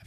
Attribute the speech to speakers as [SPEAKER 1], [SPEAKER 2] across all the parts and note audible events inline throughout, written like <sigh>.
[SPEAKER 1] hab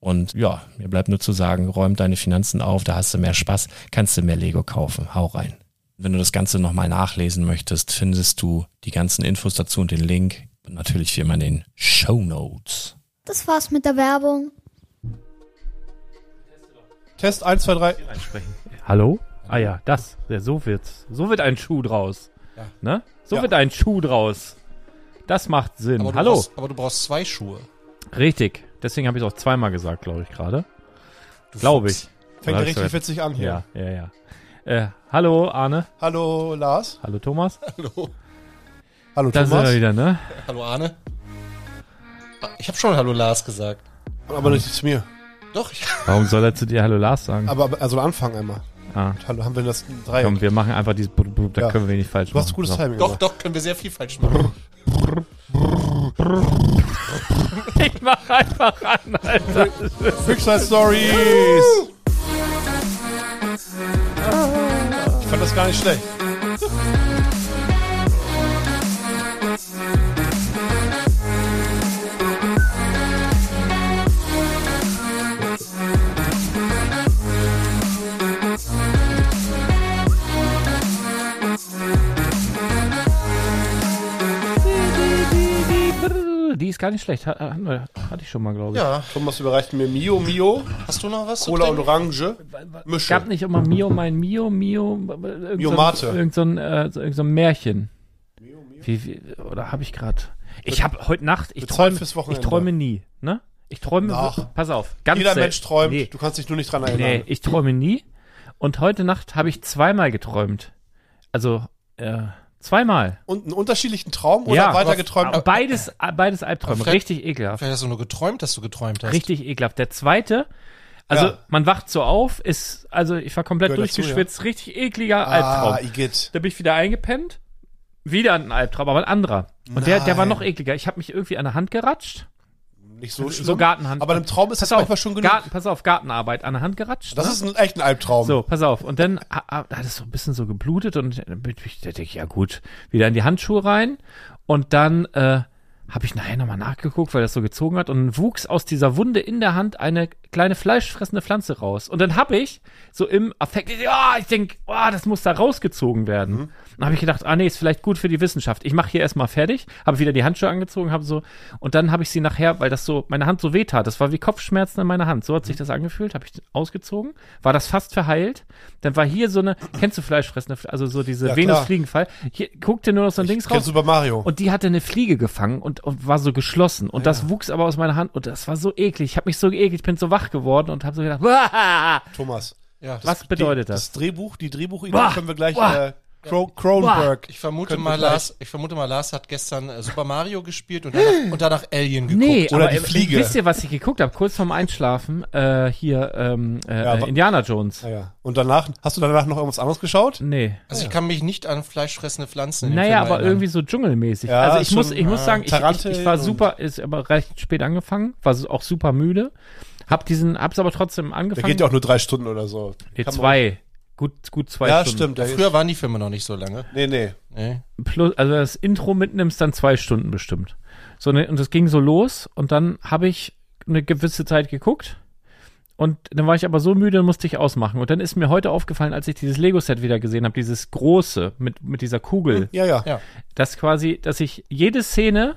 [SPEAKER 1] Und ja, mir bleibt nur zu sagen, räum deine Finanzen auf, da hast du mehr Spaß, kannst du mehr Lego kaufen. Hau rein. Wenn du das Ganze nochmal nachlesen möchtest, findest du die ganzen Infos dazu und den Link und natürlich wie immer in den Show Notes.
[SPEAKER 2] Das war's mit der Werbung.
[SPEAKER 3] Test 1, 2, 3.
[SPEAKER 4] einsprechen. Hallo? Ah ja, das. Ja, so wird's. So wird ein Schuh draus. Ne? So
[SPEAKER 3] Ja.
[SPEAKER 4] wird ein Schuh draus. Das macht Sinn.
[SPEAKER 3] Aber du
[SPEAKER 4] Hallo.
[SPEAKER 3] Brauchst, aber du brauchst zwei Schuhe.
[SPEAKER 4] Richtig. Deswegen habe ich es auch zweimal gesagt, glaube ich, gerade. Glaube ich.
[SPEAKER 3] Fängt
[SPEAKER 4] Ja,
[SPEAKER 3] richtig
[SPEAKER 4] ist ja-
[SPEAKER 3] witzig an hier.
[SPEAKER 4] Ja, ja, ja. Äh, hallo, Arne.
[SPEAKER 3] Hallo Lars.
[SPEAKER 4] Hallo, Thomas.
[SPEAKER 3] Hallo. Hallo
[SPEAKER 4] Da sind wir
[SPEAKER 3] Thomas.
[SPEAKER 4] wieder, ne?
[SPEAKER 5] Hallo Arne. Ich habe schon Hallo Lars gesagt.
[SPEAKER 3] Aber nicht zu mir.
[SPEAKER 5] Doch, ich
[SPEAKER 4] Warum soll er zu dir Hallo Lars sagen?
[SPEAKER 3] Aber aber- also Anfang einmal.
[SPEAKER 4] Ah.
[SPEAKER 3] Hallo, haben wir das drei.
[SPEAKER 4] Komm, wir machen einfach dieses Blub, Blub, da
[SPEAKER 3] Ja.
[SPEAKER 4] können wir nicht falsch
[SPEAKER 3] du hast
[SPEAKER 4] machen.
[SPEAKER 3] gutes
[SPEAKER 4] So.
[SPEAKER 3] Timing.
[SPEAKER 5] doch,
[SPEAKER 3] gemacht.
[SPEAKER 5] doch, können wir sehr viel falsch machen.
[SPEAKER 4] Ich mach einfach an, Alter.
[SPEAKER 3] Freakside Stories. Ich fand das gar nicht schlecht.
[SPEAKER 4] Die ist gar nicht schlecht. Hat- hatten wir- Hatte ich schon mal, glaube ich.
[SPEAKER 5] Ja,
[SPEAKER 3] Thomas überreicht mir Mio Mio,
[SPEAKER 5] hast du noch was? zu
[SPEAKER 3] Cola und
[SPEAKER 5] trinken?
[SPEAKER 3] Orange.
[SPEAKER 4] Es
[SPEAKER 3] Mische.
[SPEAKER 4] gab nicht immer Mio, mein Mio, Mio, irgend
[SPEAKER 3] Mio
[SPEAKER 4] so ein-
[SPEAKER 3] Mate.
[SPEAKER 4] Irgend so ein, äh, so, irgend so ein Märchen. Wie, wie, oder habe ich gerade? Ich habe heute Nacht, ich
[SPEAKER 3] Bezahlt
[SPEAKER 4] träume,
[SPEAKER 3] fürs
[SPEAKER 4] ich
[SPEAKER 3] Wochenende.
[SPEAKER 4] träume nie, ne? Ich träume,
[SPEAKER 3] Ach.
[SPEAKER 4] pass auf, ganz
[SPEAKER 3] Jeder
[SPEAKER 4] sel-
[SPEAKER 3] Mensch träumt.
[SPEAKER 4] Nee,
[SPEAKER 3] Du kannst dich nur nicht dran
[SPEAKER 4] nee,
[SPEAKER 3] erinnern.
[SPEAKER 4] ich träume nie. Und heute Nacht habe ich zweimal geträumt. Also, äh, zweimal.
[SPEAKER 3] Und einen unterschiedlichen Traum oder
[SPEAKER 4] Ja.
[SPEAKER 3] weiter geträumt?
[SPEAKER 4] Aber beides, äh, beides Albträume,
[SPEAKER 5] vielleicht-
[SPEAKER 4] richtig ekelhaft.
[SPEAKER 5] Vielleicht hast du nur geträumt, dass du geträumt hast.
[SPEAKER 4] Richtig ekelhaft. Der zweite Also
[SPEAKER 3] Ja.
[SPEAKER 4] man wacht so auf, ist, also ich war komplett
[SPEAKER 3] Gehört dazu,
[SPEAKER 4] durchgeschwitzt, richtig ekliger Albtraum.
[SPEAKER 3] Ah, Igitt.
[SPEAKER 4] Da bin ich wieder eingepennt. Wieder ein Albtraum, aber ein anderer. Und der, der war
[SPEAKER 3] Nein.
[SPEAKER 4] noch ekliger. Ich habe mich irgendwie an der Hand geratscht.
[SPEAKER 3] Nicht so schlimm.
[SPEAKER 4] So Gartenhand.
[SPEAKER 3] Aber im Traum ist das manchmal schon genug.
[SPEAKER 4] Garten, pass auf, Gartenarbeit an der Hand geratscht.
[SPEAKER 3] Das
[SPEAKER 4] ne?
[SPEAKER 3] ist ein, echt ein Albtraum.
[SPEAKER 4] so, pass auf. Und dann ha- ha- hat es so ein bisschen so geblutet und dann bin ich, da denke ich, ja gut, wieder in die Handschuhe rein. Und dann äh, habe ich nachher nochmal nachgeguckt, weil das so gezogen hat. Und dann wuchs aus dieser Wunde in der Hand eine kleine fleischfressende Pflanze raus. Und dann habe ich so im Affekt, ja, ich denke, oh, das muss da rausgezogen werden.
[SPEAKER 3] Mhm.
[SPEAKER 4] Dann habe ich gedacht, ah nee, ist vielleicht gut für die Wissenschaft. Ich mache hier erstmal fertig, habe wieder die Handschuhe angezogen, habe so, und dann habe ich sie nachher, weil das so, meine Hand so weh tat, das war wie Kopfschmerzen in meiner Hand. So hat
[SPEAKER 3] Mhm.
[SPEAKER 4] sich das angefühlt, habe ich ausgezogen, war das fast verheilt. Dann war hier so eine, kennst du Fleischfressende, also so diese
[SPEAKER 3] Ja, klar.
[SPEAKER 4] Venusfliegenfall. Hier guckte nur noch so ein Dings
[SPEAKER 3] Kennst
[SPEAKER 4] raus.
[SPEAKER 3] du Super Mario?
[SPEAKER 4] Und die hatte eine Fliege gefangen und, und war so geschlossen. Und das wuchs aber aus meiner Hand und das war so eklig. Ich habe mich so geekelt, ich bin so wach geworden und habe so gedacht, <laughs> "Wah!"
[SPEAKER 3] Thomas.
[SPEAKER 5] Ja,
[SPEAKER 4] was bedeutet das?
[SPEAKER 3] Das Drehbuch, die Drehbuchidee
[SPEAKER 4] Wah!
[SPEAKER 3] können wir gleich.
[SPEAKER 4] Wah!
[SPEAKER 3] Äh, Cro- Cronenberg.
[SPEAKER 5] Ich vermute
[SPEAKER 3] Könnten
[SPEAKER 5] mal,
[SPEAKER 3] wir gleich-
[SPEAKER 5] Lars, ich vermute mal, Lars hat gestern äh, Super Mario gespielt und danach, und danach Alien geguckt.
[SPEAKER 4] Nee,
[SPEAKER 3] Oder
[SPEAKER 4] aber
[SPEAKER 3] die
[SPEAKER 4] äh,
[SPEAKER 3] Fliege.
[SPEAKER 4] Wisst ihr, was ich geguckt habe? Kurz vorm Einschlafen, äh, hier, ähm, äh,
[SPEAKER 3] Ja,
[SPEAKER 4] äh,
[SPEAKER 3] wa-
[SPEAKER 4] Indiana Jones.
[SPEAKER 3] Ah, ja. Und danach, hast du danach noch irgendwas anderes geschaut?
[SPEAKER 4] Nee.
[SPEAKER 5] Also ich kann mich nicht an fleischfressende Pflanzen in dem
[SPEAKER 4] Naja,
[SPEAKER 5] Film
[SPEAKER 4] aber
[SPEAKER 5] erinnern.
[SPEAKER 4] irgendwie so dschungelmäßig.
[SPEAKER 3] Ja,
[SPEAKER 4] also ich
[SPEAKER 3] schon,
[SPEAKER 4] muss, ich muss
[SPEAKER 3] äh,
[SPEAKER 4] sagen, ich, ich, ich war
[SPEAKER 3] Taranteln
[SPEAKER 4] super, ist aber recht spät angefangen, war so- auch super müde. Hab diesen, hab's aber trotzdem
[SPEAKER 3] Der
[SPEAKER 4] angefangen.
[SPEAKER 3] geht ja auch nur drei Stunden oder so.
[SPEAKER 4] nee,
[SPEAKER 3] Kann man-
[SPEAKER 4] zwei. Gut, gut zwei
[SPEAKER 3] Ja,
[SPEAKER 4] Stunden.
[SPEAKER 3] stimmt. Der
[SPEAKER 5] Früher waren die Filme noch nicht so lange.
[SPEAKER 3] nee, nee.
[SPEAKER 5] Nee.
[SPEAKER 4] plus, also das Intro mitnimmst, dann zwei Stunden bestimmt. So, ne, und das ging so los und dann habe ich eine gewisse Zeit geguckt und dann war ich aber so müde und musste ich ausmachen. Und dann ist mir heute aufgefallen, als ich dieses Lego-Set wieder gesehen habe, dieses große mit, mit dieser Kugel,
[SPEAKER 3] Ja, ja.
[SPEAKER 5] Ja.
[SPEAKER 4] dass quasi, dass ich jede Szene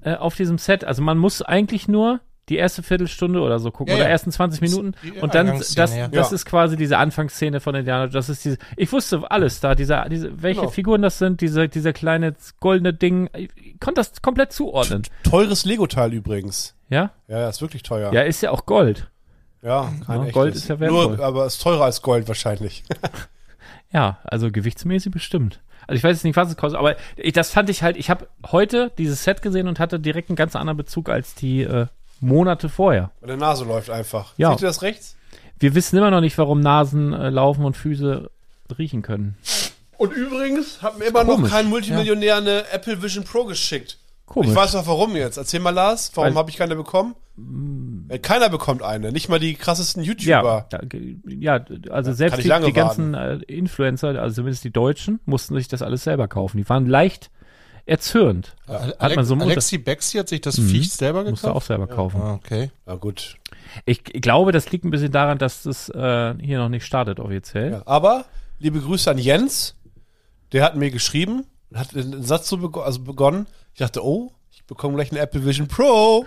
[SPEAKER 4] äh, auf diesem Set, also man muss eigentlich nur die erste Viertelstunde oder so gucken
[SPEAKER 5] Ja,
[SPEAKER 4] oder
[SPEAKER 5] ja.
[SPEAKER 4] ersten 20 Minuten
[SPEAKER 5] Die
[SPEAKER 4] und dann das,
[SPEAKER 5] Eingangsszene,
[SPEAKER 4] das
[SPEAKER 5] ja.
[SPEAKER 3] Ja.
[SPEAKER 4] ist quasi diese Anfangsszene von Indiana das ist diese ich wusste alles da dieser diese welche
[SPEAKER 3] Genau.
[SPEAKER 4] Figuren das sind diese dieser kleine goldene Ding ich konnte das komplett zuordnen
[SPEAKER 3] Teures Lego-Teil übrigens.
[SPEAKER 4] ja
[SPEAKER 3] Ja, ja, ist wirklich teuer.
[SPEAKER 4] ja ist ja auch Gold
[SPEAKER 3] Ja, kein
[SPEAKER 4] Ja,
[SPEAKER 3] echtes.
[SPEAKER 4] Gold ist ja wertvoll.
[SPEAKER 3] Nur, aber ist teurer als Gold wahrscheinlich. <laughs>
[SPEAKER 4] Ja, also gewichtsmäßig bestimmt. Also ich weiß jetzt nicht, was es kostet, aber ich, das fand ich halt, ich habe heute dieses Set gesehen und hatte direkt einen ganz anderen Bezug als die äh, Monate vorher.
[SPEAKER 3] Meine Nase läuft einfach.
[SPEAKER 4] Ja.
[SPEAKER 3] Seht ihr das rechts?
[SPEAKER 4] Wir wissen immer noch nicht, warum Nasen äh, laufen und Füße riechen können.
[SPEAKER 3] Und übrigens hat mir immer noch
[SPEAKER 4] komisch.
[SPEAKER 3] kein Multimillionär eine Apple Vision Pro geschickt.
[SPEAKER 4] Komisch.
[SPEAKER 3] Ich weiß auch warum jetzt. Erzähl mal, Lars, warum
[SPEAKER 4] Weil- Mm.
[SPEAKER 3] habe ich keine bekommen? Äh, Keiner bekommt eine. Nicht mal die krassesten
[SPEAKER 4] ja,
[SPEAKER 3] YouTuber.
[SPEAKER 4] da, ge- ja, also selbst
[SPEAKER 3] ich
[SPEAKER 4] die,
[SPEAKER 3] lange
[SPEAKER 4] die ganzen äh, Influencer, also zumindest die Deutschen, mussten sich das alles selber kaufen. Die waren leicht erzürnt.
[SPEAKER 5] Hat
[SPEAKER 4] man so einen
[SPEAKER 5] Alexi Bexi hat sich das
[SPEAKER 3] Mhm.
[SPEAKER 5] Viech selber
[SPEAKER 4] Musste auch
[SPEAKER 5] gekauft?
[SPEAKER 4] selber kaufen.
[SPEAKER 5] Ah, okay.
[SPEAKER 3] Na gut.
[SPEAKER 4] Ich glaube, das liegt ein bisschen daran, dass das äh, hier noch nicht startet offiziell.
[SPEAKER 3] Ja. Aber liebe Grüße an Jens. Der hat mir geschrieben, hat einen Satz so bego also begonnen. Ich dachte, oh, ich bekomme gleich eine Apple Vision Pro.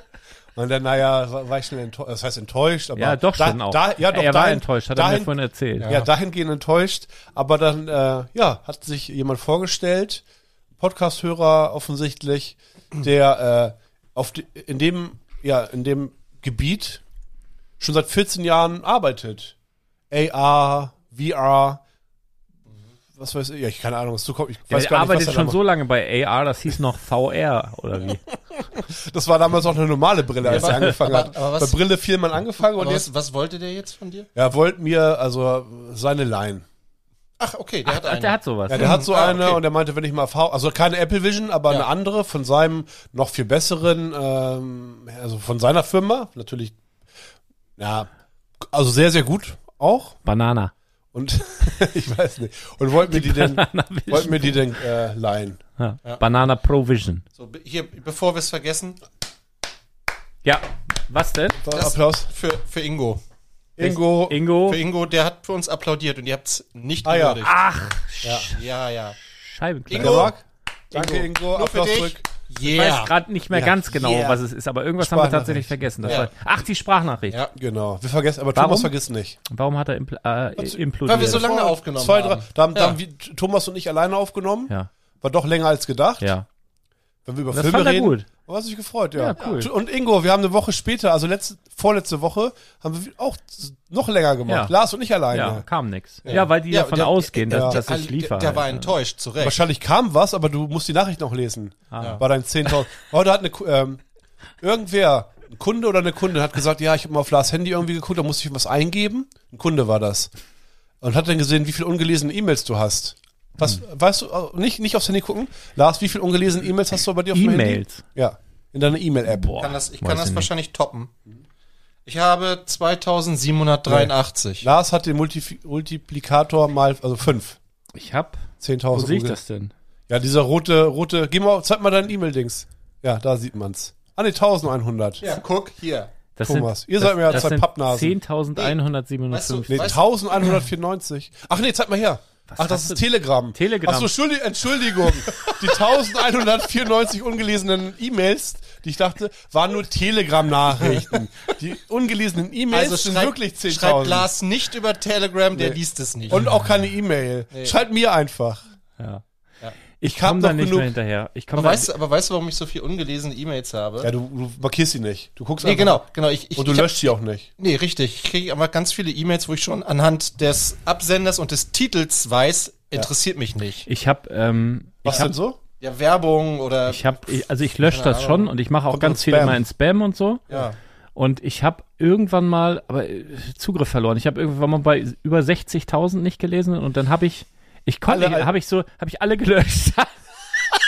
[SPEAKER 3] Und dann, naja, war war ich schnell enttäuscht. Das heißt enttäuscht, aber
[SPEAKER 4] Ja, doch
[SPEAKER 3] da,
[SPEAKER 4] schon auch.
[SPEAKER 3] Da, ja, doch,
[SPEAKER 4] er war
[SPEAKER 3] dahin-
[SPEAKER 4] enttäuscht, hat er mir
[SPEAKER 3] dahin,
[SPEAKER 4] vorhin erzählt.
[SPEAKER 3] ja. dahingehend enttäuscht. Aber dann, äh, ja, hat sich jemand vorgestellt, Podcast-Hörer offensichtlich, der äh, auf die, in dem, ja, in dem Gebiet schon seit 14 Jahren arbeitet. AR, VR, was weiß ich, ja, ich keine Ahnung, was zukommt. Ich weiß
[SPEAKER 4] der
[SPEAKER 3] gar nicht,
[SPEAKER 4] arbeitet
[SPEAKER 3] was er
[SPEAKER 4] schon
[SPEAKER 3] da
[SPEAKER 4] so lange bei AR, das hieß noch VR oder wie?
[SPEAKER 3] macht. Das war damals auch eine normale Brille, als
[SPEAKER 5] Ja,
[SPEAKER 3] er
[SPEAKER 5] aber-
[SPEAKER 3] angefangen
[SPEAKER 5] aber-
[SPEAKER 3] hat.
[SPEAKER 5] aber was-
[SPEAKER 3] Bei Brille viel man angefangen und
[SPEAKER 5] Aber
[SPEAKER 3] jetzt,
[SPEAKER 5] was, was wollte der jetzt von dir?
[SPEAKER 3] er wollte mir, also, seine Line.
[SPEAKER 5] Ach, okay, der hat
[SPEAKER 4] Ach,
[SPEAKER 5] einen.
[SPEAKER 4] der hat sowas.
[SPEAKER 3] Ja, der hat so
[SPEAKER 5] Ah,
[SPEAKER 3] eine
[SPEAKER 5] okay.
[SPEAKER 3] und er meinte, wenn ich mal Erfahrung, also keine Apple Vision, aber eine andere von seinem noch viel besseren, ähm, also von seiner Firma, natürlich, ja, also sehr, sehr gut auch.
[SPEAKER 4] Banana.
[SPEAKER 3] Und <laughs> ich weiß nicht. Und wollten mir die, denn, wollten mir die denn äh, leihen.
[SPEAKER 4] Ja. Banana Provision.
[SPEAKER 5] so, be- hier, bevor wir es vergessen,
[SPEAKER 4] Ja, was denn?
[SPEAKER 3] So,
[SPEAKER 5] Das-
[SPEAKER 3] Applaus.
[SPEAKER 5] für, für Ingo.
[SPEAKER 3] Ingo.
[SPEAKER 4] Ingo.
[SPEAKER 5] Für Ingo, der hat für uns applaudiert und ihr habt es nicht
[SPEAKER 3] Ah, ja.
[SPEAKER 5] gewürdigt. Ach, ja. Ja, ja.
[SPEAKER 4] Scheibenkleister.
[SPEAKER 3] Der
[SPEAKER 5] Ingo.
[SPEAKER 3] Marc. Danke, Ingo.
[SPEAKER 5] Nur für
[SPEAKER 3] Applaus
[SPEAKER 5] dich.
[SPEAKER 3] zurück.
[SPEAKER 4] Ich
[SPEAKER 5] Yeah.
[SPEAKER 4] weiß gerade nicht mehr ganz genau,
[SPEAKER 5] Yeah.
[SPEAKER 4] was es ist, aber irgendwas haben wir tatsächlich
[SPEAKER 3] Sprachnachricht.
[SPEAKER 4] vergessen. Das
[SPEAKER 5] Ja.
[SPEAKER 4] war, ach, die Sprachnachricht.
[SPEAKER 5] Ja.
[SPEAKER 3] Genau. Wir vergessen, aber
[SPEAKER 4] Warum?
[SPEAKER 3] Thomas vergisst nicht.
[SPEAKER 4] Warum hat er impl äh,
[SPEAKER 5] Weil
[SPEAKER 4] implodiert?
[SPEAKER 5] wir so lange aufgenommen
[SPEAKER 3] Zwei, drei,
[SPEAKER 5] haben.
[SPEAKER 3] da haben, da
[SPEAKER 5] Ja.
[SPEAKER 3] haben wir, Thomas und ich alleine aufgenommen.
[SPEAKER 4] ja,
[SPEAKER 3] War doch länger als gedacht.
[SPEAKER 4] ja.
[SPEAKER 3] Wenn wir über
[SPEAKER 4] Das
[SPEAKER 3] Filme
[SPEAKER 4] fand er
[SPEAKER 3] reden.
[SPEAKER 4] gut.
[SPEAKER 3] Oh, Hast du dich gefreut, ja.
[SPEAKER 4] Ja, cool.
[SPEAKER 3] Und Ingo, wir haben eine Woche später, also letzte, vorletzte Woche, haben wir auch noch länger gemacht.
[SPEAKER 4] Ja.
[SPEAKER 3] Lars und ich alleine.
[SPEAKER 4] Ja, kam nix. Ja, weil die
[SPEAKER 5] Ja,
[SPEAKER 4] davon
[SPEAKER 5] der-
[SPEAKER 4] ausgehen, dass,
[SPEAKER 3] ja.
[SPEAKER 4] dass ich
[SPEAKER 5] Ali-
[SPEAKER 4] liefere.
[SPEAKER 5] der, der war
[SPEAKER 4] halt.
[SPEAKER 5] enttäuscht, zu Recht.
[SPEAKER 3] Wahrscheinlich kam was,
[SPEAKER 4] Ah.
[SPEAKER 3] Oh, aber du musst die Nachricht noch lesen. War dein 10.000. Heute hat eine, Ku- ähm, irgendwer ein Kunde oder eine Kunde hat gesagt, ja, ich habe mal auf Lars Handy irgendwie geguckt, da musste ich was eingeben. Ein Kunde war das. Und hat dann gesehen, wie viele ungelesene E-Mails du hast.
[SPEAKER 4] Hm.
[SPEAKER 3] Was, weißt du, äh, nicht, nicht aufs Handy gucken. Lars, wie viele ungelesene E-Mails hast du bei dir auf dem Handy?
[SPEAKER 4] E-Mails.
[SPEAKER 3] Ja, in deiner E-Mail-App.
[SPEAKER 5] Ich kann das, ich kann
[SPEAKER 6] weiß ich
[SPEAKER 5] das
[SPEAKER 6] nicht.
[SPEAKER 5] wahrscheinlich toppen. Ich habe 2783.
[SPEAKER 3] Lars hat den Multi Multiplikator mal, also fünf,
[SPEAKER 4] Ich hab. Wo
[SPEAKER 3] 10.000.
[SPEAKER 4] sehe ich
[SPEAKER 3] Google.
[SPEAKER 4] das denn?
[SPEAKER 3] Ja, dieser rote, rote, geh mal, zeig mal dein E-Mail-Dings. Ja, da sieht man's. Ah, ne, 1100.
[SPEAKER 5] Ja, guck hier.
[SPEAKER 4] Das
[SPEAKER 3] Thomas, ihr seid mir ja
[SPEAKER 4] das
[SPEAKER 3] zwei
[SPEAKER 4] sind
[SPEAKER 3] Pappnasen.
[SPEAKER 4] 10.197.
[SPEAKER 5] Weißt du,
[SPEAKER 3] Nee,
[SPEAKER 5] Weißt-
[SPEAKER 3] 1194. Ach nee, zeig mal her. Ach, das
[SPEAKER 4] hast
[SPEAKER 3] ist
[SPEAKER 4] du-
[SPEAKER 3] Telegram.
[SPEAKER 4] Telegram.
[SPEAKER 3] Ach so, Entschuldi- Entschuldigung. Die 1194 ungelesenen E-Mails, die ich dachte, waren nur Telegram-Nachrichten. Die ungelesenen E-Mails
[SPEAKER 5] Also
[SPEAKER 3] sind
[SPEAKER 5] schreibt,
[SPEAKER 3] wirklich
[SPEAKER 5] schreibt
[SPEAKER 3] 10.000.
[SPEAKER 5] Lars nicht über Telegram, der liest es nicht.
[SPEAKER 3] Und auch keine E-Mail. Schreibt mir einfach.
[SPEAKER 4] Ich
[SPEAKER 3] hab
[SPEAKER 4] komme da
[SPEAKER 3] noch
[SPEAKER 4] nicht
[SPEAKER 3] genug.
[SPEAKER 4] mehr hinterher. Ich komme
[SPEAKER 5] aber, weißt, du- aber weißt du, warum ich so viel ungelesene E-Mails habe?
[SPEAKER 3] Ja, du, du markierst sie nicht. Du guckst
[SPEAKER 5] nee,
[SPEAKER 3] einfach.
[SPEAKER 5] genau, genau. Ich, ich,
[SPEAKER 3] Und du
[SPEAKER 5] ich hab-
[SPEAKER 3] löscht sie auch nicht.
[SPEAKER 5] Nee, richtig. Ich kriege aber ganz viele E-Mails, wo ich schon anhand des Absenders und des Titels weiß, interessiert mich nicht.
[SPEAKER 4] ich habe, ähm,
[SPEAKER 3] Was
[SPEAKER 4] ich hab,
[SPEAKER 3] denn so?
[SPEAKER 5] Ja, Werbung oder
[SPEAKER 4] ich hab, ich, also ich lösche das schon und ich mache auch
[SPEAKER 3] Kommt
[SPEAKER 4] ganz
[SPEAKER 3] in
[SPEAKER 4] viel
[SPEAKER 3] Spam.
[SPEAKER 4] immer in Spam und so.
[SPEAKER 5] ja.
[SPEAKER 4] Und ich habe irgendwann mal, aber äh, Zugriff verloren. Ich habe irgendwann mal bei über 60.000 nicht gelesen und dann habe ich, ich konnte,
[SPEAKER 3] Alle, alle-
[SPEAKER 4] habe ich so, habe ich alle gelöscht. <laughs>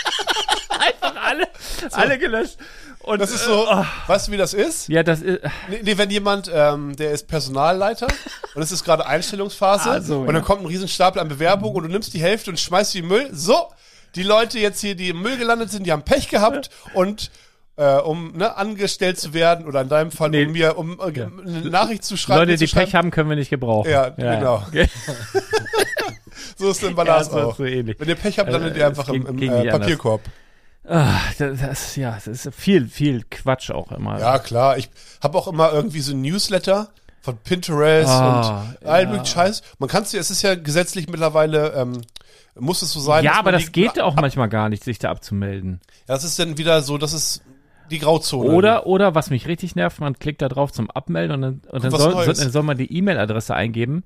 [SPEAKER 4] Einfach alle, alle gelöscht. Und äh,
[SPEAKER 3] Das ist so, weißt du, wie das ist?
[SPEAKER 4] Ah. ja, das äh, ist,
[SPEAKER 3] Nee, nee, wenn jemand, ähm, der ist
[SPEAKER 4] <laughs>
[SPEAKER 3] Personalleiter und es ist gerade Einstellungsphase
[SPEAKER 4] Ah, so,
[SPEAKER 3] und dann
[SPEAKER 4] ja.
[SPEAKER 3] kommt ein Riesenstapel an Bewerbungen und du nimmst die Hälfte und schmeißt die in den Müll. So, die Leute jetzt hier, die im Müll gelandet sind, die haben Pech gehabt und äh, um ne, angestellt zu werden oder in deinem Fall
[SPEAKER 4] Nee.
[SPEAKER 3] um mir um äh, eine Nachricht zu schreiben.
[SPEAKER 4] Leute,
[SPEAKER 3] zu
[SPEAKER 4] die Pech
[SPEAKER 3] schreiben.
[SPEAKER 4] haben, können wir nicht gebrauchen.
[SPEAKER 3] Ja, genau. <laughs>
[SPEAKER 4] Okay.
[SPEAKER 3] So ist denn bei Lars
[SPEAKER 4] Ja, so-
[SPEAKER 3] auch.
[SPEAKER 4] so ähnlich.
[SPEAKER 3] Wenn ihr Pech habt, landet
[SPEAKER 4] Äh,
[SPEAKER 3] ihr einfach
[SPEAKER 4] es ging-
[SPEAKER 3] im, im
[SPEAKER 4] ging
[SPEAKER 3] äh,
[SPEAKER 4] nicht anders.
[SPEAKER 3] Papierkorb.
[SPEAKER 4] Ah, das, das, ja, das ist viel, viel Quatsch auch immer.
[SPEAKER 3] Ja, klar. Ich habe auch immer irgendwie so ein Newsletter von Pinterest
[SPEAKER 4] Ah,
[SPEAKER 3] und all möglichen Scheiß. Man kann es ja, es ist ja gesetzlich mittlerweile, ähm, muss es so sein.
[SPEAKER 4] ja
[SPEAKER 3] dass
[SPEAKER 4] aber
[SPEAKER 3] man
[SPEAKER 4] das
[SPEAKER 3] die,
[SPEAKER 4] geht ja auch manchmal gar nicht, sich da abzumelden.
[SPEAKER 3] Das ist dann wieder so, das ist die Grauzone.
[SPEAKER 4] Oder, oder, was mich richtig nervt, man klickt da drauf zum Abmelden und dann, und dann,
[SPEAKER 3] was
[SPEAKER 4] soll, soll,
[SPEAKER 3] Neues.
[SPEAKER 4] dann soll man die E-Mail-Adresse eingeben,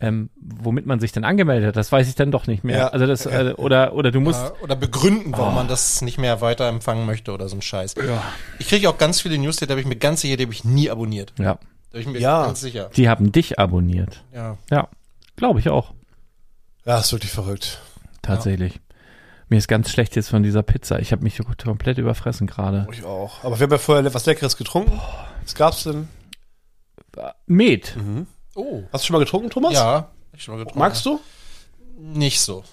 [SPEAKER 4] ähm, womit man sich dann angemeldet hat. Das weiß ich dann doch nicht mehr.
[SPEAKER 3] Ja.
[SPEAKER 4] Also das, äh, oder, oder du musst,
[SPEAKER 5] Ja, äh, Oder begründen, warum
[SPEAKER 3] Ah.
[SPEAKER 5] man das nicht mehr weiterempfangen möchte oder so ein Scheiß. Ich kriege auch ganz viele Newsletter, da bin ich mir ganz sicher, die habe ich nie abonniert.
[SPEAKER 4] ja.
[SPEAKER 5] Da bin ich mir
[SPEAKER 3] Ja.
[SPEAKER 5] ganz sicher.
[SPEAKER 4] die haben dich abonniert.
[SPEAKER 5] Ja.
[SPEAKER 4] Ja, glaube ich auch,
[SPEAKER 3] Ja, ist wirklich verrückt.
[SPEAKER 4] tatsächlich. Mir ist ganz schlecht jetzt von dieser Pizza. Ich habe mich komplett überfressen gerade.
[SPEAKER 3] Ich auch. Aber wir haben ja vorher was Leckeres getrunken. Was gab's denn?
[SPEAKER 4] Met.
[SPEAKER 3] Mhm.
[SPEAKER 5] Oh.
[SPEAKER 3] Hast du schon mal getrunken, Thomas?
[SPEAKER 5] Ja. hab Ich schon mal getrunken.
[SPEAKER 3] Magst du?
[SPEAKER 5] Nicht so.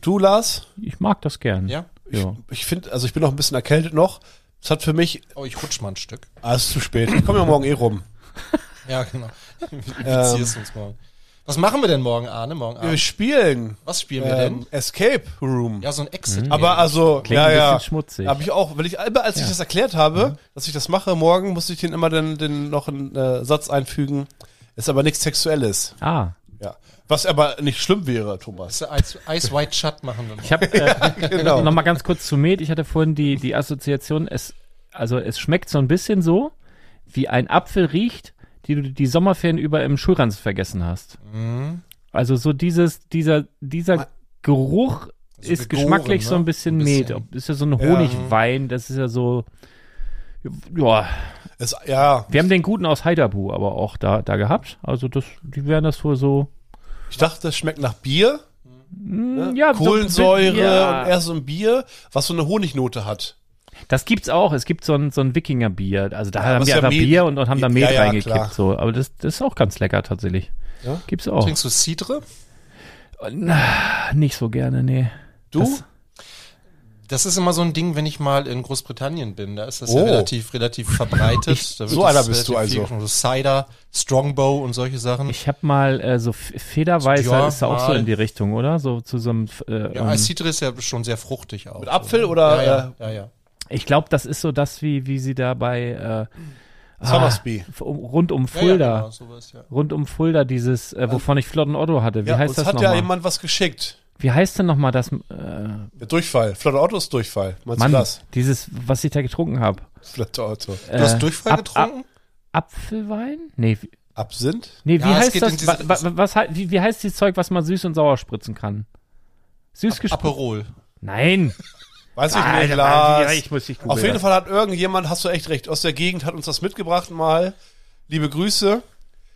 [SPEAKER 3] Du, Lars?
[SPEAKER 4] Ich mag das gern.
[SPEAKER 5] Ja.
[SPEAKER 4] ja.
[SPEAKER 3] Ich finde, also ich bin noch ein bisschen erkältet noch. Es hat für mich,
[SPEAKER 5] Oh, ich rutsch mal ein Stück.
[SPEAKER 3] ah, es ist zu spät. Ich komme ja morgen eh rum.
[SPEAKER 5] Ja, genau. <laughs>
[SPEAKER 3] Ähm.
[SPEAKER 5] Wie ziehst du uns morgen? Was machen wir denn morgen, Arne? Morgen
[SPEAKER 3] Wir
[SPEAKER 5] Abend?
[SPEAKER 3] spielen
[SPEAKER 5] Was spielen wir
[SPEAKER 3] ähm,
[SPEAKER 5] denn?
[SPEAKER 3] Escape Room.
[SPEAKER 5] Ja, so ein Exit.
[SPEAKER 3] Aber also,
[SPEAKER 4] Klingt
[SPEAKER 3] ja,
[SPEAKER 4] ein
[SPEAKER 3] ja.
[SPEAKER 4] bisschen schmutzig.
[SPEAKER 3] Hab ich auch, weil ich, als ich das erklärt habe, dass ich das mache, morgen muss ich den immer dann den noch einen äh, Satz einfügen. Ist aber nichts Sexuelles.
[SPEAKER 4] Ah,
[SPEAKER 3] Ja. Was aber nicht schlimm wäre, Thomas.
[SPEAKER 5] Ice, Ice White Shut machen wir mal.
[SPEAKER 4] ich habe äh,
[SPEAKER 5] Oh.
[SPEAKER 3] Genau.
[SPEAKER 4] Nochmal ganz kurz zu Met. Ich hatte vorhin die, die Assoziation, es, also es schmeckt so ein bisschen so, wie ein Apfel riecht, die du die Sommerferien über im Schulranzen vergessen hast.
[SPEAKER 5] Mhm.
[SPEAKER 4] Also so dieses, dieser, dieser Geruch
[SPEAKER 5] So
[SPEAKER 4] ist
[SPEAKER 5] gegoren,
[SPEAKER 4] geschmacklich
[SPEAKER 5] ne?
[SPEAKER 4] so ein bisschen,
[SPEAKER 5] Ein bisschen.
[SPEAKER 4] Met. Ist ja so ein Honigwein, das ist ja so. Ja,
[SPEAKER 3] Es, ja,
[SPEAKER 4] wir haben den guten aus Heidabu aber auch da, da gehabt. Also das, die wären das wohl so.
[SPEAKER 3] ich dachte, es schmeckt nach Bier,
[SPEAKER 4] mh, Ja, so-
[SPEAKER 3] Kohlensäure
[SPEAKER 4] ja.
[SPEAKER 3] und eher so ein Bier, was so eine Honignote hat.
[SPEAKER 4] Das gibt's auch. Es gibt so ein, so ein Wikingerbier. Also da haben
[SPEAKER 3] aber
[SPEAKER 4] wir
[SPEAKER 3] ist ja
[SPEAKER 4] einfach
[SPEAKER 3] Met-
[SPEAKER 4] Bier und, und haben da
[SPEAKER 3] Ja,
[SPEAKER 4] Mehl
[SPEAKER 3] ja, klar.
[SPEAKER 4] reingekippt. So. Aber das, das ist auch ganz lecker tatsächlich.
[SPEAKER 3] Ja?
[SPEAKER 4] Gibt's auch.
[SPEAKER 5] Trinkst du Cidre?
[SPEAKER 4] Ach, nicht so gerne, nee.
[SPEAKER 3] Du?
[SPEAKER 4] Das-
[SPEAKER 5] Das ist immer so ein Ding, wenn ich mal in Großbritannien bin. Da ist das
[SPEAKER 3] Oh.
[SPEAKER 5] ja relativ, relativ verbreitet. Da wird
[SPEAKER 3] So
[SPEAKER 5] das
[SPEAKER 3] einer bist du
[SPEAKER 5] relativ
[SPEAKER 3] also.
[SPEAKER 5] viel- so Cider, Strongbow und solche Sachen.
[SPEAKER 4] Ich hab mal äh, so F- Federweißer
[SPEAKER 5] Ja,
[SPEAKER 4] ist ja auch so
[SPEAKER 5] mal.
[SPEAKER 4] in die Richtung, oder? So zu so einem. F- Äh,
[SPEAKER 5] ja,
[SPEAKER 4] ähm,
[SPEAKER 5] Cidre ist ja schon sehr fruchtig auch. ne?
[SPEAKER 3] Mit Apfel oder
[SPEAKER 5] Ja, ja,
[SPEAKER 3] äh,
[SPEAKER 5] ja, ja.
[SPEAKER 4] ich glaube, das ist so das, wie, wie sie da bei äh,
[SPEAKER 3] Summersby?
[SPEAKER 4] f- um, rund um
[SPEAKER 5] Ja, ja,
[SPEAKER 4] Fulda.
[SPEAKER 5] genau, sowas, ja.
[SPEAKER 4] Rund um Fulda dieses, äh, wovon ich Flotten Otto hatte. Wie
[SPEAKER 3] Ja,
[SPEAKER 4] heißt
[SPEAKER 3] uns
[SPEAKER 4] das
[SPEAKER 3] hat ja
[SPEAKER 4] nochmal?
[SPEAKER 3] jemand was geschickt.
[SPEAKER 4] wie heißt denn nochmal das? Äh,
[SPEAKER 3] Der Durchfall. Flotte Autos Durchfall. Meinst
[SPEAKER 4] Mann,
[SPEAKER 3] du das?
[SPEAKER 4] dieses, was ich da getrunken habe.
[SPEAKER 3] Flotte Auto.
[SPEAKER 5] Du hast Durchfall
[SPEAKER 4] Äh, ab-
[SPEAKER 5] getrunken?
[SPEAKER 3] Ah.
[SPEAKER 4] Apfelwein? Nee, wie-
[SPEAKER 3] Absinth?
[SPEAKER 4] nee wie
[SPEAKER 5] Ja, es
[SPEAKER 4] heißt
[SPEAKER 5] geht in
[SPEAKER 3] um
[SPEAKER 4] das? Wa,
[SPEAKER 5] diese-
[SPEAKER 4] wa, was, hei- wie, wie heißt dieses Zeug, was man süß und sauer spritzen kann? Süß gespritzt?
[SPEAKER 5] Aperol.
[SPEAKER 4] Nein.
[SPEAKER 3] Weiß ich
[SPEAKER 4] Alter,
[SPEAKER 3] nicht, Lars.
[SPEAKER 4] ja, ich muss dich googeln
[SPEAKER 3] Auf jeden
[SPEAKER 4] lassen.
[SPEAKER 3] Fall hat irgendjemand, hast du echt recht, aus der Gegend hat uns das mitgebracht mal. Liebe Grüße.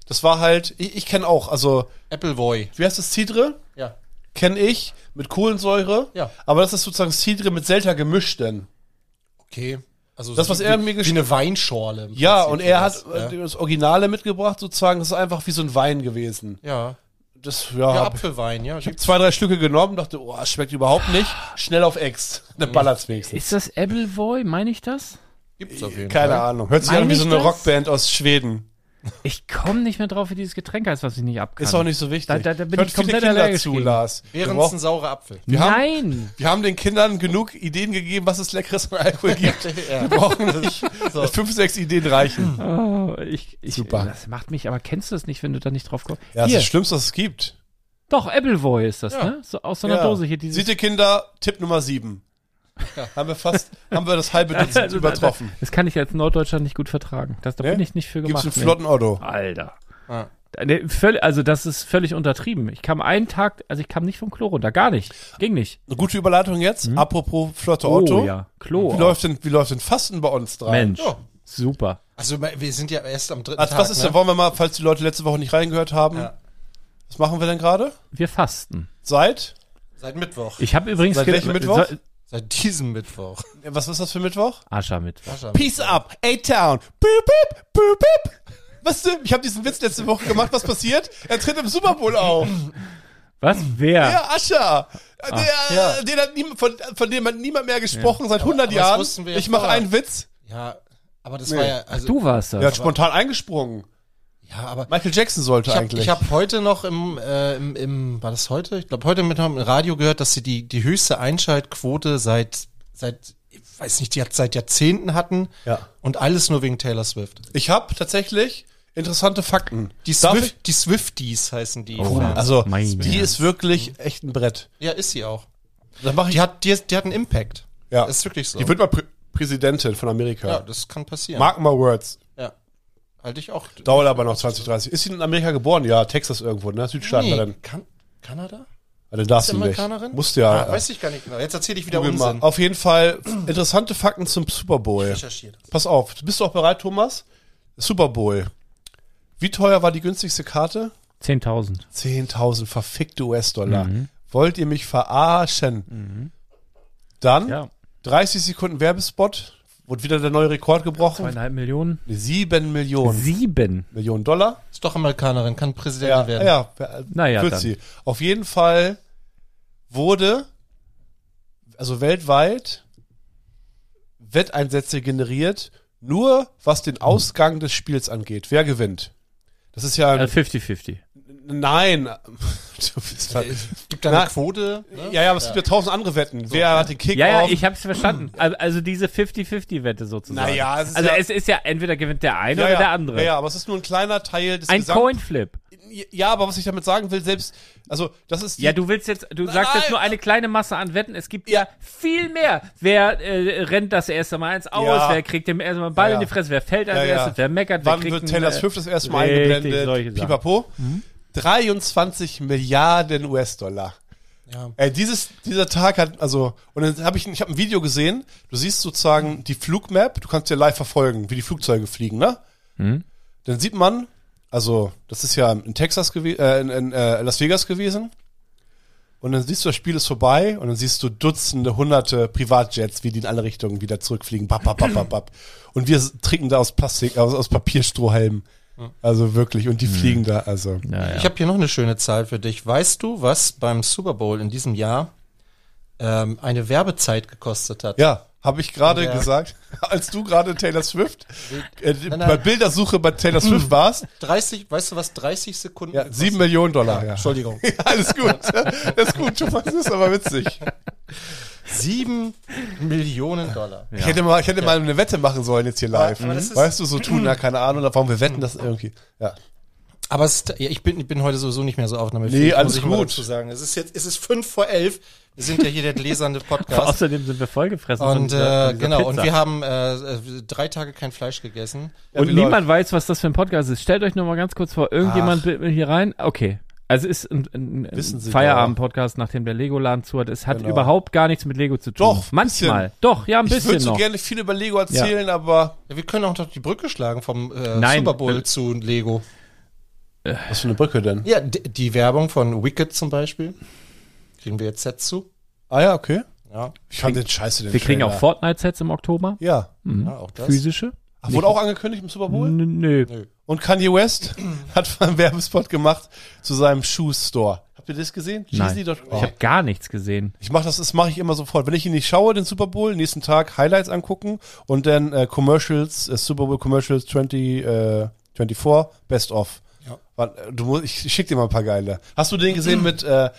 [SPEAKER 3] Das war halt, ich, ich kenne auch, also,
[SPEAKER 5] Appleboy.
[SPEAKER 3] wie heißt das, Cidre?
[SPEAKER 5] Ja.
[SPEAKER 3] Kenne ich, mit Kohlensäure.
[SPEAKER 5] Ja.
[SPEAKER 3] Aber das ist sozusagen Cidre mit Selta gemischt denn.
[SPEAKER 5] Okay. Also
[SPEAKER 3] Das, was
[SPEAKER 5] wie,
[SPEAKER 3] er mir
[SPEAKER 5] wie
[SPEAKER 3] gesch-
[SPEAKER 5] eine Weinschorle. im
[SPEAKER 3] Ja,
[SPEAKER 5] Prinzip
[SPEAKER 3] und er
[SPEAKER 5] das,
[SPEAKER 3] hat
[SPEAKER 5] Ja,
[SPEAKER 3] äh, das Originale mitgebracht sozusagen. Das ist einfach wie so ein Wein gewesen.
[SPEAKER 5] ja.
[SPEAKER 3] Das, ja,
[SPEAKER 5] ja
[SPEAKER 3] hab,
[SPEAKER 5] Apfelwein, ja.
[SPEAKER 3] ich hab zwei, drei Stücke genommen, dachte, oh, das schmeckt überhaupt nicht. Schnell auf Ex. Dann ballert's wenigstens.
[SPEAKER 4] Ist das Appleboy? Meine ich das?
[SPEAKER 5] Gibt's auf jeden
[SPEAKER 3] Keine
[SPEAKER 5] Fall.
[SPEAKER 3] Ahnung. Hört sich
[SPEAKER 4] Meine
[SPEAKER 3] an wie so
[SPEAKER 4] ich
[SPEAKER 3] eine
[SPEAKER 4] das?
[SPEAKER 3] Rockband aus Schweden.
[SPEAKER 4] Ich komme nicht mehr drauf, wie dieses Getränk heißt, was ich nicht abkann.
[SPEAKER 3] Ist auch nicht so wichtig.
[SPEAKER 4] Da- da- da bin
[SPEAKER 3] Hört
[SPEAKER 4] ich
[SPEAKER 3] viele
[SPEAKER 4] komplett
[SPEAKER 3] Kinder
[SPEAKER 4] allergisch
[SPEAKER 3] zu,
[SPEAKER 4] gegen.
[SPEAKER 3] Lars. Wir
[SPEAKER 5] Während es ein
[SPEAKER 3] brauchen-
[SPEAKER 5] saurer Apfel.
[SPEAKER 3] wir, haben,
[SPEAKER 4] Nein!
[SPEAKER 3] wir haben den Kindern genug Ideen gegeben, was es leckeres an <laughs> Alkohol gibt. Wir brauchen <laughs> nicht. Fünf, sechs Ideen reichen.
[SPEAKER 4] Oh, ich, ich,
[SPEAKER 3] Super.
[SPEAKER 4] Das macht mich, aber kennst du das nicht, wenn du da nicht drauf kommst?
[SPEAKER 3] Ja, das ist
[SPEAKER 4] hier,
[SPEAKER 3] das Schlimmste, was es gibt.
[SPEAKER 4] doch, Appleboy ist das,
[SPEAKER 5] Ja.
[SPEAKER 4] ne? So, aus so einer
[SPEAKER 3] Ja.
[SPEAKER 4] Dose hier. Dieses,
[SPEAKER 3] Seht ihr, Kinder, Tipp Nummer sieben. <laughs> Haben wir fast, haben wir das
[SPEAKER 4] <laughs>
[SPEAKER 3] halbe Dutzend
[SPEAKER 4] Also, da- da-
[SPEAKER 3] übertroffen.
[SPEAKER 4] Das kann ich als Norddeutscher nicht gut vertragen. Das, da
[SPEAKER 3] Ne?
[SPEAKER 4] bin ich nicht für
[SPEAKER 3] Gibt's
[SPEAKER 4] gemacht.
[SPEAKER 3] einen
[SPEAKER 4] nee.
[SPEAKER 3] flotten Otto.
[SPEAKER 4] Alter.
[SPEAKER 5] Ja.
[SPEAKER 4] Ne, völl- also das ist völlig untertrieben. Ich kam einen Tag, also ich kam nicht vom Klo runter, gar nicht. Ging nicht.
[SPEAKER 3] Eine gute Überleitung jetzt. Apropos flotte Otto.
[SPEAKER 4] Hm. Oh ja, Klo.
[SPEAKER 3] Wie läuft, denn, wie läuft denn Fasten bei uns dran?
[SPEAKER 4] Mensch,
[SPEAKER 5] Ja.
[SPEAKER 4] super.
[SPEAKER 5] Also wir sind ja erst am dritten
[SPEAKER 3] Also,
[SPEAKER 5] Tag.
[SPEAKER 3] was ist
[SPEAKER 5] ne?
[SPEAKER 3] denn, wollen wir mal, falls die Leute letzte Woche nicht reingehört haben,
[SPEAKER 5] Ja.
[SPEAKER 3] was machen wir denn gerade?
[SPEAKER 4] Wir fasten.
[SPEAKER 3] Seit?
[SPEAKER 5] Seit Mittwoch.
[SPEAKER 4] Ich habe übrigens
[SPEAKER 3] Seit
[SPEAKER 4] ge-
[SPEAKER 3] welchem Mittwoch?
[SPEAKER 4] So,
[SPEAKER 5] Seit diesem Mittwoch.
[SPEAKER 3] Was ist das für Mittwoch?
[SPEAKER 4] Aschermittwoch.
[SPEAKER 3] Peace up, A-Town. Boop, boop, boop, boop. Weißt du, ich habe diesen Witz letzte Woche gemacht. Was passiert? Er tritt im Super Bowl auf.
[SPEAKER 4] Was? Wer?
[SPEAKER 3] Ja, Ascher. Der, äh,
[SPEAKER 5] ja.
[SPEAKER 3] den hat niem- von, von dem hat niemand mehr gesprochen seit 100
[SPEAKER 5] aber das
[SPEAKER 3] Jahren.
[SPEAKER 5] wussten wir ja
[SPEAKER 3] Ich mache
[SPEAKER 5] vorher.
[SPEAKER 3] einen Witz.
[SPEAKER 5] Ja, aber das war ja also
[SPEAKER 4] Du warst das.
[SPEAKER 3] Er hat spontan eingesprungen.
[SPEAKER 5] ja, aber
[SPEAKER 3] Michael Jackson sollte
[SPEAKER 5] ich habe
[SPEAKER 3] eigentlich.
[SPEAKER 5] ich hab heute noch im, äh, im, im war das heute? Ich glaube heute mit im Radio gehört, dass sie die die höchste Einschaltquote seit seit ich weiß nicht, die hat seit Jahrzehnten hatten
[SPEAKER 3] Ja.
[SPEAKER 5] und alles nur wegen Taylor Swift.
[SPEAKER 3] ich habe tatsächlich interessante Fakten.
[SPEAKER 5] Die
[SPEAKER 3] Darf
[SPEAKER 5] Swift, die Swifties heißen die.
[SPEAKER 4] Oh.
[SPEAKER 3] ich? Also,
[SPEAKER 4] Meine
[SPEAKER 3] die
[SPEAKER 4] Herren.
[SPEAKER 3] ist wirklich echt ein Brett.
[SPEAKER 5] Ja, ist sie auch.
[SPEAKER 3] Dann mach ich,
[SPEAKER 5] Die hat die, die hat einen Impact.
[SPEAKER 3] Ja.
[SPEAKER 5] Das ist wirklich so.
[SPEAKER 3] die wird mal Prä Präsidentin von Amerika.
[SPEAKER 5] ja, das kann passieren.
[SPEAKER 3] Mark my words.
[SPEAKER 5] Ja. Halte ich auch.
[SPEAKER 3] Dauert aber noch 20, 30. Ist sie in Amerika geboren? Ja, Texas irgendwo, ne? Südstaaten.
[SPEAKER 5] Nee,
[SPEAKER 3] war dann.
[SPEAKER 5] kan Kanada?
[SPEAKER 3] Also darfst
[SPEAKER 5] Ist
[SPEAKER 3] du
[SPEAKER 5] sie
[SPEAKER 3] nicht.
[SPEAKER 5] Amerikanerin?
[SPEAKER 3] Musst ja.
[SPEAKER 5] Ah,
[SPEAKER 3] ja.
[SPEAKER 5] Weiß ich gar nicht genau. Jetzt erzähle ich wieder
[SPEAKER 3] Google mal.
[SPEAKER 5] Unsinn.
[SPEAKER 3] Auf jeden Fall interessante Fakten zum Super Bowl.
[SPEAKER 5] Recherchiert.
[SPEAKER 3] Pass auf, bist du auch bereit, Thomas? Super Bowl. Wie teuer war die günstigste Karte?
[SPEAKER 4] 10.000.
[SPEAKER 3] 10.000 verfickte US-Dollar. Wollt ihr mich verarschen? Dann
[SPEAKER 4] Ja.
[SPEAKER 3] 30 Sekunden Werbespot. Wurde wieder der neue Rekord gebrochen.
[SPEAKER 4] Zweieinhalb Millionen.
[SPEAKER 3] 7 Millionen.
[SPEAKER 4] Sieben.
[SPEAKER 3] Millionen Dollar.
[SPEAKER 5] Ist doch Amerikanerin, kann Präsidentin
[SPEAKER 3] Ja,
[SPEAKER 5] werden.
[SPEAKER 3] ja, ja
[SPEAKER 4] Naja,
[SPEAKER 3] wird
[SPEAKER 4] dann.
[SPEAKER 3] sie. Auf jeden Fall wurde, also weltweit, Wetteinsätze generiert, nur was den Ausgang des Spiels angeht. Wer gewinnt? Das ist ja.
[SPEAKER 4] Äh, 50-50.
[SPEAKER 3] nein. <laughs> Du bist halt,
[SPEAKER 5] Gibt da eine
[SPEAKER 3] Na,
[SPEAKER 5] Quote? Ne?
[SPEAKER 3] ja, ja, aber es gibt ja tausend andere Wetten. Wer hat den Kick
[SPEAKER 4] Ja, ja,
[SPEAKER 3] auf?
[SPEAKER 4] ich hab's verstanden. Al- Also diese 50-50-Wette sozusagen.
[SPEAKER 3] Naja, es ist
[SPEAKER 4] also
[SPEAKER 3] ja-
[SPEAKER 4] es ist ja entweder gewinnt der eine
[SPEAKER 3] ja,
[SPEAKER 4] oder
[SPEAKER 3] ja,
[SPEAKER 4] der andere.
[SPEAKER 3] Ja, ja, aber es ist nur ein kleiner Teil des
[SPEAKER 4] Ein
[SPEAKER 3] Gesamt-
[SPEAKER 4] Coinflip.
[SPEAKER 3] Ja, aber was ich damit sagen will, selbst, also das ist die-
[SPEAKER 4] Ja, du willst jetzt, du sagst jetzt nur eine kleine Masse an Wetten. Es gibt ja,
[SPEAKER 3] Ja.
[SPEAKER 4] viel mehr. Wer äh, rennt das erste Mal eins aus?
[SPEAKER 3] Ja.
[SPEAKER 4] Wer kriegt dem ersten Mal einen Ball
[SPEAKER 3] Ja,
[SPEAKER 4] in die
[SPEAKER 3] ja.
[SPEAKER 4] Fresse? Wer fällt als
[SPEAKER 3] Ja, ja.
[SPEAKER 4] erstes? Wer meckert? wer
[SPEAKER 3] Wann
[SPEAKER 4] kriegt
[SPEAKER 3] wird
[SPEAKER 4] einen,
[SPEAKER 3] Taylor
[SPEAKER 4] äh,
[SPEAKER 3] Swift das erste Mal
[SPEAKER 4] richtig, solche
[SPEAKER 3] eingeblendet?
[SPEAKER 4] Sachen.
[SPEAKER 3] Pipapo. 23 Milliarden US-Dollar.
[SPEAKER 5] Ja.
[SPEAKER 3] Äh, dieses, dieser Tag hat, also, und dann habe ich, ich habe ein Video gesehen, du siehst sozusagen die Flugmap, du kannst ja live verfolgen, wie die Flugzeuge fliegen, ne?
[SPEAKER 4] Mhm.
[SPEAKER 3] Dann sieht man, also, das ist ja in Texas gewesen, äh, in, in äh, Las Vegas gewesen. Und dann siehst du, das Spiel ist vorbei und dann siehst du Dutzende, hunderte Privatjets, wie die in alle Richtungen wieder zurückfliegen. Bap, bap, bap, bap, bap. Und wir trinken da aus Plastik, aus, aus Papierstrohhalmen. Also wirklich, und die fliegen da, also.
[SPEAKER 4] Ja,
[SPEAKER 5] Ich habe hier noch eine schöne Zahl für dich. Weißt du, was beim Super Bowl in diesem Jahr ähm, eine Werbezeit gekostet hat?
[SPEAKER 3] Ja, habe ich gerade
[SPEAKER 5] Ja.
[SPEAKER 3] gesagt, <laughs> als du gerade Taylor Swift äh,
[SPEAKER 5] nein.
[SPEAKER 3] bei Bildersuche bei Taylor Swift warst.
[SPEAKER 5] 30, weißt du was, 30 Sekunden?
[SPEAKER 3] Ja, 7 Millionen Dollar, <laughs> ja.
[SPEAKER 5] Entschuldigung.
[SPEAKER 3] Alles gut. Das ist gut, Thomas, das ist aber witzig.
[SPEAKER 5] 7 Millionen Dollar.
[SPEAKER 3] Ich hätte, mal, ich hätte mal eine Wette machen sollen jetzt hier live.
[SPEAKER 5] Aber- aber das ist-
[SPEAKER 3] weißt du, so tun,
[SPEAKER 5] <clears throat>
[SPEAKER 3] na, keine Ahnung, warum wir wetten, das irgendwie. Ja.
[SPEAKER 5] Aber es, ist- ja, ich, bin, ich bin heute sowieso nicht mehr so aufnahmefähig.
[SPEAKER 3] Nee,
[SPEAKER 5] muss
[SPEAKER 3] alles
[SPEAKER 5] ich mal
[SPEAKER 3] gut.
[SPEAKER 5] dazu sagen. Es ist jetzt, es ist 5 vor 11. Wir sind ja hier der
[SPEAKER 4] <laughs>
[SPEAKER 5] gläserne Podcast.
[SPEAKER 4] Außerdem sind wir vollgefressen. von
[SPEAKER 5] Und
[SPEAKER 4] dieser-
[SPEAKER 5] äh,
[SPEAKER 4] von dieser
[SPEAKER 5] genau,
[SPEAKER 4] Pizza.
[SPEAKER 5] und wir haben äh, äh, drei Tage kein Fleisch gegessen.
[SPEAKER 4] Und
[SPEAKER 3] wie
[SPEAKER 4] niemand weiß, was das für ein Podcast ist. Stellt euch nur mal ganz kurz vor, irgendjemand
[SPEAKER 5] Ach.
[SPEAKER 4] will hier rein. Okay. Also ist ein, ein,
[SPEAKER 3] Wissen
[SPEAKER 4] ein
[SPEAKER 3] Sie
[SPEAKER 4] Feierabend-Podcast, nachdem der Lego-Laden zu hat. Es hat
[SPEAKER 3] Genau.
[SPEAKER 4] überhaupt gar nichts mit Lego zu tun.
[SPEAKER 3] Doch, bisschen.
[SPEAKER 4] Manchmal. Doch, ja, ein
[SPEAKER 3] Ich würde
[SPEAKER 4] bisschen
[SPEAKER 3] so
[SPEAKER 4] noch.
[SPEAKER 3] gerne viel über Lego erzählen, aber
[SPEAKER 5] Ja, wir können auch noch die Brücke schlagen vom äh,
[SPEAKER 4] Nein.
[SPEAKER 5] Super Bowl zu Lego.
[SPEAKER 3] was für eine Brücke denn?
[SPEAKER 5] Ja, d- die Werbung von Wicked zum Beispiel. Kriegen wir jetzt Sets zu.
[SPEAKER 3] Ah ja, okay.
[SPEAKER 5] Ja,
[SPEAKER 3] Ich fand den Scheiße den
[SPEAKER 4] Wir kriegen auch
[SPEAKER 3] Trailer.
[SPEAKER 4] Fortnite-Sets im Oktober.
[SPEAKER 3] Ja.
[SPEAKER 5] ja auch das.
[SPEAKER 4] Physische.
[SPEAKER 3] Ach, Wurde auch angekündigt im Super Bowl?
[SPEAKER 4] N- Nö.
[SPEAKER 3] Und Kanye West hat einen Werbespot gemacht zu seinem Shoe-Store. Habt ihr das gesehen?
[SPEAKER 4] Nein.
[SPEAKER 3] Yeezy.com.
[SPEAKER 4] Ich habe gar nichts gesehen.
[SPEAKER 3] Ich mache das, das mache ich immer sofort. Wenn ich ihn nicht schaue, den Super Bowl, nächsten Tag Highlights angucken und dann äh, Commercials, äh, Super Bowl Commercials 20, äh, 24, Best of.
[SPEAKER 5] Ja.
[SPEAKER 3] Warte, äh, Du musst, ich schick dir mal ein paar geile. Hast du den gesehen mit äh,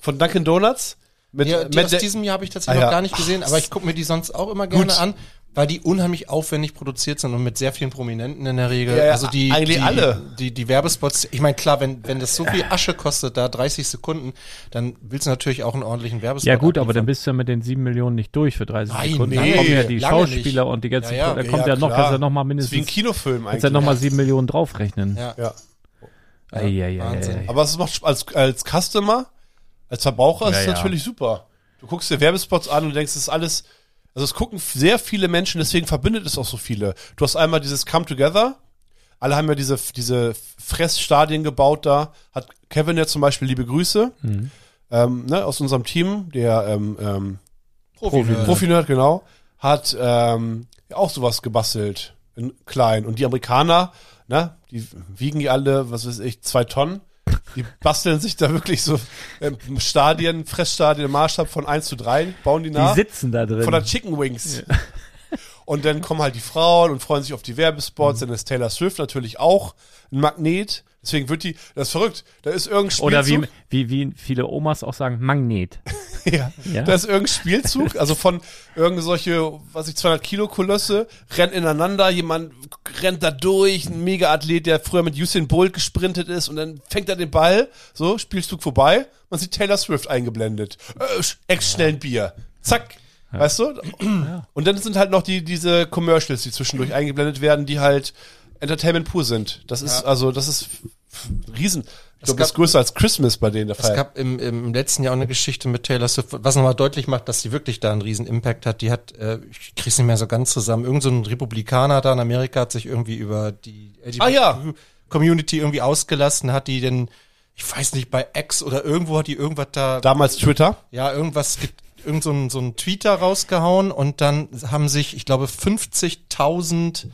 [SPEAKER 3] von Dunkin' Donuts? Mit,
[SPEAKER 5] Ja,
[SPEAKER 3] äh,
[SPEAKER 5] die
[SPEAKER 3] mit
[SPEAKER 5] aus
[SPEAKER 3] der-
[SPEAKER 5] diesem Jahr habe ich
[SPEAKER 3] Ah,
[SPEAKER 5] tatsächlich
[SPEAKER 3] ja.
[SPEAKER 5] noch gar nicht gesehen, aber ich gucke mir die sonst auch immer gerne
[SPEAKER 3] Gut.
[SPEAKER 5] an, weil die unheimlich aufwendig produziert sind und mit sehr vielen Prominenten in der Regel.
[SPEAKER 3] Ja, ja,
[SPEAKER 5] also die,
[SPEAKER 3] eigentlich
[SPEAKER 5] die,
[SPEAKER 3] alle.
[SPEAKER 5] Die, die Werbespots, ich meine, klar, wenn, wenn das so viel Asche kostet, da 30 Sekunden, dann willst du natürlich auch einen ordentlichen Werbespot.
[SPEAKER 4] Ja gut, aber
[SPEAKER 5] abliefern.
[SPEAKER 4] dann bist du ja mit den sieben Millionen nicht durch für 30
[SPEAKER 5] Nein,
[SPEAKER 4] Sekunden.
[SPEAKER 5] nee,
[SPEAKER 4] dann kommen ja die
[SPEAKER 5] lange
[SPEAKER 4] Schauspieler
[SPEAKER 5] nicht.
[SPEAKER 4] und die ganzen,
[SPEAKER 5] Ja, ja,
[SPEAKER 4] da kommt ja, noch,
[SPEAKER 3] klar.
[SPEAKER 4] kannst ja noch mal
[SPEAKER 3] ist wie ein
[SPEAKER 4] mindestens,
[SPEAKER 3] Kinofilm
[SPEAKER 4] kannst ja
[SPEAKER 3] eigentlich.
[SPEAKER 4] noch mal sieben Millionen draufrechnen.
[SPEAKER 5] Ja.
[SPEAKER 3] ja.
[SPEAKER 4] Ja, ja, ja,
[SPEAKER 5] Wahnsinn.
[SPEAKER 3] Aber es macht Sp- als, als Customer, als Verbraucher ist es
[SPEAKER 4] ja.
[SPEAKER 3] natürlich super. Du guckst dir Werbespots an und denkst, es ist alles. Also es gucken f- sehr viele Menschen, deswegen verbindet es auch so viele. Du hast einmal dieses Come Together. Alle haben ja diese, diese Fressstadien gebaut da. Hat Kevin ja zum Beispiel liebe Grüße
[SPEAKER 4] Mhm.
[SPEAKER 3] ähm, ne, aus unserem Team, der ähm, ähm, Profi,
[SPEAKER 5] Profi-Nerd.
[SPEAKER 3] Profi-Nerd, genau, hat ähm, ja auch sowas gebastelt in klein. Und die Amerikaner, ne, die wiegen die alle, was weiß ich, zwei Tonnen. Die basteln sich da wirklich so ähm, Stadien, Fressstadien im Maßstab von 1 zu 3, bauen die nach.
[SPEAKER 4] Die sitzen da drin.
[SPEAKER 3] Von der Chicken Wings. <laughs> Und dann kommen halt die Frauen und freuen sich auf die
[SPEAKER 4] Mhm.
[SPEAKER 3] Werbespots. Dann ist Taylor Swift natürlich auch ein Magnet. Deswegen wird die, das ist verrückt. Da ist irgendein Spielzug.
[SPEAKER 4] Oder wie, wie, wie viele Omas auch sagen, Magnet.
[SPEAKER 3] <laughs> Ja.
[SPEAKER 4] Ja.
[SPEAKER 3] Da ist irgendein Spielzug, also von irgend solche, was ich, 200 Kilo Kolosse, rennt ineinander, jemand rennt da durch, ein Mega-Athlet, der früher mit Usain Bolt gesprintet ist und dann fängt er den Ball, so, Spielzug vorbei, man sieht Taylor Swift eingeblendet. Äh, sch- ex schnell ein Bier. Zack. Weißt du? Und dann sind halt noch die, diese Commercials, die zwischendurch eingeblendet werden, die halt Entertainment pur sind. Das ist, also, das ist f- f- riesen. Ich glaube, das ist
[SPEAKER 5] gab-
[SPEAKER 3] größer als Christmas bei denen der
[SPEAKER 5] Es
[SPEAKER 3] Fall.
[SPEAKER 5] gab im, im letzten Jahr auch eine Geschichte mit Taylor Swift, was nochmal deutlich macht, dass sie wirklich da einen riesen Impact hat. Die hat, äh, ich krieg's nicht mehr so ganz zusammen, irgend so ein Republikaner da in Amerika hat sich irgendwie über die LGBT
[SPEAKER 3] Ah, ja.
[SPEAKER 5] Community irgendwie ausgelassen, hat die denn, ich weiß nicht, bei X oder irgendwo hat die irgendwas da,
[SPEAKER 3] Damals Twitter.
[SPEAKER 5] ja, irgendwas, ge- irgend so ein, so ein Tweeter rausgehauen und dann haben sich, ich glaube, 50.000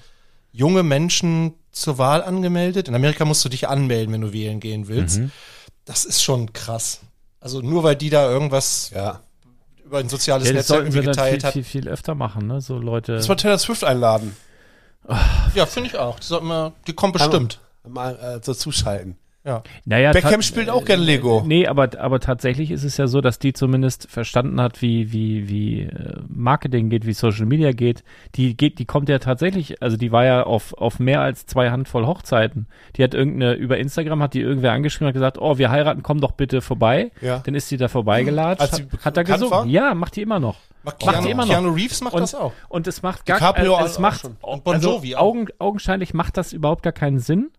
[SPEAKER 5] junge Menschen zur Wahl angemeldet. In Amerika musst du dich anmelden, wenn du wählen gehen willst. Das ist schon krass. Also nur weil die da irgendwas
[SPEAKER 3] Ja.
[SPEAKER 5] über ein soziales
[SPEAKER 4] Ja, das
[SPEAKER 5] Netzwerk
[SPEAKER 4] sollten
[SPEAKER 5] irgendwie
[SPEAKER 4] wir dann viel,
[SPEAKER 5] geteilt hat.
[SPEAKER 4] viel, viel öfter machen, ne? So Leute.
[SPEAKER 3] Lass mal Taylor Swift einladen.
[SPEAKER 5] Ja, finde ich auch. Die, sollten wir, die kommen bestimmt.
[SPEAKER 3] Mal äh, so zuschalten.
[SPEAKER 5] Ja.
[SPEAKER 4] Naja,
[SPEAKER 3] Beckham
[SPEAKER 4] ta-
[SPEAKER 3] spielt auch gerne Lego.
[SPEAKER 4] Nee, aber, aber tatsächlich ist es ja so, dass die zumindest verstanden hat, wie, wie, wie äh, Marketing geht, wie Social Media geht. Die geht, die kommt ja tatsächlich, also die war ja auf, auf mehr als zwei Handvoll Hochzeiten. Die hat irgendeine, über Instagram hat die irgendwer angeschrieben und gesagt, oh, wir heiraten, komm doch bitte vorbei.
[SPEAKER 3] Ja.
[SPEAKER 4] Dann ist sie da vorbeigelatscht.
[SPEAKER 3] Als sie
[SPEAKER 4] hat, hat da
[SPEAKER 3] bekannt
[SPEAKER 4] gesungen.
[SPEAKER 3] war?
[SPEAKER 4] Ja, macht die immer noch.
[SPEAKER 5] Macht
[SPEAKER 4] Macht
[SPEAKER 5] Keanu,
[SPEAKER 4] die immer noch.
[SPEAKER 5] Keanu Reeves macht
[SPEAKER 4] Und,
[SPEAKER 5] das auch.
[SPEAKER 4] und es macht gar
[SPEAKER 3] DiCaprio
[SPEAKER 4] also, es
[SPEAKER 3] auch
[SPEAKER 4] macht
[SPEAKER 3] schon.
[SPEAKER 5] Und Bon Jovi auch.
[SPEAKER 4] also, augen, augenscheinlich macht das überhaupt gar keinen Sinn,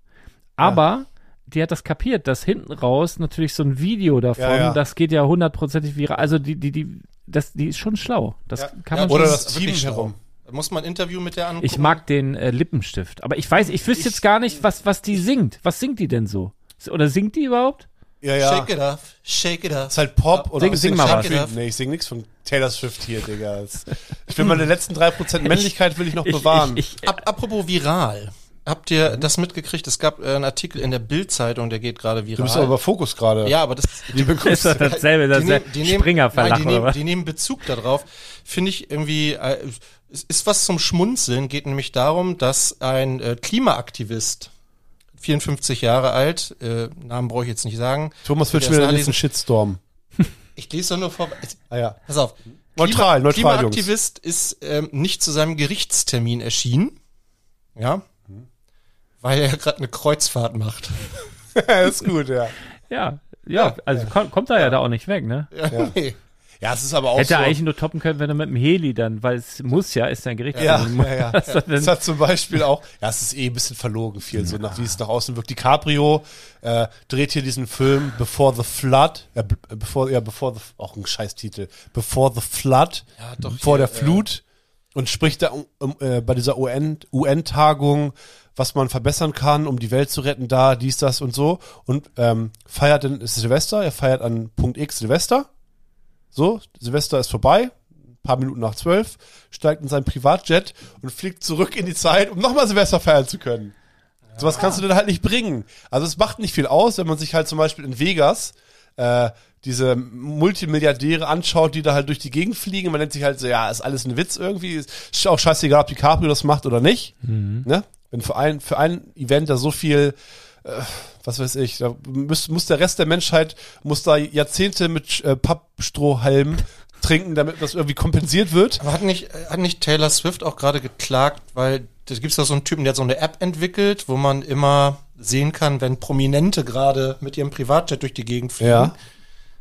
[SPEAKER 4] aber die hat das kapiert, dass hinten raus natürlich so ein Video davon,
[SPEAKER 3] Ja, ja.
[SPEAKER 4] das geht ja hundertprozentig viral. Also die die die das die ist schon schlau. Das kann man
[SPEAKER 3] oder
[SPEAKER 4] schon.
[SPEAKER 5] die
[SPEAKER 3] das
[SPEAKER 5] ist
[SPEAKER 3] Team
[SPEAKER 5] wirklich schlau.
[SPEAKER 3] herum.
[SPEAKER 5] Da Muss man ein Interview mit der angucken.
[SPEAKER 4] Ich mag den äh, Lippenstift, aber ich weiß, ich wüsste jetzt gar nicht, was was die singt. Was singt die denn so? S- Oder singt die überhaupt?
[SPEAKER 3] Ja, ja.
[SPEAKER 5] Shake it up, shake it up.
[SPEAKER 3] Ist halt Pop oder
[SPEAKER 4] Sing-
[SPEAKER 3] ich sing
[SPEAKER 4] sing mal
[SPEAKER 3] Shake
[SPEAKER 4] was.
[SPEAKER 3] It Up. Nee, ich sing nichts von Taylor Swift hier, Digga. Das- Ich will meine letzten 3% Männlichkeit will ich noch
[SPEAKER 4] Ich,
[SPEAKER 3] bewahren.
[SPEAKER 4] ich, ich,
[SPEAKER 5] Ap apropos viral. Habt
[SPEAKER 3] Mhm.
[SPEAKER 5] ihr das mitgekriegt? Es gab äh, einen Artikel in der Bild-Zeitung, der geht gerade viral.
[SPEAKER 3] du bist aber über Fokus gerade.
[SPEAKER 5] ja, aber <laughs> das
[SPEAKER 3] <laughs> Liebe
[SPEAKER 4] ist
[SPEAKER 3] Grüße.
[SPEAKER 4] doch dasselbe, das
[SPEAKER 5] nehmen- nehmen-
[SPEAKER 4] Springer Verlag
[SPEAKER 5] nein, die,
[SPEAKER 4] oder
[SPEAKER 5] nehmen,
[SPEAKER 4] was?
[SPEAKER 5] die nehmen Bezug darauf. Finde ich irgendwie, äh, es ist was zum Schmunzeln, geht nämlich darum, dass ein äh, Klimaaktivist, 54 Jahre alt, äh, Namen brauche ich jetzt nicht sagen.
[SPEAKER 3] Thomas wird
[SPEAKER 5] Der
[SPEAKER 3] schon wieder den
[SPEAKER 5] ist ein
[SPEAKER 3] nächsten Shitstorm.
[SPEAKER 5] Ich lese doch nur vor.
[SPEAKER 3] Ah ja.
[SPEAKER 5] Pass auf.
[SPEAKER 3] Neutral, neutral,
[SPEAKER 5] Klimaaktivist ist ähm, nicht zu seinem Gerichtstermin erschienen. Ja. Weil er gerade eine Kreuzfahrt macht. <laughs>
[SPEAKER 3] ja. <laughs> Ist gut, ja.
[SPEAKER 4] Ja, ja, also kommt, kommt da ja, da auch nicht weg, ne?
[SPEAKER 5] Ja, nee.
[SPEAKER 3] Ja, es ist aber auch
[SPEAKER 4] Hätte
[SPEAKER 3] so.
[SPEAKER 4] eigentlich nur toppen können, wenn er mit dem Heli dann, weil es muss ja, ist ja ein Gericht.
[SPEAKER 3] ja,
[SPEAKER 4] Also,
[SPEAKER 3] ja,
[SPEAKER 4] <laughs>
[SPEAKER 3] ja. Das hat zum Beispiel auch, ja, es ist eh ein bisschen verlogen viel, so nach wie es nach außen wirkt. DiCaprio äh, dreht hier diesen Film Before the Flood, äh, b- äh, bevor, ja, bevor the, auch ein Scheißtitel, Before the Flood,
[SPEAKER 5] doch
[SPEAKER 3] vor
[SPEAKER 5] hier,
[SPEAKER 3] der Flut und spricht da um, um, äh, bei dieser UN UN-Tagung, was man verbessern kann, um die Welt zu retten, da, dies, das und so. Und ähm, feiert dann ist Silvester, er feiert an Punkt X Silvester. So, Silvester ist vorbei, ein paar Minuten nach zwölf, steigt in sein Privatjet und fliegt zurück in die Zeit, um nochmal Silvester feiern zu können. Sowas kannst du dann halt nicht bringen. Also es macht nicht viel aus, wenn man sich halt zum Beispiel in Vegas äh, diese Multimilliardäre anschaut, die da halt durch die Gegend fliegen. Man nennt sich halt so, ja, ist alles ein Witz irgendwie. Ist auch scheißegal, ob DiCaprio das macht oder nicht. Ne? Wenn für ein, für ein Event da so viel äh, was weiß ich, da muss, muss der Rest der Menschheit, muss da Jahrzehnte mit äh, Pappstrohhalmen trinken, damit das irgendwie kompensiert wird.
[SPEAKER 5] Aber hat nicht, äh, hat nicht Taylor Swift auch gerade geklagt, weil da gibt's da so einen Typen, der hat so eine App entwickelt, wo man immer sehen kann, wenn Prominente gerade mit ihrem Privatjet durch die Gegend fliegen.
[SPEAKER 3] Ja.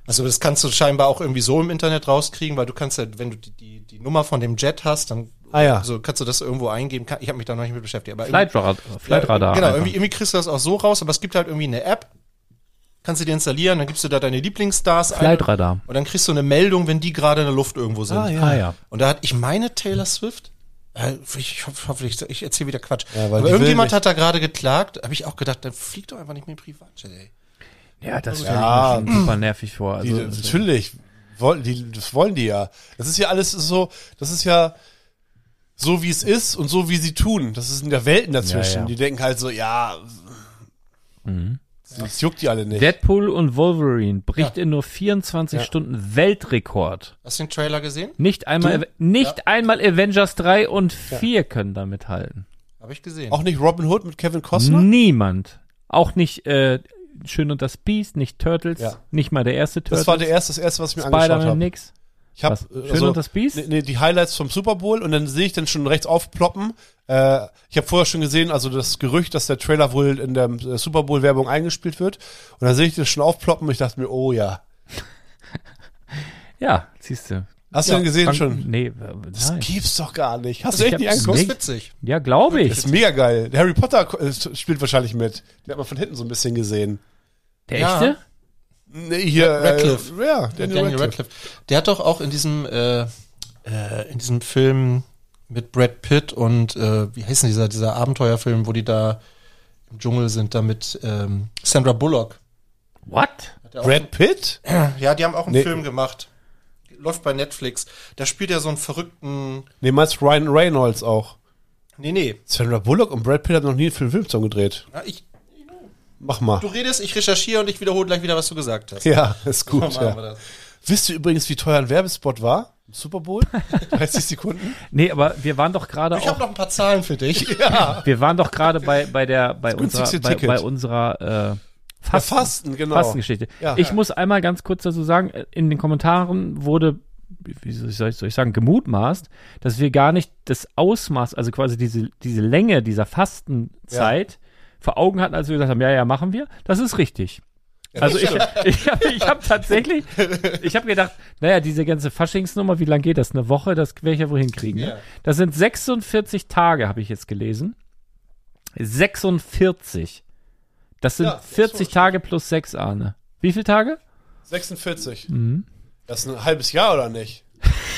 [SPEAKER 5] Also das kannst du scheinbar auch irgendwie so im Internet rauskriegen, weil du kannst ja, wenn du die, die, die Nummer von dem Jet hast, dann
[SPEAKER 3] Ah ja.
[SPEAKER 5] also kannst du das irgendwo eingeben. Kann- Ich habe mich da noch nicht mit beschäftigt. Aber irgendwie-
[SPEAKER 4] Flightradar. Flightradar
[SPEAKER 5] Genau,
[SPEAKER 4] einfach.
[SPEAKER 5] irgendwie, irgendwie kriegst du das auch so raus, aber es gibt halt irgendwie eine App, kannst du dir installieren, dann gibst du da deine Lieblingsstars
[SPEAKER 4] Flightradar.
[SPEAKER 5] und dann kriegst du eine Meldung, wenn die gerade in der Luft irgendwo sind.
[SPEAKER 4] Ah ja.
[SPEAKER 5] Und da hat, ich meine Taylor Swift, äh, ich hoffe, hoffe, ich, ich erzähle wieder Quatsch.
[SPEAKER 3] Ja, weil die
[SPEAKER 5] aber
[SPEAKER 3] will
[SPEAKER 5] irgendjemand
[SPEAKER 3] nicht.
[SPEAKER 5] hat da gerade geklagt, habe ich auch gedacht, dann flieg doch einfach nicht mit dem Privatjet, ey.
[SPEAKER 4] Ja, das stelle
[SPEAKER 3] Ja.
[SPEAKER 4] ich mir schon super nervig vor.
[SPEAKER 3] Die,
[SPEAKER 4] Also,
[SPEAKER 3] natürlich, wollen die, das wollen die ja. Das ist ja alles so, das ist ja so, wie es ist und so, wie sie tun. Das ist in der Welten dazwischen.
[SPEAKER 4] Ja, Mhm. ja.
[SPEAKER 3] Die denken halt so, ja, das juckt die alle nicht.
[SPEAKER 4] Deadpool und Wolverine bricht in nur 24
[SPEAKER 5] Ja.
[SPEAKER 4] Stunden Weltrekord.
[SPEAKER 5] Hast du den Trailer gesehen?
[SPEAKER 4] Nicht einmal, nicht einmal Avengers 3 und 4 können damit halten.
[SPEAKER 5] Habe ich gesehen.
[SPEAKER 3] auch nicht Robin Hood mit Kevin Costner?
[SPEAKER 4] Hm, Niemand. Auch nicht äh, Schön und das Biest, nicht Turtles,
[SPEAKER 3] Ja.
[SPEAKER 4] nicht mal der erste Turtles.
[SPEAKER 3] Das war der erste, das erste, was ich mir angeschaut
[SPEAKER 4] Spider-Man
[SPEAKER 3] habe.
[SPEAKER 4] nix.
[SPEAKER 3] Ich habe
[SPEAKER 4] Was? Schön und das Biest?
[SPEAKER 3] Nee, nee, die Highlights vom Super Bowl und dann sehe ich dann schon rechts aufploppen. Äh, ich habe vorher schon gesehen, also das Gerücht, dass der Trailer wohl in der äh, Super Bowl Werbung eingespielt wird und dann sehe ich das schon aufploppen und ich dachte mir, oh ja.
[SPEAKER 4] Ja, siehst du.
[SPEAKER 3] Hast du den gesehen schon?
[SPEAKER 4] Nee, äh, nein.
[SPEAKER 3] Das gibt's doch gar nicht. Hast du echt
[SPEAKER 4] hab
[SPEAKER 3] nicht
[SPEAKER 4] das
[SPEAKER 3] angeguckt?
[SPEAKER 4] nicht.
[SPEAKER 5] witzig.
[SPEAKER 4] Ja, glaube
[SPEAKER 3] Das
[SPEAKER 4] ich.
[SPEAKER 3] ist mega geil. Der Harry Potter äh, spielt wahrscheinlich mit. Den hat man von hinten so ein bisschen gesehen.
[SPEAKER 4] Der
[SPEAKER 5] Ja.
[SPEAKER 4] echte?
[SPEAKER 3] Nee, hier
[SPEAKER 5] Radcliffe.
[SPEAKER 3] Äh, ja,
[SPEAKER 5] Daniel,
[SPEAKER 3] Daniel Radcliffe.
[SPEAKER 5] Radcliffe. Der hat doch auch in diesem, äh, äh, in diesem Film mit Brad Pitt und äh, wie heißt denn dieser, dieser Abenteuerfilm, wo die da im Dschungel sind, da mit ähm, Sandra Bullock.
[SPEAKER 4] What?
[SPEAKER 5] Hat der auch-
[SPEAKER 3] Brad Pitt?
[SPEAKER 5] Ja, die haben auch einen
[SPEAKER 3] Nee.
[SPEAKER 5] Film gemacht. Läuft bei Netflix. Da spielt er so einen verrückten.
[SPEAKER 3] Nee, meinst Ryan Reynolds auch.
[SPEAKER 5] Nee, nee.
[SPEAKER 3] Sandra Bullock und Brad Pitt haben noch nie einen Film zusammen gedreht.
[SPEAKER 5] Ja, ich,
[SPEAKER 3] Mach mal.
[SPEAKER 5] du redest, ich recherchiere und ich wiederhole gleich wieder, was du gesagt
[SPEAKER 3] <laughs>
[SPEAKER 5] hast.
[SPEAKER 3] Ja, ist gut.
[SPEAKER 5] So
[SPEAKER 3] ja.
[SPEAKER 5] machen wir das.
[SPEAKER 3] Wisst ihr übrigens, wie teuer ein Werbespot war? Im Super Bowl? 30 Sekunden?
[SPEAKER 4] Nee, aber wir waren doch gerade
[SPEAKER 5] Ich habe
[SPEAKER 4] auch,
[SPEAKER 5] noch ein paar Zahlen
[SPEAKER 3] <laughs>
[SPEAKER 5] für dich.
[SPEAKER 4] wir waren doch gerade bei, bei der, bei
[SPEAKER 3] günstigste
[SPEAKER 4] unserer, bei,
[SPEAKER 3] Ticket.
[SPEAKER 4] bei unserer, äh,
[SPEAKER 3] Ja,
[SPEAKER 4] Fasten.
[SPEAKER 3] Fasten, genau.
[SPEAKER 4] Fastengeschichte.
[SPEAKER 3] Ja.
[SPEAKER 4] Ich muss einmal ganz kurz dazu sagen, in den Kommentaren wurde, wie soll ich, soll ich sagen, gemutmaßt, dass wir gar nicht das Ausmaß, also quasi diese, diese Länge dieser Fastenzeit vor Augen hatten, als wir gesagt haben, ja, ja, machen wir. Das ist richtig. Also ich, <laughs> ich habe ich hab
[SPEAKER 3] <laughs>
[SPEAKER 4] tatsächlich, ich habe gedacht, naja, diese ganze Faschingsnummer, wie lange geht das? Eine Woche, das werde ich ja wohl hinkriegen. Ne?
[SPEAKER 5] Ja.
[SPEAKER 4] Das sind 46 Tage, habe ich jetzt gelesen. 46. Das sind
[SPEAKER 3] Ja, das
[SPEAKER 4] 40
[SPEAKER 3] ist
[SPEAKER 4] Tage plus 6, Arne. Wie viele Tage?
[SPEAKER 3] 46. Das ist ein halbes Jahr oder nicht?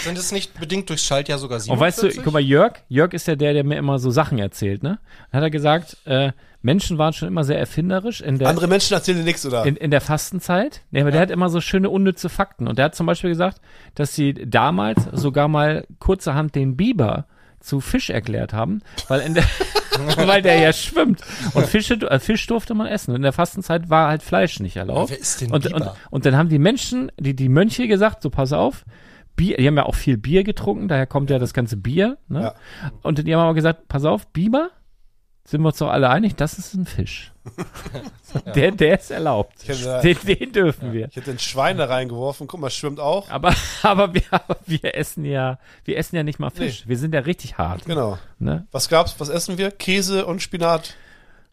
[SPEAKER 5] Sind es nicht bedingt durchs Schaltjahr sogar 47?
[SPEAKER 4] Und weißt du, guck mal, Jörg, Jörg ist ja der, der mir immer so Sachen erzählt, ne? Dann hat er gesagt, äh, Menschen waren schon immer sehr erfinderisch in der,
[SPEAKER 3] Andere Menschen erzählen dir nichts, oder?
[SPEAKER 4] in, in der Fastenzeit. Nee, aber der hat immer so schöne unnütze Fakten. Und der hat zum Beispiel gesagt, dass sie damals sogar mal kurzerhand den Biber zu Fisch erklärt haben,
[SPEAKER 5] <laughs>
[SPEAKER 4] weil in der weil der ja schwimmt. Und Fische, äh, Fisch durfte man essen. Und in der Fastenzeit war halt Fleisch nicht erlaubt.
[SPEAKER 5] Wer ist denn
[SPEAKER 4] und,
[SPEAKER 5] Biber?
[SPEAKER 4] und, und dann haben die Menschen, die, die Mönche gesagt, so pass auf, Bier, die haben ja auch viel Bier getrunken, daher kommt ja das ganze Bier. Ne? Und die haben aber gesagt, pass auf, Biber, sind wir uns doch alle einig, das ist ein Fisch. der, der ist erlaubt.
[SPEAKER 3] hab gesagt-
[SPEAKER 4] Den, den dürfen wir.
[SPEAKER 3] Ich hätte ein Schwein da reingeworfen. Guck mal, schwimmt auch.
[SPEAKER 4] Aber, aber, wir, aber wir essen ja, wir essen ja nicht mal Fisch. Wir sind ja richtig hart.
[SPEAKER 3] Genau.
[SPEAKER 4] Ne?
[SPEAKER 3] Was gab's? Was essen wir? Käse und Spinat.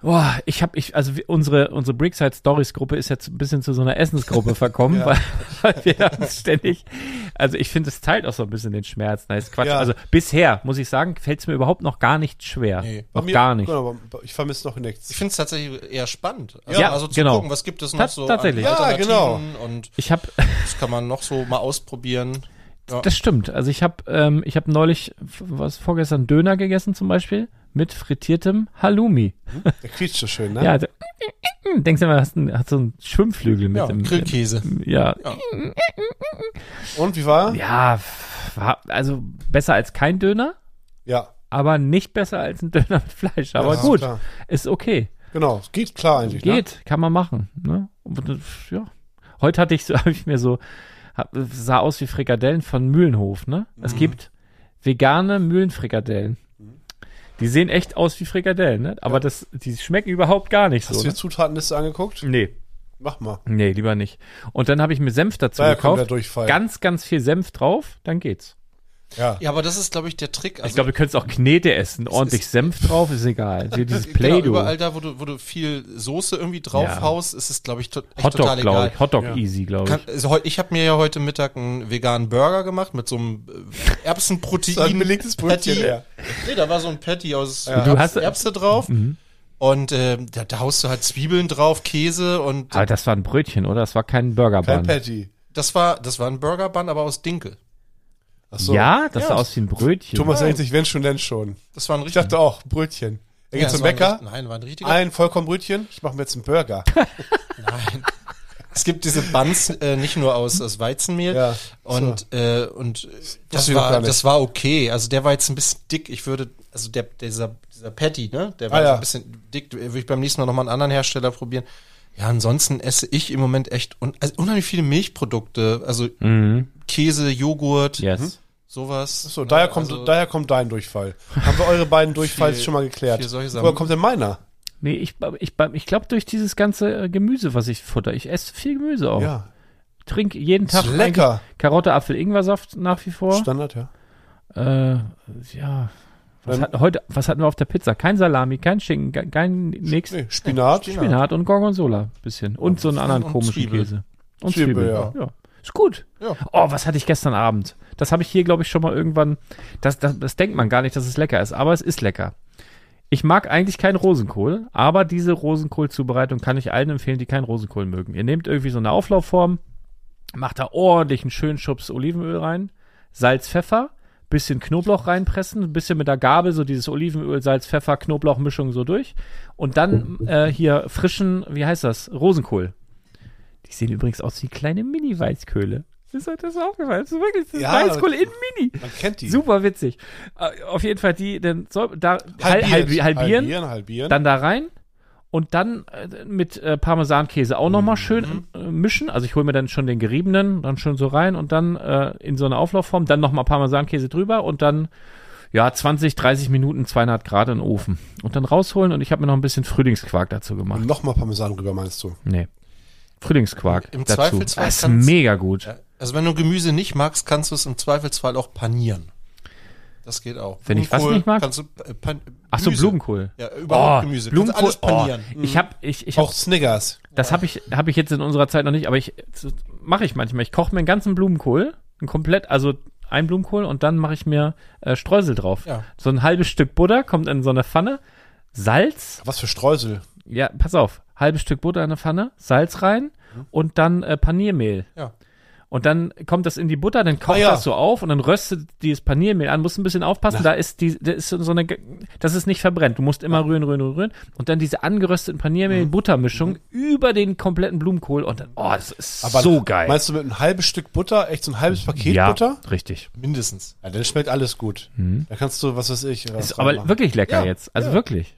[SPEAKER 4] Boah, ich habe ich also wir- unsere unsere Brickside Stories Gruppe ist jetzt ein bisschen zu so einer Essensgruppe verkommen, weil, weil wir uns ständig also ich finde es teilt auch so ein bisschen den Schmerz, nein, ist Quatsch.
[SPEAKER 3] Ja.
[SPEAKER 4] Also bisher muss ich sagen, fällt es mir überhaupt noch gar nicht schwer.
[SPEAKER 5] Nee,
[SPEAKER 4] noch gar nicht.
[SPEAKER 3] Genau, aber ich vermisse noch nichts.
[SPEAKER 5] Ich finde es tatsächlich eher spannend.
[SPEAKER 4] Ja,
[SPEAKER 5] also zu
[SPEAKER 4] genau.
[SPEAKER 5] gucken, was gibt es noch
[SPEAKER 4] Ta-
[SPEAKER 5] so
[SPEAKER 4] tatsächlich.
[SPEAKER 5] an
[SPEAKER 3] Ja, genau.
[SPEAKER 5] Alternativen und
[SPEAKER 4] Ich habe
[SPEAKER 5] das kann man noch so mal ausprobieren. Ja.
[SPEAKER 4] Das stimmt. Also ich habe ähm, ich habe neulich f- was vorgestern Döner gegessen zum Beispiel mit frittiertem Halloumi.
[SPEAKER 3] Der quietscht so schön, ne?
[SPEAKER 4] Ja, da- denkst du immer, hast, ein, hast so einen Schwimmflügel mit
[SPEAKER 5] Ja,
[SPEAKER 4] dem
[SPEAKER 5] Grillkäse.
[SPEAKER 4] Ja,
[SPEAKER 3] Und wie war? er?
[SPEAKER 4] ja, f- war also besser als kein Döner,
[SPEAKER 3] Ja.
[SPEAKER 4] aber nicht besser als ein Döner mit Fleisch. Aber
[SPEAKER 3] Ja,
[SPEAKER 4] gut,
[SPEAKER 3] klar.
[SPEAKER 4] ist okay,
[SPEAKER 3] Genau, es geht klar eigentlich. Ne?
[SPEAKER 4] geht, kann man machen. Ne? Und das- Ja, heute hatte ich so, <laughs> habe ich mir so hab, sah aus wie Frikadellen von Mühlenhof. Ne, es gibt vegane Mühlenfrikadellen. Die sehen echt aus wie Frikadellen, ne? aber das, die schmecken überhaupt gar nicht
[SPEAKER 3] Hast
[SPEAKER 4] so.
[SPEAKER 3] du
[SPEAKER 4] Ne?
[SPEAKER 3] die Zutatenliste angeguckt?
[SPEAKER 4] Nee,
[SPEAKER 3] Mach mal.
[SPEAKER 4] nee, lieber nicht. Und dann habe ich mir Senf dazu
[SPEAKER 3] Daher kommt der
[SPEAKER 4] gekauft.
[SPEAKER 3] Durchfall.
[SPEAKER 4] Ganz, ganz viel Senf drauf, dann geht's.
[SPEAKER 3] ja.
[SPEAKER 5] Ja, aber das ist, glaube ich, der Trick. Also,
[SPEAKER 4] ich glaube, du könntest auch Knete essen. Ordentlich Senf drauf, ist egal. Hier dieses Play-Doh.
[SPEAKER 5] Genau, überall da, wo du, wo du viel Soße irgendwie draufhaust, ist es, glaube ich, to echt
[SPEAKER 4] Hotdog,
[SPEAKER 5] total
[SPEAKER 4] glaube
[SPEAKER 5] egal.
[SPEAKER 4] ich. Hotdog easy, glaube
[SPEAKER 5] Kann,
[SPEAKER 4] ich.
[SPEAKER 5] also, heu- ich habe mir ja heute Mittag einen veganen Burger gemacht mit so einem äh, Erbsenprotein.
[SPEAKER 3] So ein belegtes Brötchen,
[SPEAKER 5] Patty.
[SPEAKER 3] ja.
[SPEAKER 5] Nee, da war so ein Patty aus
[SPEAKER 3] Ja.
[SPEAKER 4] Du
[SPEAKER 5] Erbs-
[SPEAKER 4] hast- Mhm.
[SPEAKER 5] Erbse drauf. Und ähm, da, da haust du halt Zwiebeln drauf, Käse und
[SPEAKER 4] Aber das war ein Brötchen, oder? Das war kein Burgerbun.
[SPEAKER 3] Kein Patty.
[SPEAKER 5] das war das war ein Burgerbun, aber aus Dinkel.
[SPEAKER 3] Ach so.
[SPEAKER 4] Ja, das
[SPEAKER 5] Ja.
[SPEAKER 4] sah aus wie ein Brötchen.
[SPEAKER 3] Thomas
[SPEAKER 5] Nein.
[SPEAKER 3] denkt sich, wenn schon, denn schon.
[SPEAKER 5] Das war ein
[SPEAKER 3] Ich
[SPEAKER 5] richtig.
[SPEAKER 3] dachte auch, Brötchen. Er geht
[SPEAKER 5] das
[SPEAKER 3] zum
[SPEAKER 5] war ein
[SPEAKER 3] Bäcker,
[SPEAKER 5] richt- Nein, war ein richtiger.
[SPEAKER 3] ein Vollkornbrötchen, ich mache mir jetzt einen
[SPEAKER 4] <laughs>
[SPEAKER 3] Burger.
[SPEAKER 5] Es gibt diese Buns äh, nicht nur aus, aus Weizenmehl.
[SPEAKER 3] Ja,
[SPEAKER 5] und äh, und äh,
[SPEAKER 3] wusste
[SPEAKER 5] das
[SPEAKER 3] ich noch gar
[SPEAKER 5] war
[SPEAKER 3] nicht.
[SPEAKER 5] das war okay. Also der war jetzt ein bisschen dick. Ich würde also der dieser dieser Patty, ne? Der war
[SPEAKER 3] Ah,
[SPEAKER 5] so
[SPEAKER 3] ja.
[SPEAKER 5] ein bisschen dick. Äh, Würde ich beim nächsten Mal noch mal einen anderen Hersteller probieren. Ja, ansonsten esse ich im Moment echt un also unheimlich viele Milchprodukte, also
[SPEAKER 3] Hm.
[SPEAKER 6] Mhm.
[SPEAKER 5] Käse, Joghurt,
[SPEAKER 4] Yes.
[SPEAKER 5] sowas.
[SPEAKER 3] So, daher kommt,
[SPEAKER 5] also,
[SPEAKER 3] daher kommt dein Durchfall. Haben wir eure beiden Durchfalls
[SPEAKER 5] <laughs> Viel-
[SPEAKER 3] schon mal geklärt?
[SPEAKER 5] viel solche Sachen.
[SPEAKER 3] Woher kommt denn meiner?
[SPEAKER 4] Nee, ich, ich, ich glaube durch dieses ganze äh, Gemüse, was ich futter. Ich esse viel Gemüse auch.
[SPEAKER 3] Ja,
[SPEAKER 4] Trink jeden Tag
[SPEAKER 3] Ist lecker.
[SPEAKER 4] eigentlich Karotte, Apfel, Ingwersaft nach wie vor.
[SPEAKER 3] Standard, ja.
[SPEAKER 4] Äh, ja. Was,
[SPEAKER 3] Ähm.
[SPEAKER 4] hat, heute, was hatten wir auf der Pizza? Kein Salami, kein Schinken, kein, kein nix.
[SPEAKER 3] Nee, Spinat.
[SPEAKER 4] Spinat und Gorgonzola bisschen. Und so einen anderen
[SPEAKER 5] und
[SPEAKER 4] komischen
[SPEAKER 5] Zwiebel.
[SPEAKER 4] Käse. Und
[SPEAKER 3] Zwiebel, ja.
[SPEAKER 4] Ist gut.
[SPEAKER 5] Ja.
[SPEAKER 4] Oh, was hatte ich gestern Abend? Das habe ich hier, glaube ich, schon mal irgendwann. Das, das, das denkt man gar nicht, dass es lecker ist, aber es ist lecker. Ich mag eigentlich keinen Rosenkohl, aber diese Rosenkohlzubereitung kann ich allen empfehlen, die keinen Rosenkohl mögen. Ihr nehmt irgendwie so eine Auflaufform, macht da ordentlich einen schönen Schubs Olivenöl rein, Salz, Pfeffer, bisschen Knoblauch reinpressen, ein bisschen mit der Gabel so dieses Olivenöl, Salz, Pfeffer, Knoblauchmischung so durch und dann
[SPEAKER 3] Oh.
[SPEAKER 4] äh, hier frischen, wie heißt das, Rosenkohl. Die sehen übrigens aus wie kleine Mini-Weißköhle. Ist euch das aufgefallen? Das ist wirklich das ist
[SPEAKER 3] Ja,
[SPEAKER 4] Weißkohl in Mini.
[SPEAKER 3] Man kennt die.
[SPEAKER 4] Super witzig. Äh, Auf jeden Fall die, dann soll, da halbieren, halbieren,
[SPEAKER 3] Halbiert. halbieren. halbieren.
[SPEAKER 4] dann da rein und dann äh, mit äh, Parmesankäse auch nochmal schön
[SPEAKER 5] Mhm.
[SPEAKER 4] äh, mischen. Also ich hole mir dann schon den geriebenen, dann schön so rein und dann äh, in so eine Auflaufform, dann nochmal Parmesankäse drüber und dann ja 20, 30 Minuten 200 Grad in den Ofen und dann rausholen und ich habe mir noch ein bisschen Frühlingsquark dazu
[SPEAKER 3] Und
[SPEAKER 5] Mhm.
[SPEAKER 4] gemacht.
[SPEAKER 3] nochmal Parmesan rüber, meinst du?
[SPEAKER 4] Nee. Frühlingsquark
[SPEAKER 5] Im
[SPEAKER 4] dazu.
[SPEAKER 5] Zweifelsfall
[SPEAKER 4] Das ist
[SPEAKER 5] kannst-
[SPEAKER 4] mega gut.
[SPEAKER 5] Ja, Also wenn du Gemüse nicht magst, kannst du es im Zweifelsfall auch panieren. Das geht auch.
[SPEAKER 4] Wenn ich was
[SPEAKER 5] Blumenkohl
[SPEAKER 4] nicht mag?
[SPEAKER 5] Kannst du, äh, pan
[SPEAKER 4] Ach so,
[SPEAKER 5] Gemüse.
[SPEAKER 4] Blumenkohl.
[SPEAKER 5] Ja, überhaupt
[SPEAKER 4] Oh,
[SPEAKER 5] Gemüse. Kannst
[SPEAKER 4] Blumenkohl.
[SPEAKER 5] alles panieren.
[SPEAKER 4] Oh, ich habe ich, ich hab
[SPEAKER 3] Auch Snickers.
[SPEAKER 4] Das habe ich, hab ich jetzt in unserer Zeit noch nicht, aber ich mache ich manchmal. Ich koche mir einen ganzen Blumenkohl, einen komplett, also einen Blumenkohl und dann mache ich mir äh, Streusel drauf.
[SPEAKER 5] Ja.
[SPEAKER 4] So ein halbes Stück Butter kommt in so eine Pfanne, Salz,
[SPEAKER 3] Was für Streusel.
[SPEAKER 4] ja, pass auf, halbes Stück Butter in eine Pfanne, Salz rein und dann äh, Paniermehl.
[SPEAKER 5] Ja.
[SPEAKER 4] Und dann kommt das in die Butter, dann kocht
[SPEAKER 3] Ah, ja.
[SPEAKER 4] das so auf und dann röstet dieses Paniermehl an. Musst ein bisschen aufpassen, da ist die, da ist so eine, das ist nicht verbrennt. Du musst immer rühren, rühren, rühren, rühren. Und dann diese angerösteten
[SPEAKER 3] Mhm.
[SPEAKER 4] Paniermehl-Buttermischung über den kompletten Blumenkohl und dann, oh, das ist
[SPEAKER 3] Aber
[SPEAKER 4] so geil.
[SPEAKER 3] Meinst du mit einem halben Stück Butter, echt so ein halbes Paket
[SPEAKER 4] ja,
[SPEAKER 3] Butter?
[SPEAKER 4] richtig.
[SPEAKER 5] Mindestens.
[SPEAKER 3] Ja, dann schmeckt alles gut. Da kannst du, was weiß ich. äh,
[SPEAKER 4] Mhm. Ist aber
[SPEAKER 3] reinmachen.
[SPEAKER 4] wirklich lecker
[SPEAKER 5] Ja,
[SPEAKER 4] jetzt. Also wirklich.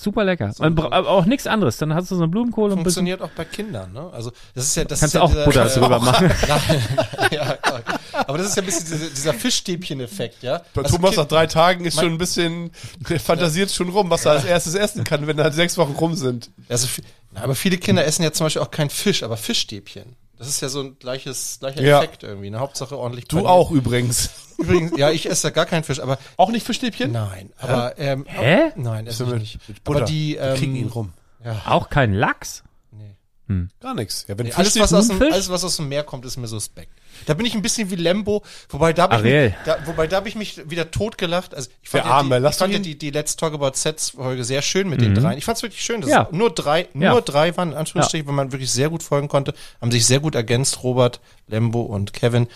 [SPEAKER 4] Super lecker. Man bra- aber auch nichts anderes. Dann hast du so einen Blumenkohl und ein bisschen
[SPEAKER 5] Funktioniert auch bei Kindern, ne? Also das ist ja das
[SPEAKER 4] Kannst
[SPEAKER 5] ist ja
[SPEAKER 4] auch
[SPEAKER 5] <laughs>
[SPEAKER 4] Butter drüber machen.
[SPEAKER 5] ja, klar. aber das ist ja ein bisschen dieser, dieser Fischstäbchen-Effekt, ja.
[SPEAKER 3] Bei
[SPEAKER 5] Also
[SPEAKER 3] Thomas
[SPEAKER 5] Kind-
[SPEAKER 3] nach drei Tagen ist schon ein bisschen, der fantasiert schon rum, was er als erstes essen kann, wenn da sechs Wochen rum sind.
[SPEAKER 5] also, vi- na, aber viele Kinder essen ja zum Beispiel auch keinen Fisch, aber Fischstäbchen. Das ist ja so ein gleiches, gleicher
[SPEAKER 3] Ja.
[SPEAKER 5] Effekt irgendwie. Ne? Hauptsache ordentlich.
[SPEAKER 3] Du
[SPEAKER 5] panieren.
[SPEAKER 3] auch übrigens.
[SPEAKER 5] Übrigens, ja, ich esse da gar keinen Fisch, aber
[SPEAKER 3] Auch nicht für Stäbchen?
[SPEAKER 5] nein. Aber, ähm,
[SPEAKER 4] Hä?
[SPEAKER 5] Nein, esse ich nicht.
[SPEAKER 3] Mit Butter.
[SPEAKER 5] Aber die,
[SPEAKER 3] Wir kriegen ihn
[SPEAKER 5] ähm,
[SPEAKER 3] rum.
[SPEAKER 4] Auch kein Lachs?
[SPEAKER 3] Gar nichts. Ja, wenn
[SPEAKER 5] nee,
[SPEAKER 3] Fisch
[SPEAKER 5] alles,
[SPEAKER 3] steht- hm?
[SPEAKER 5] was aus dem,
[SPEAKER 4] Thunfisch?
[SPEAKER 5] alles, was aus dem Meer kommt, ist mir suspekt. Da bin ich ein bisschen wie Lembo, wobei da habe ich,
[SPEAKER 4] Ariel.
[SPEAKER 5] mich- da, wobei, da hab ich mich wieder totgelacht. Also ich fand
[SPEAKER 3] Der
[SPEAKER 5] ja,
[SPEAKER 3] Arme,
[SPEAKER 5] die, ich
[SPEAKER 3] lass
[SPEAKER 5] fand ja
[SPEAKER 3] ihn-
[SPEAKER 5] die, die Let's Talk About Sets Folge sehr schön mit den dreien. Ich fand es wirklich schön. Dass
[SPEAKER 4] Mhm. Ja.
[SPEAKER 5] es Nur drei,
[SPEAKER 4] Ja.
[SPEAKER 5] nur drei waren in Anführungsstrichen, weil man wirklich sehr gut folgen konnte, haben sich sehr gut ergänzt, Robert, Lembo und Kevin.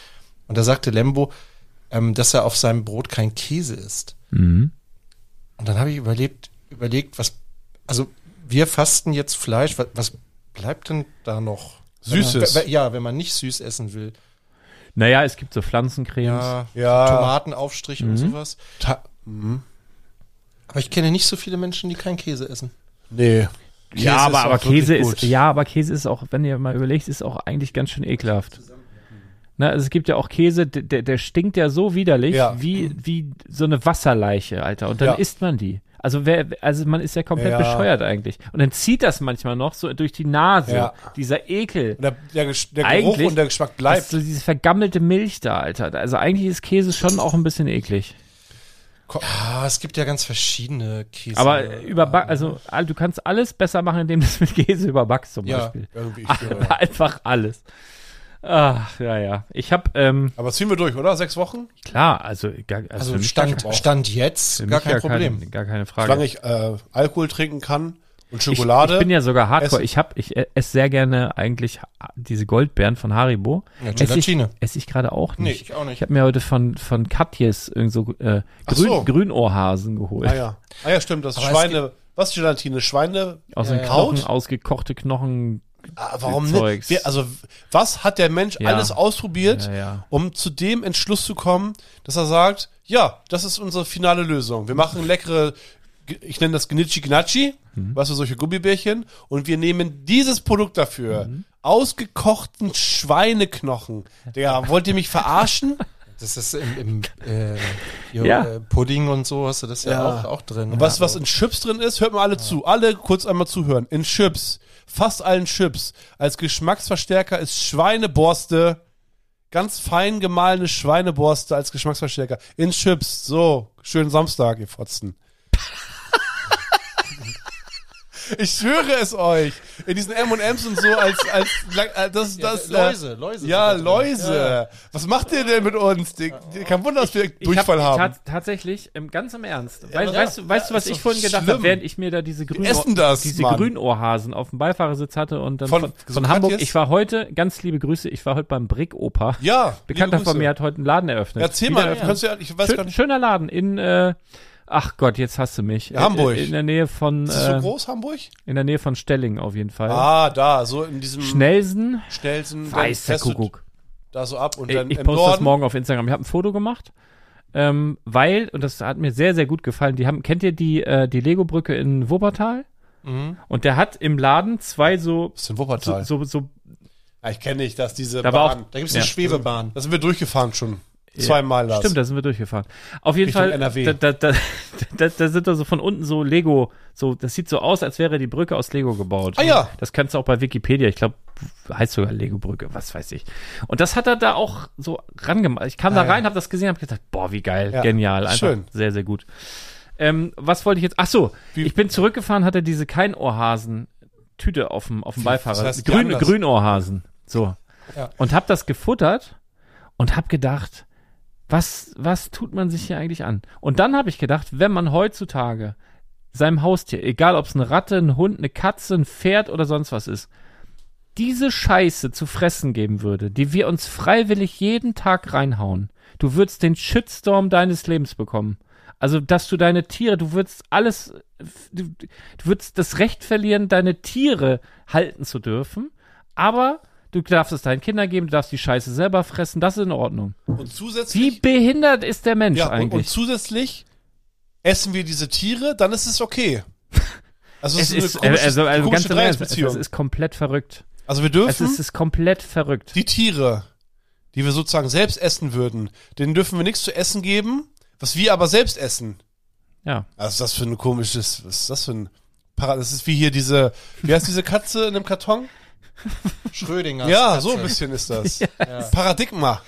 [SPEAKER 5] Und da sagte Lembo, ähm, dass er auf seinem Brot kein Käse isst. Und dann habe ich überlebt, überlegt, was, also wir fasten jetzt Fleisch, was, was bleibt denn da noch?
[SPEAKER 3] Süßes.
[SPEAKER 5] Wenn man, ja, wenn man nicht süß essen will.
[SPEAKER 4] Naja, es gibt so Pflanzencremes.
[SPEAKER 5] Ja,
[SPEAKER 3] Ja.
[SPEAKER 5] Tomatenaufstrich und sowas.
[SPEAKER 3] Ta- Mhm.
[SPEAKER 5] Aber ich kenne nicht so viele Menschen, die keinen Käse essen.
[SPEAKER 3] Nee. Käse
[SPEAKER 4] ja, aber,
[SPEAKER 3] ist
[SPEAKER 4] aber
[SPEAKER 3] auch wirklich
[SPEAKER 4] Käse ist,
[SPEAKER 3] gut.
[SPEAKER 4] ja, aber Käse ist auch, wenn ihr mal überlegt, ist auch eigentlich ganz schön ekelhaft. Na, also es gibt ja auch Käse, d- der, der stinkt ja so widerlich,
[SPEAKER 3] Ja.
[SPEAKER 4] wie, wie so eine Wasserleiche, Alter. Und dann
[SPEAKER 3] Ja.
[SPEAKER 4] isst man die. Also wer, also man ist ja komplett
[SPEAKER 3] Ja.
[SPEAKER 4] bescheuert eigentlich. Und dann zieht das manchmal noch so durch die Nase.
[SPEAKER 3] Ja.
[SPEAKER 4] Dieser Ekel.
[SPEAKER 3] Und Der, der, Gesch- der Geruch
[SPEAKER 4] Eigentlich
[SPEAKER 3] und der Geschmack
[SPEAKER 4] Das ist
[SPEAKER 3] bleibt.
[SPEAKER 4] so diese vergammelte Milch da, Alter. Also eigentlich ist Käse schon auch ein bisschen eklig.
[SPEAKER 5] Ah, es gibt ja ganz verschiedene Käse.
[SPEAKER 4] Aber überback, also all- du kannst alles besser machen, indem du es mit Käse überbackst zum
[SPEAKER 5] Ja.
[SPEAKER 4] Beispiel.
[SPEAKER 3] Irgendwie, ich
[SPEAKER 5] äh,
[SPEAKER 4] Al- <laughs> Einfach alles. Ach, ja, ja. Ich habe, ähm,
[SPEAKER 3] Aber ziehen wir durch, oder? Sechs Wochen?
[SPEAKER 4] klar, also, gar, also, für
[SPEAKER 5] also
[SPEAKER 4] mich gar,
[SPEAKER 5] Stand,
[SPEAKER 4] kein-
[SPEAKER 5] Stand jetzt,
[SPEAKER 4] für
[SPEAKER 5] gar
[SPEAKER 4] mich
[SPEAKER 5] kein Problem.
[SPEAKER 4] Keine, gar keine Frage.
[SPEAKER 3] Solange ich äh, Alkohol trinken kann und
[SPEAKER 4] ich,
[SPEAKER 3] Schokolade.
[SPEAKER 4] ich bin ja sogar Hardcore.
[SPEAKER 3] Essen.
[SPEAKER 4] Ich habe, ich äh, esse sehr gerne eigentlich ha- diese Goldbeeren von Haribo.
[SPEAKER 5] Ja,
[SPEAKER 4] esse ich,
[SPEAKER 5] Gelatine.
[SPEAKER 4] esse ich gerade auch
[SPEAKER 5] Nee,
[SPEAKER 4] nicht.
[SPEAKER 5] ich auch nicht.
[SPEAKER 4] Ich habe mir heute von von Katjes irgend so äh,
[SPEAKER 3] Ach
[SPEAKER 4] Grün,
[SPEAKER 3] so.
[SPEAKER 4] Grünohrhasen geholt.
[SPEAKER 3] ah, ja. ah ja, stimmt. Das
[SPEAKER 5] Aber es
[SPEAKER 3] Schweine. Was Gelatine? Schweine.
[SPEAKER 4] Aus den
[SPEAKER 3] Haut?
[SPEAKER 4] Knochen, ausgekochte Knochen.
[SPEAKER 3] Ah, warum
[SPEAKER 4] Zeugs.
[SPEAKER 3] nicht? Wer, also, was hat der Mensch
[SPEAKER 4] Ja.
[SPEAKER 3] alles ausprobiert,
[SPEAKER 4] Ja, ja.
[SPEAKER 3] um zu dem Entschluss zu kommen, dass er sagt, ja, das ist unsere finale Lösung. Wir machen leckere, ge- ich nenne das Gnitschi Gnatschi, weißt du, solche Gummibärchen, und wir nehmen dieses Produkt dafür. Ausgekochten Schweineknochen. Der wollt ihr mich verarschen?
[SPEAKER 5] Das ist im, im äh, jo,
[SPEAKER 4] Ja.
[SPEAKER 5] äh, Pudding und so hast du das ja,
[SPEAKER 3] Ja.
[SPEAKER 5] Auch, auch drin.
[SPEAKER 3] Und was, was
[SPEAKER 5] Also,
[SPEAKER 3] in Chips drin ist, hört mal alle zu. Alle kurz einmal zuhören. In Chips, fast allen Chips, als Geschmacksverstärker ist Schweineborste. Ganz fein gemahlene Schweineborste als Geschmacksverstärker. In Chips. So, schönen Samstag, ihr Fotzen. ich schwöre es euch. In diesen M&M's und so als, als, als das, das,
[SPEAKER 5] ja,
[SPEAKER 3] äh,
[SPEAKER 5] Läuse, Läuse.
[SPEAKER 3] Ja,
[SPEAKER 5] sind da drin.
[SPEAKER 3] Läuse. Was macht ihr denn mit uns? Die, die, kein Wunder, dass wir
[SPEAKER 4] Ich hab
[SPEAKER 3] Durchfall haben.
[SPEAKER 4] tats- tatsächlich, ähm, ganz im Ernst. Wei-
[SPEAKER 5] aber-
[SPEAKER 4] weißt, du, weißt du, was ich
[SPEAKER 3] doch
[SPEAKER 4] vorhin gedacht
[SPEAKER 3] schlimm.
[SPEAKER 4] habe, während ich mir da diese, Grünohr
[SPEAKER 3] essen das,
[SPEAKER 4] diese
[SPEAKER 3] Mann.
[SPEAKER 4] Grünohrhasen auf dem Beifahrersitz hatte und dann
[SPEAKER 3] Von-
[SPEAKER 4] von, von,
[SPEAKER 3] Sokrates?
[SPEAKER 4] Hamburg. Ich war heute, ganz liebe Grüße, ich war heute beim Brick Opa.
[SPEAKER 3] Ja, liebe
[SPEAKER 4] Bekannter
[SPEAKER 3] Grüße.
[SPEAKER 4] von mir hat heute einen Laden eröffnet.
[SPEAKER 3] Erzähl
[SPEAKER 4] Wieder
[SPEAKER 3] mal,
[SPEAKER 4] eröffnet.
[SPEAKER 3] kannst du ja, ich weiß gar
[SPEAKER 4] Schön,
[SPEAKER 3] nicht.
[SPEAKER 4] schöner Laden in, äh, ach Gott, jetzt hast du mich.
[SPEAKER 3] Ja, Hamburg.
[SPEAKER 4] In, in der Nähe von,
[SPEAKER 3] Ist das so
[SPEAKER 4] äh,
[SPEAKER 3] groß, Hamburg?
[SPEAKER 4] in der Nähe von Stelling auf jeden Fall.
[SPEAKER 3] Ah, da, so in diesem
[SPEAKER 4] Schnellsen,
[SPEAKER 3] Schnellsen. dann
[SPEAKER 4] weiß der
[SPEAKER 3] fährst du
[SPEAKER 4] Kuckuck.
[SPEAKER 3] Da so ab und
[SPEAKER 4] Ey,
[SPEAKER 3] dann
[SPEAKER 4] ich
[SPEAKER 3] im
[SPEAKER 4] poste das
[SPEAKER 3] Norden.
[SPEAKER 4] morgen auf Instagram. Ich habe ein Foto gemacht, ähm, weil, und das hat mir sehr, sehr gut gefallen, die haben, kennt ihr die, äh, die Lego-Brücke in Wuppertal?
[SPEAKER 3] Mhm.
[SPEAKER 4] Und der hat im Laden zwei so,
[SPEAKER 3] Das ist in
[SPEAKER 4] so,
[SPEAKER 3] Wuppertal.
[SPEAKER 4] so, so
[SPEAKER 3] ah, ich kenne nicht, dass diese
[SPEAKER 4] Da war
[SPEAKER 3] Bahn.
[SPEAKER 4] auch-
[SPEAKER 5] Da gibt's eine
[SPEAKER 4] Ja.
[SPEAKER 5] Schwebebahn.
[SPEAKER 3] da sind wir durchgefahren schon. Zweimal das.
[SPEAKER 4] Stimmt, da sind wir durchgefahren. Auf jeden
[SPEAKER 3] Richtung
[SPEAKER 4] Fall,
[SPEAKER 3] NRW.
[SPEAKER 4] Da, da, <laughs> da, da, da sind da so von unten so Lego, so, das sieht so aus, als wäre die Brücke aus Lego gebaut.
[SPEAKER 3] Ah ja.
[SPEAKER 4] Das kannst du auch bei Wikipedia, ich glaube, heißt sogar Lego-Brücke, was weiß ich. Und das hat er da auch so rangemacht. Ich kam da rein, habe das gesehen, habe gedacht, boah, wie geil,
[SPEAKER 3] Ah, Ja.
[SPEAKER 4] genial, einfach
[SPEAKER 3] Schön.
[SPEAKER 4] sehr, sehr gut. Ähm, was wollte ich jetzt? Ach so,
[SPEAKER 3] Wie-
[SPEAKER 4] ich bin zurückgefahren, hatte diese Keinohrhasen Tüte auf dem, auf dem Beifahrer.
[SPEAKER 3] heißt die
[SPEAKER 4] Grün,
[SPEAKER 3] anders?
[SPEAKER 4] Grünohrhasen. So. Und hab das gefuttert und hab gedacht, was, was tut man sich hier eigentlich an? Und dann habe ich gedacht, wenn man heutzutage seinem Haustier, egal ob es eine Ratte, ein Hund, eine Katze, ein Pferd oder sonst was ist, diese Scheiße zu fressen geben würde, die wir uns freiwillig jeden Tag reinhauen, du würdest den Shitstorm deines Lebens bekommen. Also, dass du deine Tiere, du würdest alles, du, du würdest das Recht verlieren, deine Tiere halten zu dürfen, aber du darfst es deinen Kindern geben, du darfst die Scheiße selber fressen, das ist in Ordnung.
[SPEAKER 3] Und
[SPEAKER 4] Wie
[SPEAKER 3] zusätzlich,
[SPEAKER 4] behindert ist der Mensch
[SPEAKER 3] ja, und, und
[SPEAKER 4] eigentlich?
[SPEAKER 3] zusätzlich essen wir diese Tiere, dann ist es
[SPEAKER 4] <laughs>
[SPEAKER 3] okay. Also es,
[SPEAKER 4] es
[SPEAKER 3] ist,
[SPEAKER 4] ist,
[SPEAKER 3] eine komische,
[SPEAKER 4] also, also
[SPEAKER 3] komische
[SPEAKER 4] ganz im Ernst, es
[SPEAKER 3] Dreiecksbeziehung.
[SPEAKER 4] ist komplett verrückt.
[SPEAKER 3] also wir
[SPEAKER 4] Es
[SPEAKER 3] dürfen
[SPEAKER 4] ist, es ist komplett verrückt.
[SPEAKER 3] die Tiere, die wir sozusagen selbst essen würden, denen dürfen wir nichts zu essen geben, was wir aber selbst essen.
[SPEAKER 4] Ja.
[SPEAKER 3] Was ist das für ein komisches, was ist das für ein Para Das ist wie hier diese, wie heißt diese Katze in einem Karton?
[SPEAKER 5] Schrödinger.
[SPEAKER 3] Ja, so ein bisschen ist
[SPEAKER 4] <laughs>
[SPEAKER 3] das. Paradigma.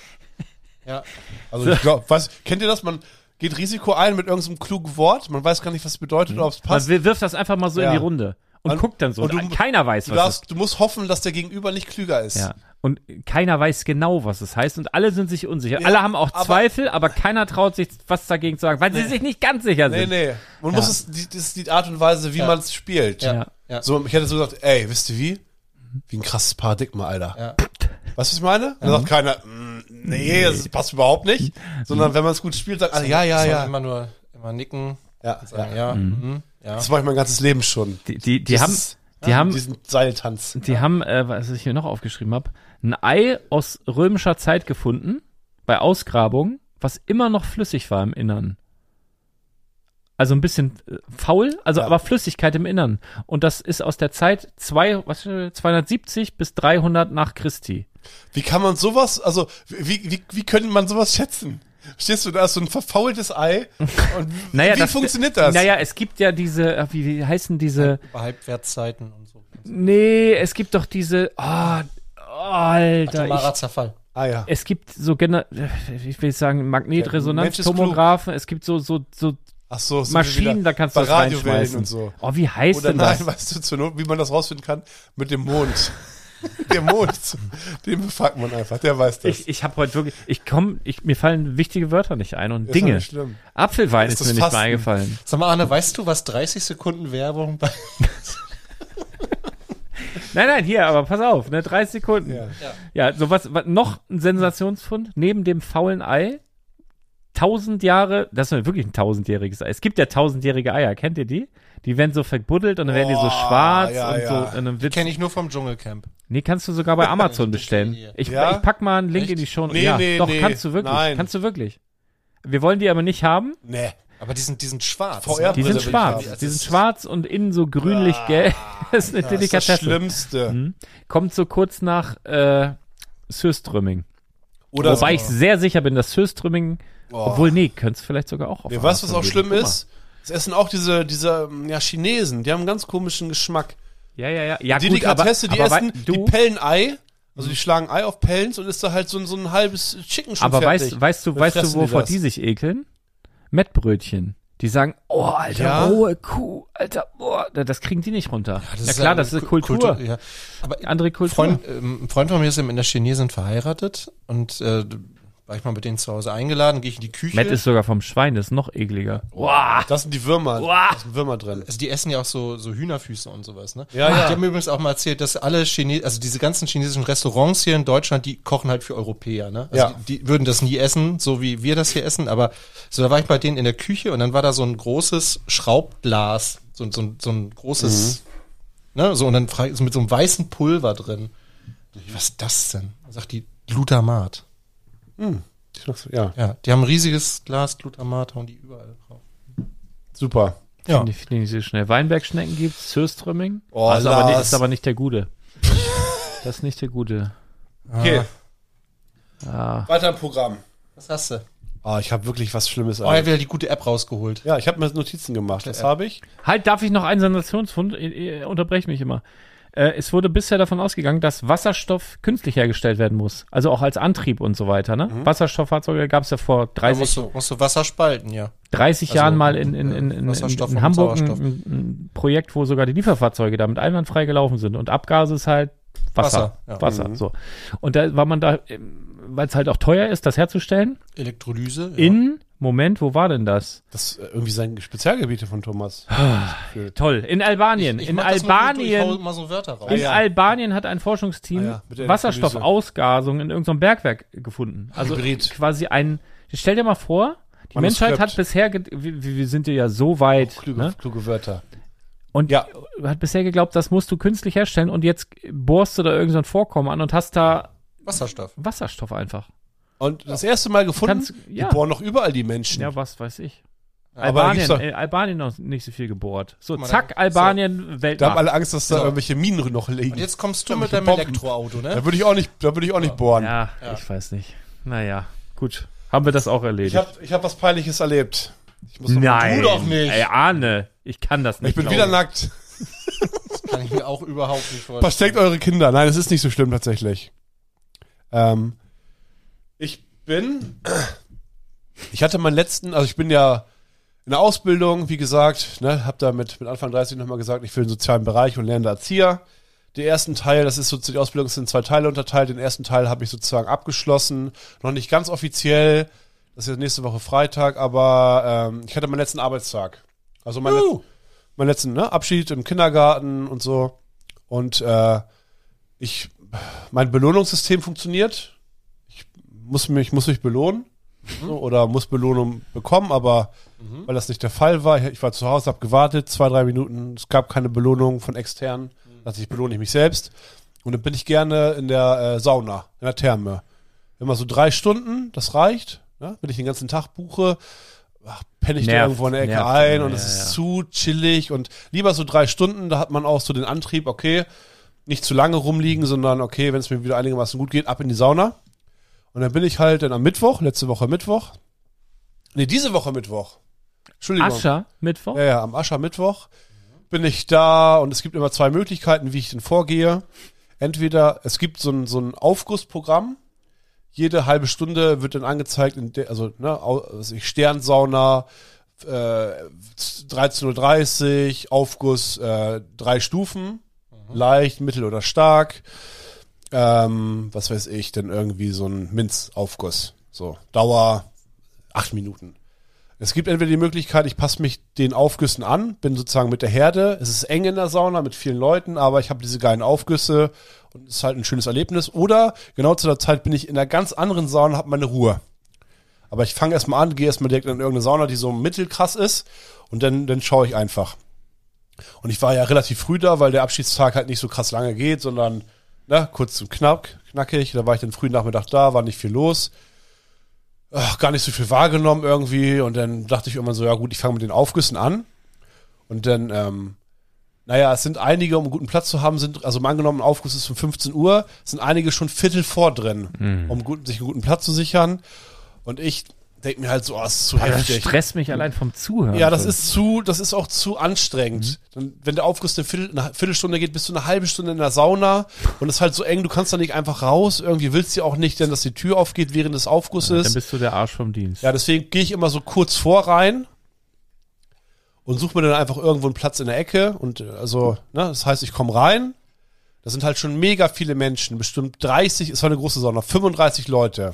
[SPEAKER 5] Ja.
[SPEAKER 3] Also ich glaub, was, kennt ihr das? Man geht Risiko ein mit irgendeinem klugen Wort, man weiß gar nicht, was es bedeutet oder ob es
[SPEAKER 4] Man
[SPEAKER 3] passt.
[SPEAKER 4] wir- wirft das einfach mal so
[SPEAKER 3] Ja.
[SPEAKER 4] in die Runde und,
[SPEAKER 3] Und-
[SPEAKER 4] guckt dann so.
[SPEAKER 3] und
[SPEAKER 4] Und
[SPEAKER 3] du-
[SPEAKER 4] keiner weiß,
[SPEAKER 3] Du,
[SPEAKER 4] was es
[SPEAKER 3] darfst, du musst hoffen, dass der Gegenüber nicht klüger ist.
[SPEAKER 4] Ja. Und keiner weiß genau, was es heißt und alle sind sich unsicher.
[SPEAKER 3] Ja,
[SPEAKER 4] alle haben auch
[SPEAKER 3] aber-
[SPEAKER 4] Zweifel, aber keiner traut sich was dagegen zu sagen, weil sie sich nicht ganz sicher
[SPEAKER 3] Nee,
[SPEAKER 4] sind.
[SPEAKER 3] nee. Man muss es, die, das ist die Art und Weise, wie
[SPEAKER 5] Ja.
[SPEAKER 3] man es spielt.
[SPEAKER 4] Ja.
[SPEAKER 5] Ja.
[SPEAKER 3] So, ich hätte so gesagt, ey, wisst ihr wie? Wie ein krasses Paradigma, Alter.
[SPEAKER 5] Ja.
[SPEAKER 3] Weißt du, was ich meine? Dann sagt keiner, "Mm, nee, das passt überhaupt nicht. Sondern
[SPEAKER 4] Mhm.
[SPEAKER 3] wenn man es gut spielt, sagt, alle, ja, ja,
[SPEAKER 5] Sondern
[SPEAKER 3] ja.
[SPEAKER 5] Immer nur immer nicken.
[SPEAKER 3] Ja, ja.
[SPEAKER 5] Sagen, ja. Mhm. ja.
[SPEAKER 3] Das mache ich mein ganzes Leben schon.
[SPEAKER 4] Die, die, die
[SPEAKER 3] Das
[SPEAKER 4] haben,
[SPEAKER 3] ist-
[SPEAKER 4] die haben,
[SPEAKER 3] diesen Seiltanz.
[SPEAKER 4] die haben, äh, was ich hier noch aufgeschrieben habe, ein Ei aus römischer Zeit gefunden bei Ausgrabungen, was immer noch flüssig war im Innern. Also ein bisschen äh, faul, also
[SPEAKER 3] Ja.
[SPEAKER 4] aber Flüssigkeit im Innern. Und das ist aus der Zeit zwei, was, äh, 270 bis 300 nach Christi.
[SPEAKER 3] Wie kann man sowas, also, wie, wie, wie könnte man sowas schätzen? Stehst du da, ist so ein verfaultes Ei und
[SPEAKER 4] Naja,
[SPEAKER 3] wie
[SPEAKER 4] das-
[SPEAKER 3] funktioniert das?
[SPEAKER 4] Naja, es gibt ja diese, äh, wie, wie heißen diese,
[SPEAKER 5] Über Halbwertszeiten und so.
[SPEAKER 4] Nee, es gibt doch diese. ah, Alter.
[SPEAKER 5] Atomarer
[SPEAKER 4] Ich,
[SPEAKER 5] Zerfall.
[SPEAKER 3] ah ja.
[SPEAKER 4] es gibt so gener ich will sagen,
[SPEAKER 3] Mensch ist klug.
[SPEAKER 4] Magnetresonanztomographen, es gibt so, so, so
[SPEAKER 3] Ach so, sind wir
[SPEAKER 4] Maschinen,
[SPEAKER 3] wieder
[SPEAKER 4] da kannst du
[SPEAKER 3] bei
[SPEAKER 4] das
[SPEAKER 3] Radiowellen
[SPEAKER 4] reinschmeißen.
[SPEAKER 3] und so.
[SPEAKER 4] Oh, wie heißt
[SPEAKER 3] Oder
[SPEAKER 4] denn
[SPEAKER 3] nein,
[SPEAKER 4] das?
[SPEAKER 3] weißt du zur Not, wie man das rausfinden kann? Mit dem Mond. <laughs> der Mond,
[SPEAKER 4] <laughs>
[SPEAKER 3] den befragt man einfach, der weiß das.
[SPEAKER 4] Ich, ich habe heute wirklich, ich komme, ich, mir fallen wichtige Wörter nicht ein und
[SPEAKER 3] Ist doch
[SPEAKER 4] Dinge.
[SPEAKER 3] nicht schlimm.
[SPEAKER 4] Apfelwein
[SPEAKER 3] Ist
[SPEAKER 4] ist,
[SPEAKER 3] das
[SPEAKER 4] mir nicht
[SPEAKER 3] Fasten?
[SPEAKER 4] mehr eingefallen.
[SPEAKER 5] Sag mal, Arne, weißt du, was 30 Sekunden Werbung bei. <laughs>
[SPEAKER 4] Nein, nein, hier, aber pass auf, ne, 30 Sekunden.
[SPEAKER 3] Ja.
[SPEAKER 4] Ja, so was, was, noch ein Sensationsfund, neben dem faulen Ei, 1000 Jahre, das ist wirklich ein tausendjähriges Ei. Es gibt ja tausendjährige Eier, kennt ihr die? Die werden so verbuddelt und dann werden die so
[SPEAKER 3] Boah,
[SPEAKER 4] schwarz
[SPEAKER 3] ja,
[SPEAKER 4] und
[SPEAKER 3] ja.
[SPEAKER 4] so. Und dann wird,
[SPEAKER 5] Kenne ich nur vom Dschungelcamp.
[SPEAKER 4] nee, kannst du sogar
[SPEAKER 3] <laughs>
[SPEAKER 4] bei Amazon bestellen.
[SPEAKER 5] Idee.
[SPEAKER 4] Ich,
[SPEAKER 3] Ja?
[SPEAKER 4] ich pack mal einen Link in die Show.
[SPEAKER 3] Nee,
[SPEAKER 4] ja,
[SPEAKER 3] nee,
[SPEAKER 4] doch,
[SPEAKER 3] nee.
[SPEAKER 4] kannst du wirklich.
[SPEAKER 3] Nein.
[SPEAKER 4] Kannst du wirklich. Wir wollen die aber nicht haben.
[SPEAKER 3] Nee.
[SPEAKER 5] Aber die sind, die sind schwarz.
[SPEAKER 3] VR
[SPEAKER 4] Die
[SPEAKER 3] Brille
[SPEAKER 4] sind
[SPEAKER 3] will ich haben.
[SPEAKER 4] schwarz.
[SPEAKER 3] Das
[SPEAKER 4] Die sind schwarz und innen so grünlich-gelb. <laughs> Das ist eine
[SPEAKER 3] Ah. Das ist das
[SPEAKER 4] Delikatesse. Hm.
[SPEAKER 3] Schlimmste.
[SPEAKER 4] Kommt so kurz nach äh, Sürströmming.
[SPEAKER 3] Oder
[SPEAKER 4] Wobei ich sehr sicher bin, dass Sürströmming, obwohl nee, könnte es vielleicht sogar auch auf
[SPEAKER 3] Ja, weißt du, was
[SPEAKER 4] Amazon
[SPEAKER 3] auch schlimm
[SPEAKER 4] geben.
[SPEAKER 3] ist? Das essen auch diese, diese ähm, ja, Chinesen, die haben einen ganz komischen Geschmack.
[SPEAKER 4] Guck mal. Ja, ja, ja. ja
[SPEAKER 3] Die
[SPEAKER 4] gut, aber,
[SPEAKER 3] Delikatesse, die
[SPEAKER 4] aber wei-
[SPEAKER 3] essen, die
[SPEAKER 4] du,
[SPEAKER 3] pellen Ei, also die schlagen Ei auf Pellens und ist da halt so, ein- so ein halbes Chicken schon
[SPEAKER 4] aber
[SPEAKER 3] fertig.
[SPEAKER 4] weißt, weißt du,
[SPEAKER 3] Dann
[SPEAKER 4] weißt du,
[SPEAKER 3] fressen
[SPEAKER 4] wovor
[SPEAKER 3] das.
[SPEAKER 4] die, sich ekeln? Mettbrötchen. Die sagen, oh, Alter,
[SPEAKER 3] Ja.
[SPEAKER 4] rohe Kuh, Alter, boah, das kriegen die nicht runter. Ja,
[SPEAKER 5] ist
[SPEAKER 4] klar,
[SPEAKER 5] eine
[SPEAKER 4] das ist
[SPEAKER 5] Ku-
[SPEAKER 4] Kultur.
[SPEAKER 5] ja. Aber
[SPEAKER 4] Andere Kultur.
[SPEAKER 5] Freund, ähm, ein Freund von mir ist in der Chinesin verheiratet und äh, war ich mal mit denen zu Hause eingeladen, gehe ich in die Küche.
[SPEAKER 4] Mett ist sogar vom Schwein, das ist noch ekliger. Wow.
[SPEAKER 3] Das sind die Würmer.
[SPEAKER 4] Uah.
[SPEAKER 3] Da sind Würmer drin.
[SPEAKER 5] also die essen ja auch so, so Hühnerfüße und sowas, ne?
[SPEAKER 3] Ja, ja.
[SPEAKER 5] Die haben mir übrigens auch mal erzählt, dass alle Chine also diese ganzen chinesischen Restaurants hier in Deutschland, die kochen halt für Europäer, ne? Also
[SPEAKER 3] Ja.
[SPEAKER 5] die, die würden das nie essen, so wie wir das hier essen, aber so da war ich bei denen in der Küche und dann war da so ein großes Schraubglas, so, so, so ein großes,
[SPEAKER 3] Mhm.
[SPEAKER 5] ne? So und dann frag, so mit so einem weißen Pulver drin. Was ist das denn? Dann Sagt die Glutamat.
[SPEAKER 3] Ja,
[SPEAKER 5] Ja, die haben ein riesiges Glas Glutamat, hauen die überall drauf.
[SPEAKER 3] super.
[SPEAKER 5] Ja.
[SPEAKER 4] Die finde ich so schnell. Weinbergschnecken gibt's, Sürströmming.
[SPEAKER 3] Oh,
[SPEAKER 4] also, aber, nicht-
[SPEAKER 3] Lars.
[SPEAKER 4] ist aber nicht der Gute. Das ist nicht der Gute.
[SPEAKER 3] Okay,
[SPEAKER 4] Ah.
[SPEAKER 3] weiter im Programm.
[SPEAKER 5] Was hast du?
[SPEAKER 3] Ah, ich habe wirklich was Schlimmes.
[SPEAKER 5] Oh, er
[SPEAKER 3] Alter.
[SPEAKER 5] hat wieder die gute App rausgeholt.
[SPEAKER 3] ja, ich habe mir Notizen gemacht. Das habe ich.
[SPEAKER 4] Halt, darf ich noch einen Sensationsfund? Ich, ich unterbreche mich immer. Äh, es wurde bisher davon ausgegangen, dass Wasserstoff künstlich hergestellt werden muss. Also auch als Antrieb und so weiter. Ne? Wasserstofffahrzeuge gab es ja vor
[SPEAKER 5] Da
[SPEAKER 4] 30,
[SPEAKER 5] musst du, musst du Mhm. Wasser spalten, ja.
[SPEAKER 4] 30
[SPEAKER 5] also,
[SPEAKER 4] Jahren mal in, in, in, in, in,
[SPEAKER 5] Wasserstoff
[SPEAKER 4] in
[SPEAKER 5] und
[SPEAKER 4] Hamburg ein,
[SPEAKER 5] Sauerstoff.
[SPEAKER 4] ein, ein Projekt, wo sogar die Lieferfahrzeuge damit einwandfrei gelaufen sind. Und Abgase ist halt Wasser.
[SPEAKER 5] Wasser, ja. Mhm.
[SPEAKER 4] Wasser, so. Und da war man da, weil es halt auch teuer ist, das herzustellen,
[SPEAKER 5] Elektrolyse. Ja.
[SPEAKER 4] in, Moment, wo war denn das?
[SPEAKER 3] Das ist äh, irgendwie sein Spezialgebiete von Thomas.
[SPEAKER 4] Toll, in Albanien.
[SPEAKER 5] Ich
[SPEAKER 4] in
[SPEAKER 5] mach das mal so,
[SPEAKER 4] Albanien.
[SPEAKER 5] Ich hau mal so Wörter raus.
[SPEAKER 3] Ah,
[SPEAKER 4] In
[SPEAKER 3] ja.
[SPEAKER 4] Albanien hat ein Forschungsteam
[SPEAKER 3] Ah ja, mit der
[SPEAKER 4] Wasserstoffausgasung in irgendeinem Bergwerk gefunden. Also
[SPEAKER 3] Hybrid.
[SPEAKER 4] quasi ein. Stell dir mal vor, die
[SPEAKER 3] Manuskript.
[SPEAKER 4] Menschheit hat bisher, ge- wir, wir sind ja so weit,
[SPEAKER 3] Kluge,
[SPEAKER 4] ne?
[SPEAKER 3] kluge Wörter.
[SPEAKER 4] und
[SPEAKER 3] Ja.
[SPEAKER 4] hat bisher geglaubt, das musst du künstlich herstellen und jetzt bohrst du da irgendein Vorkommen an und hast da
[SPEAKER 5] Wasserstoff.
[SPEAKER 4] Wasserstoff einfach.
[SPEAKER 3] Und das erste Mal gefunden,
[SPEAKER 4] Kannst- ja.
[SPEAKER 3] die bohren noch überall die Menschen.
[SPEAKER 4] Ja, was weiß ich.
[SPEAKER 3] Aber da gibt's
[SPEAKER 4] Albanien,
[SPEAKER 3] doch-
[SPEAKER 4] äh, Albanien noch nicht so viel gebohrt. So,
[SPEAKER 5] Guck mal, da
[SPEAKER 4] zack,
[SPEAKER 5] gibt's-
[SPEAKER 4] Albanien,
[SPEAKER 3] da haben
[SPEAKER 4] Weltmacht.
[SPEAKER 3] alle Angst, dass da
[SPEAKER 4] Genau.
[SPEAKER 5] So.
[SPEAKER 3] irgendwelche Minen noch liegen.
[SPEAKER 5] Und jetzt kommst du
[SPEAKER 3] Ja,
[SPEAKER 5] mit
[SPEAKER 3] mit
[SPEAKER 5] deinem
[SPEAKER 3] Bomben.
[SPEAKER 5] Elektroauto,
[SPEAKER 3] da
[SPEAKER 5] ne?
[SPEAKER 3] würde ich auch nicht, da würde ich auch nicht bohren.
[SPEAKER 4] Ja,
[SPEAKER 5] Ja.
[SPEAKER 4] ich weiß nicht. Naja, gut. Haben wir das auch erledigt.
[SPEAKER 3] Ich habe ich hab was Peinliches erlebt. Ich muss noch-
[SPEAKER 4] Nein.
[SPEAKER 5] Du doch nicht.
[SPEAKER 4] Ey, Ahne, ich kann das nicht.
[SPEAKER 3] Ich bin wieder
[SPEAKER 4] glauben.
[SPEAKER 3] nackt.
[SPEAKER 5] kann ich mir auch überhaupt nicht vorstellen.
[SPEAKER 3] Versteckt eure Kinder. Nein, es ist nicht so schlimm tatsächlich. Ähm, ich bin. Ich hatte meinen letzten, also ich bin ja in der Ausbildung, wie gesagt, ne, hab da mit, mit Anfang 30 nochmal gesagt, ich will den sozialen Bereich und lernender Erzieher. Den ersten Teil, das ist so, die Ausbildung ist in zwei Teile unterteilt. Den ersten Teil habe ich sozusagen abgeschlossen. Noch nicht ganz offiziell. Das ist jetzt nächste Woche Freitag, aber ähm, ich hatte meinen letzten Arbeitstag. Also mein, letz- meinen letzten ne, Abschied im Kindergarten und so. Und äh, ich, mein Belohnungssystem funktioniert. Ich muss mich, muss mich belohnen
[SPEAKER 4] Mhm.
[SPEAKER 3] so, oder muss Belohnung bekommen, aber weil das nicht der Fall war, ich war zu Hause, habe gewartet, zwei, drei Minuten, es gab keine Belohnung von externen,
[SPEAKER 4] Mhm.
[SPEAKER 3] also ich belohne ich mich selbst. Und dann bin ich gerne in der äh, Sauna, in der Therme. Immer so drei Stunden, das reicht. Ne? Wenn ich den ganzen Tag buche, ach, penne ich da
[SPEAKER 4] Nervt,
[SPEAKER 3] irgendwo in der Ecke
[SPEAKER 4] nervt,
[SPEAKER 3] ein und
[SPEAKER 4] ja,
[SPEAKER 3] es ist
[SPEAKER 4] ja.
[SPEAKER 3] zu chillig und lieber so drei Stunden, da hat man auch so den Antrieb, okay, nicht zu lange rumliegen, sondern okay, wenn es mir wieder einigermaßen gut geht, ab in die Sauna. Und dann bin ich halt dann am Mittwoch, letzte Woche Mittwoch. Nee, diese Woche Mittwoch. Entschuldigung.
[SPEAKER 4] Ascher, Mittwoch?
[SPEAKER 3] Ja, ja, am Aschermittwoch bin ich da und es gibt immer zwei Möglichkeiten, wie ich denn vorgehe. Entweder es gibt so ein, so ein Aufgussprogramm. Jede halbe Stunde wird dann angezeigt, in der, also, ne, au- also ich Sternsauna, äh, 13.30 Uhr, Aufguss, äh, drei Stufen, leicht, mittel oder stark. Ähm, was weiß ich, dann irgendwie so ein Minzaufguss. So, Dauer acht Minuten. Es gibt entweder die Möglichkeit, ich passe mich den Aufgüssen an, bin sozusagen mit der Herde. Es ist eng in der Sauna mit vielen Leuten, aber ich habe diese geilen Aufgüsse und es ist halt ein schönes Erlebnis. Oder genau zu der Zeit bin ich in einer ganz anderen Sauna, habe meine Ruhe. Aber ich fange erstmal an, gehe erstmal direkt in irgendeine Sauna, die so mittelkrass ist und dann, dann schaue ich einfach. Und ich war ja relativ früh da, weil der Abschiedstag halt nicht so krass lange geht, sondern ne, kurz und knack, knackig. Da war ich dann frühen Nachmittag da, war nicht viel los ach, gar nicht so viel wahrgenommen irgendwie. Und dann dachte ich irgendwann so, ja gut, ich fange mit den Aufgüssen an. Und dann, ähm, naja, es sind einige, um einen guten Platz zu haben, sind, also mal angenommen, ein Aufguss ist um 15 Uhr, sind einige schon Viertel vor drin, um gut, sich einen guten Platz zu sichern. Und ich denke mir halt so, oh, es ist zu
[SPEAKER 4] Das
[SPEAKER 3] heftig.
[SPEAKER 4] stresst mich allein vom Zuhören. Mhm.
[SPEAKER 3] Ja, das ist zu, das ist auch zu anstrengend. Dann, wenn der Aufguss eine, Viertel, eine Viertelstunde geht, bist du eine halbe Stunde in der Sauna und es ist halt so eng, du kannst da nicht einfach raus. Irgendwie willst du ja auch nicht, denn dass die Tür aufgeht während des Aufgusses.
[SPEAKER 4] Dann bist du der Arsch vom Dienst.
[SPEAKER 3] Ja, deswegen gehe ich immer so kurz vor rein und suche mir dann einfach irgendwo einen Platz in der Ecke. Und äh, also, ne, das heißt, ich komme rein. Da sind halt schon mega viele Menschen. Bestimmt 30, es war eine große Sauna, 35 Leute.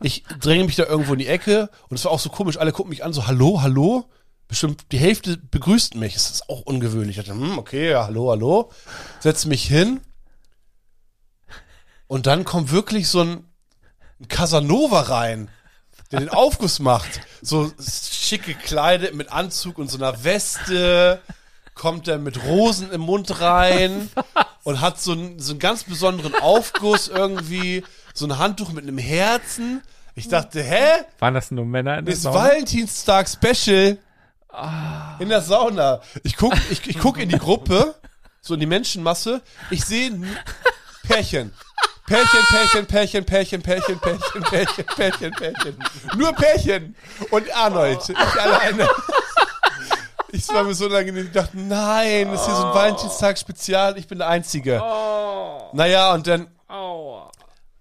[SPEAKER 3] Ich dränge mich da irgendwo in die Ecke und es war auch so komisch, alle gucken mich an, so hallo, hallo. Bestimmt die Hälfte begrüßt mich. Das ist auch ungewöhnlich. Ich dachte, hm, okay, ja, hallo, hallo. Setz mich hin. Und dann kommt wirklich so ein ein Casanova rein, der den Aufguss macht. So schick gekleidet mit Anzug und so einer Weste, kommt er mit Rosen im Mund rein und hat so einen, so einen ganz besonderen Aufguss irgendwie, so ein Handtuch mit einem Herzen. Ich dachte, hä?
[SPEAKER 4] Waren das nur Männer in der
[SPEAKER 3] Das
[SPEAKER 4] Sauna? Ah.
[SPEAKER 3] Valentinstag-Special in der Sauna. Ich guck, ich, ich guck in die Gruppe, so in die Menschenmasse. Ich sehe n- Pärchen. Pärchen, Pärchen, Pärchen, Pärchen, Pärchen, Pärchen, Pärchen, Pärchen, Pärchen. Nur Pärchen. Und Arnold. Ich alleine. Ich war mir so lange, ich dachte, nein, das ist hier
[SPEAKER 4] Oh.
[SPEAKER 3] so ein Valentinstag-Spezial, ich bin der Einzige. Naja, und dann.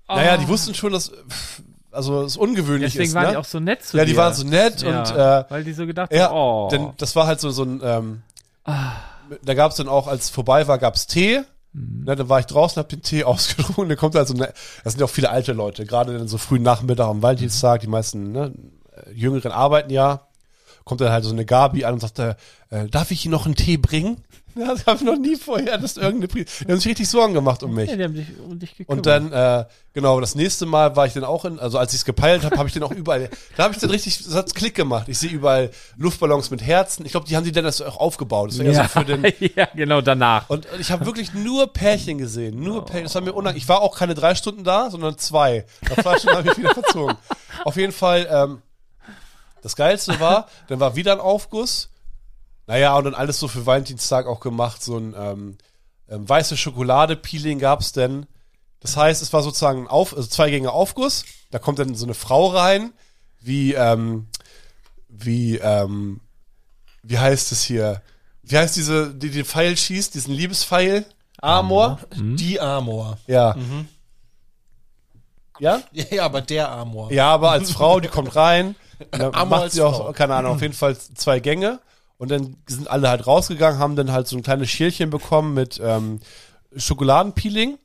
[SPEAKER 3] Naja, die wussten schon, dass. pff, Also, es ungewöhnlich
[SPEAKER 4] Ah. Deswegen
[SPEAKER 3] ist.
[SPEAKER 4] waren
[SPEAKER 3] ne?
[SPEAKER 4] die auch so nett zu
[SPEAKER 3] Ja,
[SPEAKER 4] dir.
[SPEAKER 3] die waren so nett
[SPEAKER 4] Ja,
[SPEAKER 3] und
[SPEAKER 4] weil die so gedacht
[SPEAKER 3] äh, ja,
[SPEAKER 4] haben, oh.
[SPEAKER 3] denn das war halt so, so ein, ähm, da gab's dann auch, als vorbei war, gab's Tee. Ne, dann war ich draußen, hab den Tee <laughs> ausgetrunken, dann kommt halt so eine, das sind ja auch viele alte Leute, gerade dann so frühen Nachmittag am Valentinstag, die meisten ne, äh, Jüngeren arbeiten ja, kommt dann halt so eine Gabi an und sagt, äh, äh, darf ich Ihnen noch einen Tee bringen? <laughs> Ja, Das habe ich noch nie vorher, dass irgendeine Pri Die haben sich richtig Sorgen gemacht um mich.
[SPEAKER 4] ja, die haben sich um dich
[SPEAKER 3] Und
[SPEAKER 4] gekümmert.
[SPEAKER 3] dann, äh, genau, das nächste Mal war ich dann auch in, also als ich es gepeilt habe, habe ich dann auch überall, da habe ich dann richtig, das hat Klick gemacht. Ich sehe überall Luftballons mit Herzen. Ich glaube, die haben die dann das auch aufgebaut. Das war ja. so also für <laughs> den,
[SPEAKER 4] <laughs> ja, genau, danach.
[SPEAKER 3] und ich habe wirklich nur Pärchen gesehen, nur Pärchen. Das war mir unangenehm. Ich war auch keine drei Stunden da, sondern zwei. Nach zwei Stunden habe ich wieder verzogen. Auf jeden Fall, ähm, das Geilste war, dann war wieder ein Aufguss. Naja, und dann alles so für Valentinstag auch gemacht. So ein ähm, ähm, weiße Schokolade-Peeling gab's denn. Das heißt, es war sozusagen ein Auf, also zwei Gänge Aufguss. Da kommt dann so eine Frau rein, wie, ähm, wie, ähm, wie heißt es hier? wie heißt diese, die den Pfeil schießt, diesen Liebespfeil? Amor?
[SPEAKER 5] Die Amor.
[SPEAKER 3] Ja. Ja?
[SPEAKER 5] Ja, ja, aber der Amor.
[SPEAKER 3] Ja, aber als Frau, die kommt rein, und dann
[SPEAKER 5] Amor
[SPEAKER 3] macht
[SPEAKER 5] als
[SPEAKER 3] sie auch,
[SPEAKER 5] Frau.
[SPEAKER 3] keine Ahnung, auf jeden Fall zwei Gänge. Und dann sind alle halt rausgegangen, haben dann halt so ein kleines Schälchen bekommen mit ähm, Schokoladenpeeling.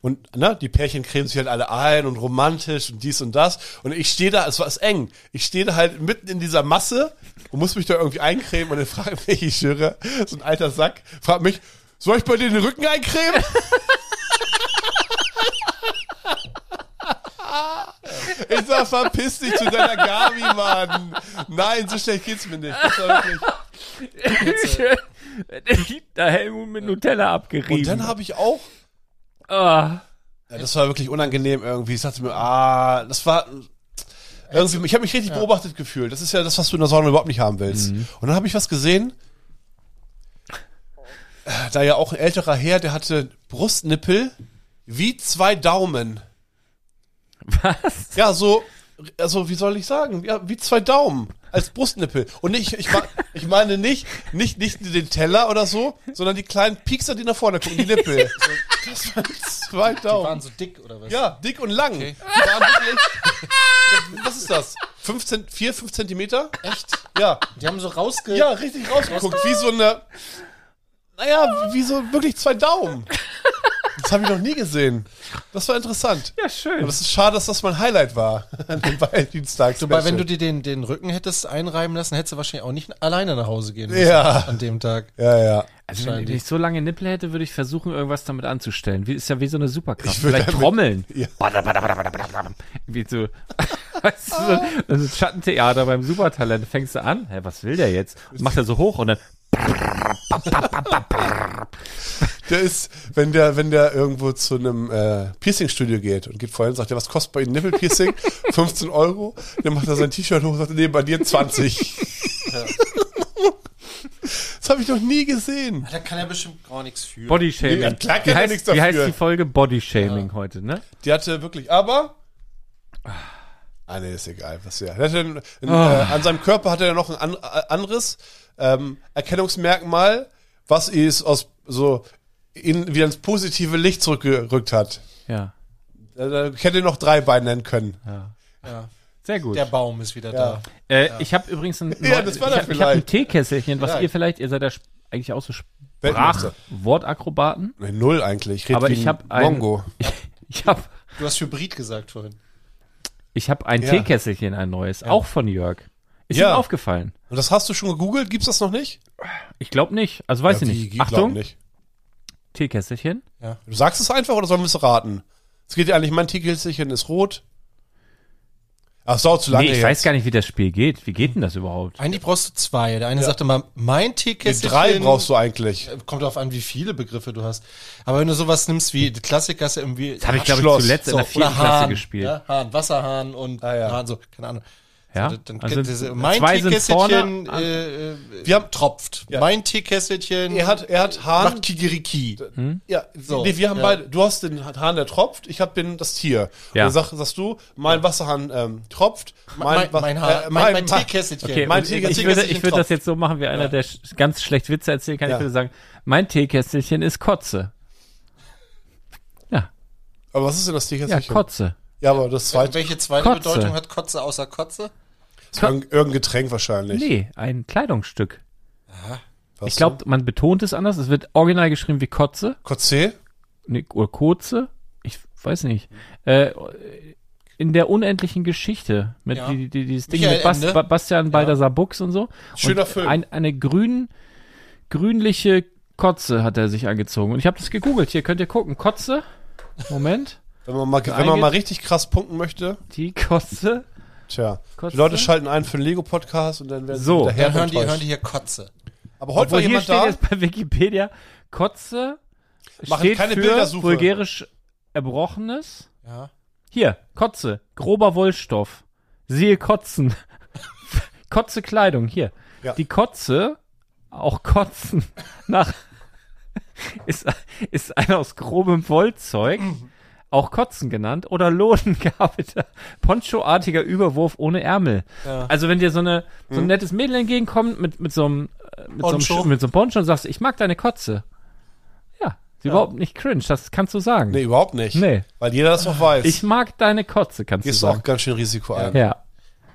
[SPEAKER 3] Und ne, die Pärchen cremen sich halt alle ein und romantisch und dies und das. Und ich stehe da, es war es eng. Ich stehe da halt mitten in dieser Masse und muss mich da irgendwie eincremen. Und dann <laughs> fragt mich, ich schwöre, so ein alter Sack, fragt mich, soll ich bei dir den Rücken eincremen? Ich sag, verpiss dich zu deiner Gabi, Mann. Nein, so schlecht geht's mir nicht. Das war wirklich.
[SPEAKER 4] <laughs> da Helmut mit Nutella abgerieben.
[SPEAKER 3] äh, Und dann habe ich auch.
[SPEAKER 4] Ah.
[SPEAKER 3] Ja, das war wirklich unangenehm irgendwie. Ich dachte mir, ah, das war. Irgendwie, ich habe mich richtig beobachtet gefühlt. Das ist ja das, was du in der Sauna überhaupt nicht haben willst. Und dann habe ich was gesehen. Da ja auch ein älterer Herr, der hatte Brustnippel wie zwei Daumen.
[SPEAKER 4] Was?
[SPEAKER 3] Ja, so, also wie soll ich sagen? Ja, wie zwei Daumen als Brustnippel. Und ich, ich, ma- ich meine nicht, nicht, nicht den Teller oder so, sondern die kleinen Piekser, die nach vorne gucken, die Nippel. So, das waren zwei
[SPEAKER 5] Die waren
[SPEAKER 3] Daumen.
[SPEAKER 5] so dick oder was?
[SPEAKER 3] Ja, dick und lang. <laughs> Die waren wirklich, was ist das? 15, 4, 5 Zentimeter? Echt? Ja.
[SPEAKER 5] Die haben so rausge...
[SPEAKER 3] Ja, richtig rausgeguckt, wie so eine, naja, wie so wirklich zwei Daumen. Das habe ich noch nie gesehen. Das war interessant.
[SPEAKER 4] Ja, schön.
[SPEAKER 3] Aber es ist schade, dass das mein Highlight war <laughs> an dem Valentinstag.
[SPEAKER 5] Wobei, wenn du dir den, den Rücken hättest einreiben lassen, hättest du wahrscheinlich auch nicht alleine nach Hause gehen müssen
[SPEAKER 3] Ja.
[SPEAKER 5] an dem Tag.
[SPEAKER 3] Ja, ja.
[SPEAKER 4] Also wenn ich so lange Nippel hätte, würde ich versuchen, irgendwas damit anzustellen. Wie, ist ja wie so eine Superkraft.
[SPEAKER 3] Ich würde
[SPEAKER 4] Vielleicht
[SPEAKER 3] damit-
[SPEAKER 4] trommeln.
[SPEAKER 3] <laughs> Ja.
[SPEAKER 4] Bada, bada, bada, bada, bada, bada. Wie so, <laughs> weißt du, so, das ist Schattentheater beim Supertalent. Fängst du an, hä, was will der jetzt? Und macht er so hoch und dann,
[SPEAKER 3] Der ist, wenn der, wenn der irgendwo zu einem äh, Piercing-Studio geht und geht vorhin und sagt, ja, was kostet bei Ihnen Nippel-Piercing? 15 Euro. Dann macht er sein T-Shirt hoch und sagt, nee, bei dir 20. Das habe ich noch nie gesehen.
[SPEAKER 5] Da kann er bestimmt gar nichts für.
[SPEAKER 4] Bodyshaming.
[SPEAKER 3] Nee, klar kann
[SPEAKER 4] wie,
[SPEAKER 3] er
[SPEAKER 4] heißt,
[SPEAKER 3] nichts
[SPEAKER 4] wie
[SPEAKER 3] dafür.
[SPEAKER 4] heißt die Folge Bodyshaming heute, ne?
[SPEAKER 3] Die hatte wirklich, aber. Ah, nee, ist egal, was ja. Der hatte einen, einen, äh, an seinem Körper hatte er noch ein an, äh, anderes ähm, Erkennungsmerkmal, was ihn aus so ihn wieder ins positive Licht zurückgerückt hat.
[SPEAKER 4] Ja.
[SPEAKER 3] Äh, Ich hätte noch drei Beine nennen können.
[SPEAKER 4] Sehr gut.
[SPEAKER 5] Der Baum ist wieder da.
[SPEAKER 4] Äh, Ich habe übrigens ein,
[SPEAKER 3] <laughs> Ja, das war
[SPEAKER 4] ich
[SPEAKER 3] der
[SPEAKER 4] hab, ich hab ein
[SPEAKER 3] vielleicht.
[SPEAKER 4] Teekesselchen, was
[SPEAKER 3] Vielleicht.
[SPEAKER 4] ihr vielleicht, ihr seid ja sp- eigentlich auch so
[SPEAKER 3] Weltmeister.
[SPEAKER 4] Sprachwortakrobaten.
[SPEAKER 3] Nee, null eigentlich. Ich red
[SPEAKER 4] Aber
[SPEAKER 3] wie
[SPEAKER 4] ich
[SPEAKER 3] ein
[SPEAKER 4] hab ein-
[SPEAKER 3] Mongo.
[SPEAKER 4] <laughs> Ich habe
[SPEAKER 5] Du hast Hybrid gesagt vorhin.
[SPEAKER 4] ich hab ein
[SPEAKER 3] Ja.
[SPEAKER 4] Teekesselchen, ein neues, auch von Jörg. Ist
[SPEAKER 3] Ja.
[SPEAKER 4] ihm aufgefallen.
[SPEAKER 3] Und das hast du schon gegoogelt? Gibt's das noch nicht?
[SPEAKER 4] Ich glaube nicht. Also weiß
[SPEAKER 3] Ja,
[SPEAKER 4] ich
[SPEAKER 3] wie?
[SPEAKER 4] nicht.
[SPEAKER 3] glaub
[SPEAKER 4] Achtung,
[SPEAKER 3] nicht.
[SPEAKER 4] Teekesselchen.
[SPEAKER 3] Du sagst es einfach oder sollen wir es raten? Es geht ja eigentlich, mein Tickelchen ist rot. Ach, es dauert zu lange
[SPEAKER 4] Nee, ich
[SPEAKER 3] jetzt.
[SPEAKER 4] weiß gar nicht, wie das Spiel geht. Wie geht denn das überhaupt?
[SPEAKER 5] Eigentlich brauchst du zwei. Der eine sagte mal, mein
[SPEAKER 3] Die
[SPEAKER 5] Teekesselchen.
[SPEAKER 3] drei brauchst du eigentlich.
[SPEAKER 5] Kommt darauf an, wie viele Begriffe du hast. Aber wenn du sowas nimmst wie die Klassiker, ist ja irgendwie.
[SPEAKER 4] Das habe ich, glaube ich,
[SPEAKER 3] Schloss.
[SPEAKER 4] zuletzt in der
[SPEAKER 5] oder
[SPEAKER 4] vierten Klasse
[SPEAKER 5] Hahn,
[SPEAKER 4] gespielt. Ja,
[SPEAKER 5] Ja, Hahn, Wasserhahn und
[SPEAKER 3] ja.
[SPEAKER 5] Hahn, so, keine Ahnung. So, dann
[SPEAKER 4] Also,
[SPEAKER 5] kennt diese, mein
[SPEAKER 4] zwei sind
[SPEAKER 5] Teekesselchen
[SPEAKER 4] vorne.
[SPEAKER 5] äh, äh,
[SPEAKER 3] Wir haben
[SPEAKER 5] tropft.
[SPEAKER 3] Ja.
[SPEAKER 5] Mein Teekesselchen
[SPEAKER 3] Er hat, er hat Hahn.
[SPEAKER 5] macht Kigiriki.
[SPEAKER 4] Hm?
[SPEAKER 3] Ja,
[SPEAKER 5] So,
[SPEAKER 3] nee, wir haben
[SPEAKER 5] ja.
[SPEAKER 3] beide. Du hast den Hahn, der tropft. Ich hab den, das Tier.
[SPEAKER 4] Ja.
[SPEAKER 3] Und dann sag, sagst du, mein Wasserhahn ähm, tropft.
[SPEAKER 5] Mein,
[SPEAKER 3] Was-
[SPEAKER 5] mein, Haar,
[SPEAKER 3] äh,
[SPEAKER 5] mein, mein
[SPEAKER 3] Ma-
[SPEAKER 5] Teekesselchen.
[SPEAKER 4] Okay,
[SPEAKER 3] Mein
[SPEAKER 4] und
[SPEAKER 3] Teekesselchen
[SPEAKER 4] ich würde,
[SPEAKER 3] ist
[SPEAKER 4] ich
[SPEAKER 3] ein
[SPEAKER 4] würde
[SPEAKER 3] Tropf.
[SPEAKER 4] das jetzt so machen, wie einer, der sch- ganz schlecht Witze erzählen kann.
[SPEAKER 3] Ja.
[SPEAKER 4] Ich würde sagen, mein Teekesselchen ist Kotze. Ja,
[SPEAKER 3] Aber was ist denn das
[SPEAKER 4] ja,
[SPEAKER 3] Tierkästchen?
[SPEAKER 4] Kotze.
[SPEAKER 3] Ja, aber das zweite.
[SPEAKER 5] Welche zweite
[SPEAKER 4] Kotze.
[SPEAKER 5] Bedeutung hat Kotze außer Kotze?
[SPEAKER 3] Ist irgend- irgendein Getränk wahrscheinlich.
[SPEAKER 4] Nee, ein Kleidungsstück.
[SPEAKER 3] Was
[SPEAKER 4] Ich glaube, man betont es anders. Es wird original geschrieben wie Kotze
[SPEAKER 3] Kotze?
[SPEAKER 4] ne, oder Kotze. Ich weiß nicht. Äh, in der unendlichen Geschichte mit
[SPEAKER 5] Ja.
[SPEAKER 4] die, die, dieses Ding
[SPEAKER 5] Michael
[SPEAKER 4] mit Bas,
[SPEAKER 5] Ende.
[SPEAKER 4] ba, Bastian Baldassar Buchs und so.
[SPEAKER 3] Schöner
[SPEAKER 4] und
[SPEAKER 3] Film.
[SPEAKER 4] Ein, eine grün, grünliche Kotze hat er sich angezogen. Und ich habe das gegoogelt. Hier könnt ihr gucken. Kotze. Moment.
[SPEAKER 3] Wenn man mal, wenn man mal richtig krass punkten möchte,
[SPEAKER 4] Die Kotze.
[SPEAKER 3] tja.
[SPEAKER 4] Kotze?
[SPEAKER 3] Die Leute schalten ein für den Lego-Podcast und dann werden
[SPEAKER 4] So.
[SPEAKER 3] sie
[SPEAKER 5] Dann
[SPEAKER 3] hinterher
[SPEAKER 5] hören die,
[SPEAKER 3] enttäuscht.
[SPEAKER 5] hören die hier Kotze.
[SPEAKER 3] Aber heute
[SPEAKER 4] Obwohl
[SPEAKER 3] war
[SPEAKER 4] hier
[SPEAKER 3] jemand
[SPEAKER 4] steht
[SPEAKER 3] da.
[SPEAKER 4] jetzt bei Wikipedia, Kotze
[SPEAKER 3] Machen
[SPEAKER 4] steht
[SPEAKER 3] keine
[SPEAKER 4] für
[SPEAKER 3] Bildersuche.
[SPEAKER 4] vulgärisch Erbrochenes.
[SPEAKER 5] Ja.
[SPEAKER 4] Hier, Kotze, grober Wollstoff. Siehe Kotzen. <laughs> Kotze Kleidung, hier.
[SPEAKER 3] Ja.
[SPEAKER 4] Die Kotze, auch Kotzen, <laughs> nach, ist, ist ein aus grobem Wollzeug, auch Kotzen genannt, oder Loden gearbeiteter, ponchoartiger Überwurf ohne Ärmel. Also wenn dir so eine, so ein nettes Mädel entgegenkommt mit, mit so einem äh, mit, so einem,
[SPEAKER 5] Poncho.
[SPEAKER 4] Sch- mit so einem Poncho und sagst, ich mag deine Kotze. Ja, ist überhaupt nicht cringe, das kannst du sagen.
[SPEAKER 3] Nee, überhaupt nicht.
[SPEAKER 4] Nee.
[SPEAKER 3] Weil jeder das noch weiß.
[SPEAKER 4] Ich mag deine Kotze, kannst du
[SPEAKER 3] Gehst du auch
[SPEAKER 4] sagen.
[SPEAKER 3] ganz schön Risiko ein.
[SPEAKER 4] Ja.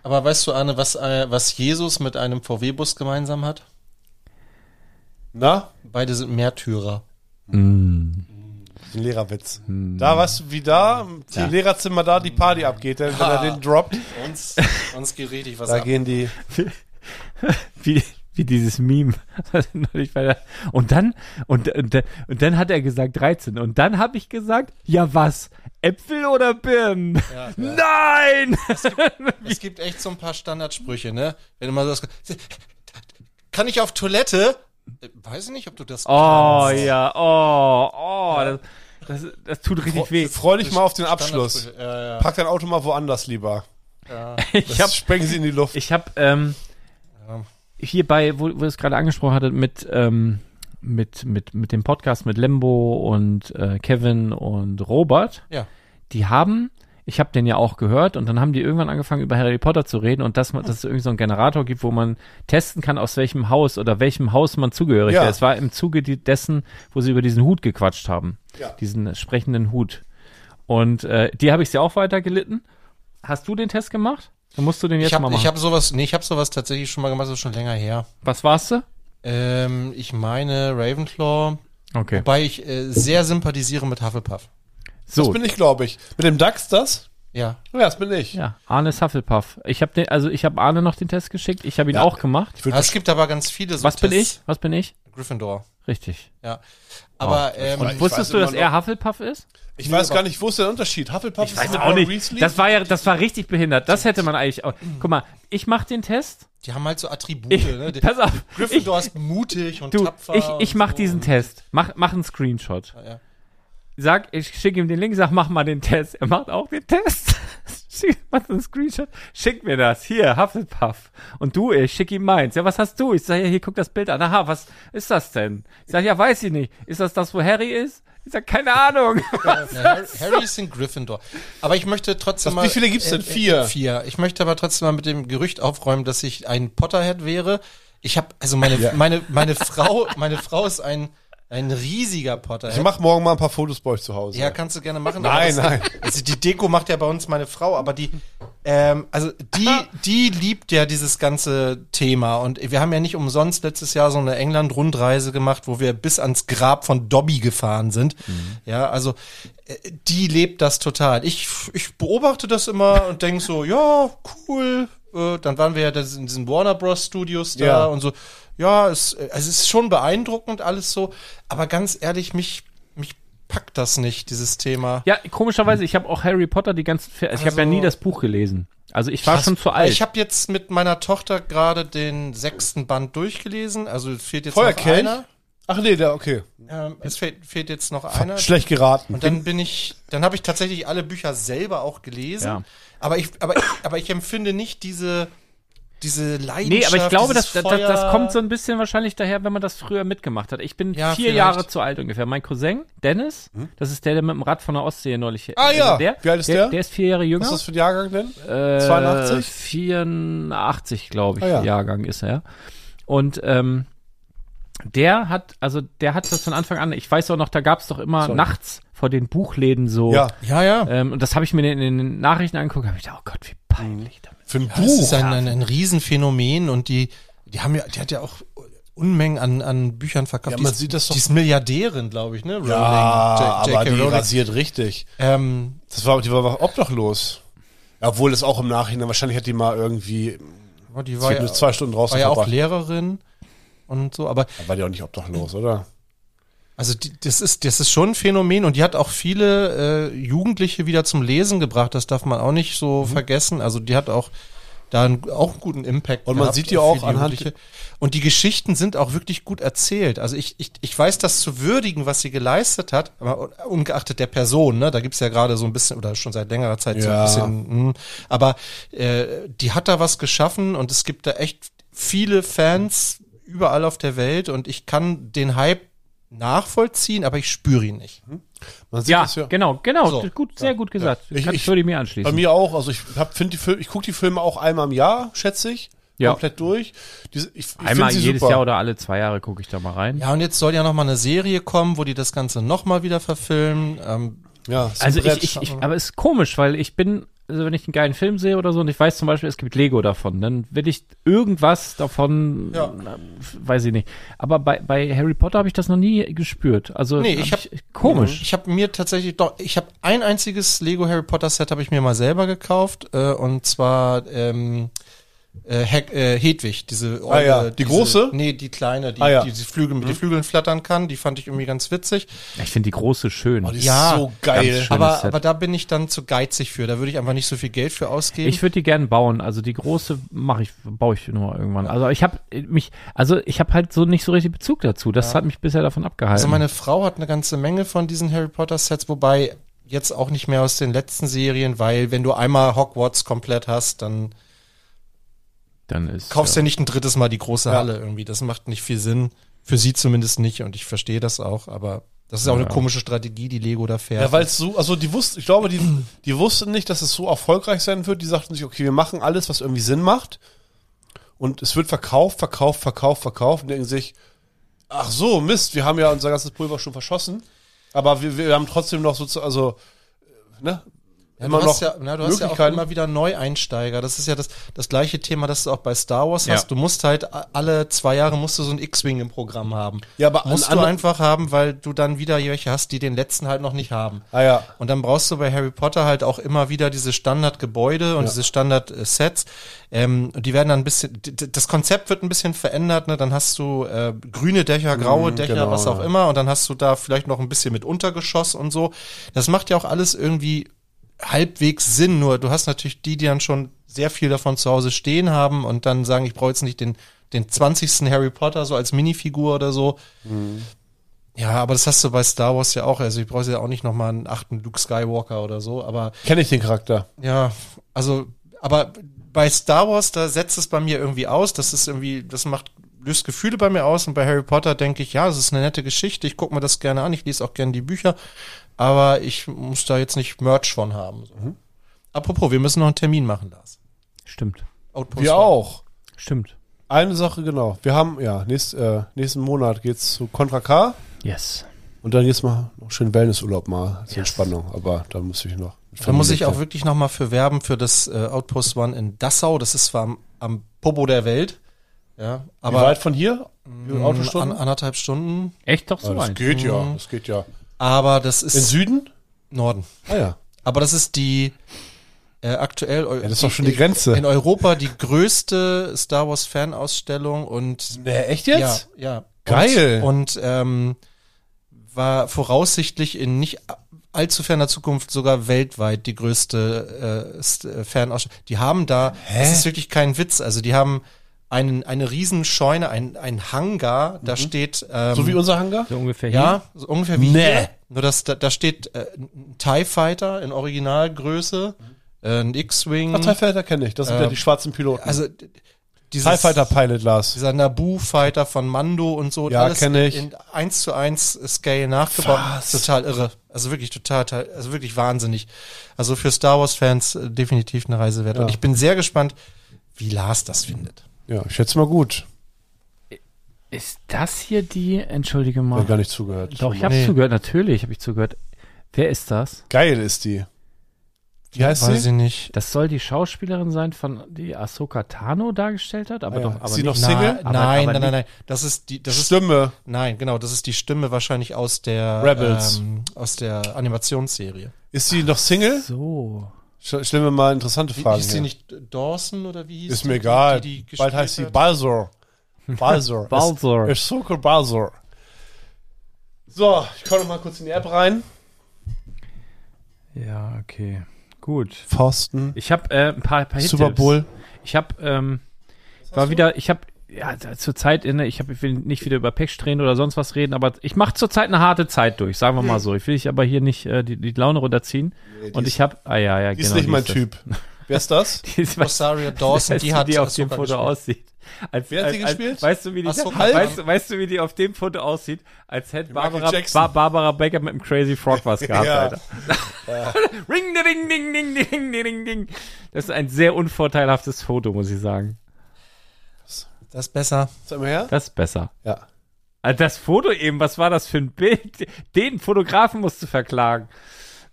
[SPEAKER 5] Aber weißt du, Arne, was, äh, was Jesus mit einem VW-Bus gemeinsam hat?
[SPEAKER 3] Na?
[SPEAKER 5] Beide sind Märtyrer.
[SPEAKER 3] Ein Lehrerwitz.
[SPEAKER 4] Hm.
[SPEAKER 3] Da weißt du, wie da im Lehrerzimmer da die Party abgeht, denn, wenn er den droppt,
[SPEAKER 4] <laughs>
[SPEAKER 5] Uns, uns geht richtig was
[SPEAKER 3] da gehen die.
[SPEAKER 4] Wie, wie dieses Meme. <laughs> was ich neulich bei der- und dann, und, und, und dann hat er gesagt 13. Und dann habe ich gesagt, ja was? Äpfel oder Birnen? <laughs> Nein!
[SPEAKER 5] Es gibt echt so ein paar Standardsprüche, ne? Wenn du mal so das, Kann ich auf Toilette? Äh, Weiß ich nicht, ob du das
[SPEAKER 4] Oh ja, oh, oh, das, das, das tut richtig weh.
[SPEAKER 3] Freu dich mal auf den Abschluss.
[SPEAKER 5] Standardsprüche, ja, ja.
[SPEAKER 3] Pack dein Auto mal woanders lieber.
[SPEAKER 4] Ich habe
[SPEAKER 3] Das sprengen sie in die Luft.
[SPEAKER 4] Ich habe ähm,
[SPEAKER 5] Ja.
[SPEAKER 4] hier bei, wo, wo ihr es gerade angesprochen hattet, mit, ähm, mit, mit, mit dem Podcast mit Lembo und äh, Kevin und Robert,
[SPEAKER 5] Ja.
[SPEAKER 4] die haben, ich habe den ja auch gehört und dann haben die irgendwann angefangen über Harry Potter zu reden und dass, man, dass es irgendwie so einen Generator gibt, wo man testen kann, aus welchem Haus oder welchem Haus man zugehörig
[SPEAKER 3] Ja.
[SPEAKER 4] wäre. Es war im Zuge die, dessen, wo sie über diesen Hut gequatscht haben, diesen sprechenden Hut. Und äh, die habe ich ja auch weitergelitten. Hast du den Test gemacht? Dann musst du den jetzt
[SPEAKER 5] Ich habe
[SPEAKER 4] mal machen.
[SPEAKER 5] hab sowas, nee, ich habe sowas tatsächlich schon mal gemacht, das ist schon länger her.
[SPEAKER 4] Was warst du?
[SPEAKER 5] Ähm, ich meine Ravenclaw,
[SPEAKER 4] Okay.
[SPEAKER 5] wobei ich äh, sehr sympathisiere mit Hufflepuff.
[SPEAKER 3] Das
[SPEAKER 4] So.
[SPEAKER 3] bin ich, glaube ich. Mit dem DAX das?
[SPEAKER 5] Ja.
[SPEAKER 3] Ja, das bin ich.
[SPEAKER 4] Ja, Arne ist Hufflepuff. Ich habe den, also ich habe Arne noch den Test geschickt. Ich habe ihn auch gemacht.
[SPEAKER 5] Aber Es gibt aber ganz viele so
[SPEAKER 4] Was bin
[SPEAKER 5] Tests.
[SPEAKER 4] ich? Was bin ich? Oh,
[SPEAKER 5] Gryffindor.
[SPEAKER 4] Richtig.
[SPEAKER 5] Ja. Aber ähm,
[SPEAKER 3] Und- Ich weiß
[SPEAKER 4] Wusstest du,
[SPEAKER 3] immer
[SPEAKER 4] dass er Hufflepuff ist?
[SPEAKER 3] Ich weiß gar nicht, wo ist der Unterschied? Hufflepuff ist immer Weasley?
[SPEAKER 4] Das war ja, das war richtig behindert. Das hätte man eigentlich auch. Guck mal, ich mache den Test.
[SPEAKER 5] die haben halt so Attribute,
[SPEAKER 4] Ich,
[SPEAKER 5] Hm. ne? Die-
[SPEAKER 4] pass auf. Ich,
[SPEAKER 5] Gryffindor ist mutig und
[SPEAKER 4] du,
[SPEAKER 5] tapfer.
[SPEAKER 4] ich, ich
[SPEAKER 5] und
[SPEAKER 4] mach
[SPEAKER 5] so.
[SPEAKER 4] diesen Test. Mach, mach einen Screenshot.
[SPEAKER 5] ja.
[SPEAKER 4] Sag, ich schicke ihm den Link, sag, mach mal den Test. Er macht auch den Test. <laughs> Schick- Macht einen Screenshot. Schick mir das. Hier, Hufflepuff. Und du, ich schick ihm meins. Ja, was hast du? Ich sag, ja, hier, guck das Bild an. Aha, was ist das denn? Ich sag, ja, weiß ich nicht. Ist das das, wo Harry ist? Ich sag,
[SPEAKER 5] <laughs>
[SPEAKER 4] keine Ahnung.
[SPEAKER 5] Ja, Harry, Harry ist in Gryffindor. Aber ich möchte trotzdem
[SPEAKER 3] Was-
[SPEAKER 5] mal.
[SPEAKER 3] wie viele gibt's denn? Vier?
[SPEAKER 5] Vier. Ich möchte aber trotzdem mal mit dem Gerücht aufräumen, dass ich ein Potterhead wäre. Ich habe also meine meine meine Frau meine Frau ist ein ein riesiger Potterhead.
[SPEAKER 3] Ich mach morgen mal ein paar Fotos bei euch zu Hause.
[SPEAKER 5] ja, kannst du gerne machen. aber
[SPEAKER 3] nein,
[SPEAKER 5] das-
[SPEAKER 3] nein.
[SPEAKER 5] <laughs> Also die Deko macht ja bei uns meine Frau, aber die, ähm, also die, die liebt ja dieses ganze Thema. Und wir haben ja nicht umsonst letztes Jahr so eine England-Rundreise gemacht, wo wir bis ans Grab von Dobby gefahren sind.
[SPEAKER 3] Mhm.
[SPEAKER 5] Ja, also äh, die lebt das total. Ich, ich beobachte das immer und denk so, ja, cool. Äh, Dann waren wir ja das- in diesen Warner Bros. Studios da
[SPEAKER 3] Ja.
[SPEAKER 5] und so. Ja, es, äh, es ist schon beeindruckend alles so. Aber ganz ehrlich, mich, mich packt das nicht, dieses Thema.
[SPEAKER 4] ja, komischerweise, ich habe auch Harry Potter die ganzen, Fer- ich habe ja
[SPEAKER 5] Also-
[SPEAKER 4] nie das Buch gelesen. Also ich war schon zu alt.
[SPEAKER 5] Ich habe jetzt mit meiner Tochter gerade den sechsten Band durchgelesen. Also es fehlt jetzt
[SPEAKER 3] Feuerkelch?
[SPEAKER 5] noch einer.
[SPEAKER 3] Ach nee, da, okay.
[SPEAKER 5] Ähm, es fehlt, fehlt jetzt noch einer.
[SPEAKER 3] Schlecht geraten.
[SPEAKER 5] Und dann bin ich, dann habe ich tatsächlich alle Bücher selber auch gelesen.
[SPEAKER 4] Ja.
[SPEAKER 5] Aber ich, aber ich, aber ich empfinde nicht diese diese Leidenschaft.
[SPEAKER 4] Nee, aber ich glaube, das,
[SPEAKER 5] dieses
[SPEAKER 4] das,
[SPEAKER 5] Feuer.
[SPEAKER 4] das kommt so ein bisschen wahrscheinlich daher, wenn man das früher mitgemacht hat. Ich bin
[SPEAKER 5] Ja,
[SPEAKER 4] vier
[SPEAKER 5] vielleicht.
[SPEAKER 4] Jahre zu alt ungefähr. Mein Cousin, Dennis, das ist der, der mit dem Rad von der Ostsee neulich hier.
[SPEAKER 3] Hm? Ah, ja.
[SPEAKER 4] Der,
[SPEAKER 3] Wie alt ist
[SPEAKER 4] der?
[SPEAKER 3] der?
[SPEAKER 4] Der ist vier Jahre jünger.
[SPEAKER 3] Was ist das für ein Jahrgang denn?
[SPEAKER 4] Äh,
[SPEAKER 3] 82?
[SPEAKER 4] 84, glaube ich,
[SPEAKER 3] Ah, ja.
[SPEAKER 4] Jahrgang ist er. Und ähm, der hat, also der hat das von Anfang an, ich weiß auch noch, da gab es doch immer nachts vor den Buchläden so.
[SPEAKER 3] Ja,
[SPEAKER 5] Ja, ja.
[SPEAKER 4] Ähm, und das habe ich mir in den Nachrichten angeguckt, habe ich gedacht, oh Gott, wie peinlich damit.
[SPEAKER 3] für ein
[SPEAKER 5] Das ist
[SPEAKER 3] Buch.
[SPEAKER 5] ein, ein, ein Riesenphänomen und die, die haben ja, die hat ja auch Unmengen an, an Büchern verkauft.
[SPEAKER 3] Ja,
[SPEAKER 5] Die
[SPEAKER 3] man
[SPEAKER 5] ist-
[SPEAKER 3] sieht das doch-
[SPEAKER 5] Die ist Milliardärin, glaube ich, ne? Rowling.
[SPEAKER 3] Ja,
[SPEAKER 5] J- J.K.
[SPEAKER 3] aber die
[SPEAKER 5] Rowling.
[SPEAKER 3] rasiert richtig.
[SPEAKER 5] Ähm,
[SPEAKER 3] Das war, die war obdachlos. Obwohl es auch im Nachhinein, wahrscheinlich hat die mal irgendwie
[SPEAKER 5] Ja, die war
[SPEAKER 3] zwei,
[SPEAKER 5] ja,
[SPEAKER 3] zwei Stunden draußen
[SPEAKER 5] war ja auch
[SPEAKER 3] verbracht.
[SPEAKER 5] Lehrerin und so, aber
[SPEAKER 3] Da war die auch nicht obdachlos, oder?
[SPEAKER 5] also die, das ist das ist schon ein Phänomen und die hat auch viele äh, Jugendliche wieder zum Lesen gebracht, das darf man auch nicht so
[SPEAKER 3] Mhm.
[SPEAKER 5] vergessen. Also die hat auch da einen, auch einen guten Impact.
[SPEAKER 3] Und man
[SPEAKER 5] gehabt
[SPEAKER 3] sieht ja
[SPEAKER 5] auf
[SPEAKER 3] auch
[SPEAKER 5] viele
[SPEAKER 3] anhand-
[SPEAKER 5] Jugendliche. und die Geschichten sind auch wirklich gut erzählt. Also ich, ich, ich weiß das zu würdigen, was sie geleistet hat, aber un- ungeachtet der Person, ne? Da gibt's ja gerade so ein bisschen, oder schon seit längerer Zeit so ein
[SPEAKER 3] Ja.
[SPEAKER 5] bisschen, mh, aber äh, die hat da was geschaffen und es gibt da echt viele Fans überall auf der Welt und ich kann den Hype nachvollziehen, aber ich spüre ihn nicht.
[SPEAKER 3] Man sieht
[SPEAKER 4] Ja,
[SPEAKER 3] das ja.
[SPEAKER 4] genau, genau.
[SPEAKER 5] So.
[SPEAKER 4] gut, sehr gut gesagt.
[SPEAKER 3] Ich-
[SPEAKER 4] Kann,
[SPEAKER 3] ich-
[SPEAKER 4] würde ich mir
[SPEAKER 3] Bei
[SPEAKER 4] anschließen.
[SPEAKER 3] mir auch. Also ich hab, find die Filme, ich gucke die Filme auch einmal im Jahr, schätze ich.
[SPEAKER 4] Ja.
[SPEAKER 3] komplett durch. Diese, ich, ich
[SPEAKER 4] Einmal
[SPEAKER 3] find sie
[SPEAKER 4] jedes
[SPEAKER 3] super.
[SPEAKER 4] Jahr oder alle zwei Jahre gucke ich da mal rein.
[SPEAKER 5] Ja, und jetzt soll ja noch mal eine Serie kommen, wo die das Ganze noch mal wieder verfilmen. Ähm,
[SPEAKER 3] Ja, so
[SPEAKER 4] Also
[SPEAKER 3] ein Brett.
[SPEAKER 4] ich, ich, ich, aber es ist komisch, weil ich bin, also wenn ich einen geilen Film sehe oder so und ich weiß zum Beispiel, es gibt Lego davon, dann will ich irgendwas davon,
[SPEAKER 5] Ja.
[SPEAKER 4] na, weiß ich nicht. Aber bei, bei Harry Potter habe ich das noch nie gespürt. Also
[SPEAKER 5] Nee, ich Mhm.
[SPEAKER 4] komisch.
[SPEAKER 5] ich habe mir tatsächlich doch, ich habe ein einziges Lego Harry Potter Set habe ich mir mal selber gekauft äh, und zwar ähm, äh, Hag- äh, Hedwig, diese
[SPEAKER 3] Ah ja,
[SPEAKER 5] Eule,
[SPEAKER 3] die
[SPEAKER 5] diese,
[SPEAKER 3] große?
[SPEAKER 5] Nee, die kleine, die
[SPEAKER 3] Ah ja.
[SPEAKER 5] die, die Flügel mit den Flügeln flattern kann, die fand ich irgendwie ganz witzig.
[SPEAKER 4] Ich finde die große schön.
[SPEAKER 3] Oh, die ist
[SPEAKER 5] ja,
[SPEAKER 3] so geil.
[SPEAKER 4] schön. Schönes
[SPEAKER 5] Aber,
[SPEAKER 4] Set.
[SPEAKER 5] aber da bin ich dann zu geizig für. Da würde ich einfach nicht so viel Geld für ausgeben.
[SPEAKER 4] Ich würde die gern bauen. Also die große mache ich, baue ich nur mal irgendwann. Also ich habe mich, also ich habe halt so nicht so richtig Bezug dazu. Das hat mich bisher davon abgehalten.
[SPEAKER 5] also meine Frau hat eine ganze Menge von diesen Harry Potter Sets, wobei jetzt auch nicht mehr aus den letzten Serien, weil wenn du einmal Hogwarts komplett hast, dann
[SPEAKER 4] Dann ist
[SPEAKER 5] kaufst
[SPEAKER 4] ja.
[SPEAKER 5] ja nicht ein drittes Mal die große Halle irgendwie. Das macht nicht viel Sinn. Für sie zumindest nicht. Und ich verstehe das auch. Aber das ist auch eine komische Strategie, die Lego da fährt.
[SPEAKER 3] Ja, weil es so, also die wussten, ich glaube, die, die wussten nicht, dass es so erfolgreich sein wird. Die sagten sich, okay, wir machen alles, was irgendwie Sinn macht. Und es wird verkauft, verkauft, verkauft, verkauft. Und denken sich, ach so, Mist, wir haben ja unser ganzes Pulver schon verschossen. Aber wir, wir haben trotzdem noch so, also, äh, ne?
[SPEAKER 5] Ja,
[SPEAKER 3] immer
[SPEAKER 5] du hast
[SPEAKER 3] noch
[SPEAKER 5] ja, na, du hast ja auch
[SPEAKER 3] Möglichkeiten.
[SPEAKER 5] immer wieder Neueinsteiger. Das ist ja das, das gleiche Thema, das du auch bei Star Wars
[SPEAKER 4] Ja.
[SPEAKER 5] hast. Du musst halt a- alle zwei Jahre musst du so ein X-Wing im Programm haben.
[SPEAKER 3] Ja, aber
[SPEAKER 5] musst
[SPEAKER 3] an
[SPEAKER 5] du
[SPEAKER 3] andere-
[SPEAKER 5] einfach haben, weil du dann wieder welche hast, die den letzten halt noch nicht haben.
[SPEAKER 3] Ah ja.
[SPEAKER 5] Und dann brauchst du bei Harry Potter halt auch immer wieder diese Standardgebäude und diese Standard-Sets. Ähm, und die werden dann ein bisschen, d- d- das Konzept wird ein bisschen verändert. Ne? Dann hast du äh, grüne Dächer, graue Dächer,
[SPEAKER 3] genau,
[SPEAKER 5] was auch
[SPEAKER 3] ja.
[SPEAKER 5] immer. Und dann hast du da vielleicht noch ein bisschen mit Untergeschoss und so. Das macht ja auch alles irgendwie halbwegs Sinn. Nur du hast natürlich die, die dann schon sehr viel davon zu Hause stehen haben und dann sagen, ich brauche jetzt nicht den, den 20. Harry Potter so als Minifigur oder so.
[SPEAKER 3] Mhm.
[SPEAKER 5] Ja, aber das hast du bei Star Wars ja auch. Also ich brauche ja auch nicht nochmal einen achten Luke Skywalker oder so. Aber
[SPEAKER 3] Kenne ich den Charakter.
[SPEAKER 5] ja, also, aber bei Star Wars, da setzt es bei mir irgendwie aus. Das ist irgendwie, das macht, löst Gefühle bei mir aus. Und bei Harry Potter denke ich, ja, es ist eine nette Geschichte. Ich gucke mir das gerne an. Ich lese auch gerne die Bücher. Aber ich muss da jetzt nicht Merch von haben. So.
[SPEAKER 3] Mhm.
[SPEAKER 5] Apropos, wir müssen noch einen Termin machen, Lars.
[SPEAKER 4] Stimmt.
[SPEAKER 5] Outpost
[SPEAKER 3] Wir
[SPEAKER 5] One.
[SPEAKER 3] auch.
[SPEAKER 4] Stimmt.
[SPEAKER 3] Eine Sache, genau. Wir haben, ja, nächst, äh, nächsten Monat geht's zu Contra K.
[SPEAKER 4] Yes.
[SPEAKER 3] Und dann geht's mal noch schön Wellnessurlaub mal zur
[SPEAKER 4] Yes.
[SPEAKER 3] Entspannung. Aber da muss ich noch.
[SPEAKER 5] Da muss ich auch wirklich nochmal für werben für das äh, Outpost One in Dassau. Das ist zwar am, am Popo der Welt. Ja,
[SPEAKER 3] Wie
[SPEAKER 5] aber mm,
[SPEAKER 3] weit von hier? Wie viele Autostunden?
[SPEAKER 5] An, anderthalb Stunden.
[SPEAKER 4] Echt doch so
[SPEAKER 3] das
[SPEAKER 4] ein.
[SPEAKER 3] geht
[SPEAKER 5] Mhm.
[SPEAKER 3] ja, das geht ja.
[SPEAKER 5] Aber das ist
[SPEAKER 3] In Süden?
[SPEAKER 5] Norden.
[SPEAKER 3] Ah ja.
[SPEAKER 5] Aber das ist die äh, aktuell Eu-
[SPEAKER 3] das ist doch schon die Grenze.
[SPEAKER 5] in Europa die größte Star Wars Fanausstellung und
[SPEAKER 3] Nee, Äh, echt
[SPEAKER 5] ja ja
[SPEAKER 3] Geil.
[SPEAKER 5] und, und ähm, war voraussichtlich in nicht allzu ferner Zukunft sogar weltweit die größte äh, St- äh, Fernausstellung. Die haben da, das ist wirklich kein Witz, also die haben einen, eine Riesenscheune, ein, ein Hangar, da steht ähm,
[SPEAKER 3] Mhm. So wie unser Hangar?
[SPEAKER 4] So ungefähr
[SPEAKER 5] ja, so ungefähr wie
[SPEAKER 3] Nee.
[SPEAKER 5] hier. Nur dass da, da steht äh, ein TIE Fighter in Originalgröße, äh, ein X-Wing.
[SPEAKER 3] Ach, TIE Fighter kenne ich. Das sind
[SPEAKER 5] Äh,
[SPEAKER 3] ja die schwarzen Piloten.
[SPEAKER 5] also d- dieses,
[SPEAKER 3] TIE Fighter Pilot, Lars.
[SPEAKER 5] dieser Naboo Fighter von Mando und so.
[SPEAKER 3] Ja, kenn ich.
[SPEAKER 5] In 1 zu 1 Scale nachgebaut.
[SPEAKER 3] Was?
[SPEAKER 5] Total irre. Also wirklich total, total- also wirklich wahnsinnig. Also für Star Wars Fans äh, definitiv eine Reise wert. Und ich bin sehr gespannt, wie Lars das findet.
[SPEAKER 3] Ja, ich schätze mal gut.
[SPEAKER 4] Ist das hier die, entschuldige
[SPEAKER 3] Ich
[SPEAKER 4] mal.
[SPEAKER 3] hab gar nicht zugehört.
[SPEAKER 4] Doch, ich habe
[SPEAKER 5] Nee.
[SPEAKER 4] zugehört, natürlich habe ich zugehört. Wer ist das?
[SPEAKER 3] Geil ist die. Wie heißt
[SPEAKER 5] Weiß
[SPEAKER 3] sie?
[SPEAKER 5] ich nicht.
[SPEAKER 4] Das soll die Schauspielerin sein, von die Ahsoka Tano dargestellt hat, aber
[SPEAKER 3] Ah ja.
[SPEAKER 4] doch
[SPEAKER 3] Ist
[SPEAKER 4] aber
[SPEAKER 3] sie
[SPEAKER 4] nicht.
[SPEAKER 3] noch Single?
[SPEAKER 4] Aber-
[SPEAKER 5] nein,
[SPEAKER 4] aber
[SPEAKER 5] nein, nein,
[SPEAKER 4] nicht-
[SPEAKER 5] nein. Das ist die, das ist
[SPEAKER 3] Stimme.
[SPEAKER 5] Nein, genau, das ist die Stimme wahrscheinlich aus der
[SPEAKER 3] Rebels.
[SPEAKER 5] Ähm, aus der Animationsserie.
[SPEAKER 3] Ist sie noch Single?
[SPEAKER 4] So.
[SPEAKER 3] Sch stellen wir mal interessante
[SPEAKER 5] Wie,
[SPEAKER 3] Fragen.
[SPEAKER 5] hieß sie
[SPEAKER 3] hier.
[SPEAKER 5] nicht Dawson oder wie hieß
[SPEAKER 3] ist
[SPEAKER 5] die,
[SPEAKER 3] mir egal.
[SPEAKER 5] Die, die
[SPEAKER 3] Bald
[SPEAKER 5] gespielt
[SPEAKER 3] heißt sie
[SPEAKER 5] hat?
[SPEAKER 3] Balsor.
[SPEAKER 5] <laughs>
[SPEAKER 3] Balsor.
[SPEAKER 4] Balsor.
[SPEAKER 3] Ich suche Balsor. So, ich komme noch mal kurz in die App rein.
[SPEAKER 4] Ja, okay. Gut.
[SPEAKER 3] Fausten.
[SPEAKER 4] Ich habe äh, ein paar, ein paar
[SPEAKER 3] Super
[SPEAKER 4] Hit-Tipps.
[SPEAKER 3] Bowl.
[SPEAKER 4] Ich habe, ähm, war wieder, ich habe, ja, da- zurzeit, in, ich, hab, ich will nicht wieder über Pech drehen oder sonst was reden, aber ich mache zurzeit eine harte Zeit durch, sagen wir mal so. Ich will dich aber hier nicht äh, die, die Laune runterziehen. Und ich habe, ah ja, ja,
[SPEAKER 3] Die ist nicht mein
[SPEAKER 4] das.
[SPEAKER 3] Typ. <laughs> Wer ist das?
[SPEAKER 4] <laughs> Die ist, was,
[SPEAKER 5] Rosario Dawson, die hat
[SPEAKER 4] die auf dem
[SPEAKER 5] Ahsoka
[SPEAKER 4] Foto
[SPEAKER 5] gespielt.
[SPEAKER 4] aussieht. Als,
[SPEAKER 3] Wer hat sie
[SPEAKER 4] als,
[SPEAKER 3] gespielt?
[SPEAKER 4] Als, weißt, du, wie die,
[SPEAKER 5] Ahsoka
[SPEAKER 4] weißt, du- weißt du, wie die auf dem Foto aussieht? Als hätte
[SPEAKER 3] Michael
[SPEAKER 4] Barbara,
[SPEAKER 3] Jackson.
[SPEAKER 4] ba Barbara Becker mit dem Crazy Frog was
[SPEAKER 3] <laughs>
[SPEAKER 4] gehabt,
[SPEAKER 3] Ja.
[SPEAKER 4] Alter. <laughs> ring, ding, ding, ding, ding, ding, ding, ding. Das ist ein sehr unvorteilhaftes Foto, muss ich sagen.
[SPEAKER 5] Das ist besser.
[SPEAKER 3] Sag mal her.
[SPEAKER 4] Das ist besser.
[SPEAKER 3] Ja.
[SPEAKER 4] Also das Foto eben, was war das für ein Bild? <laughs> Den Fotografen musst du verklagen.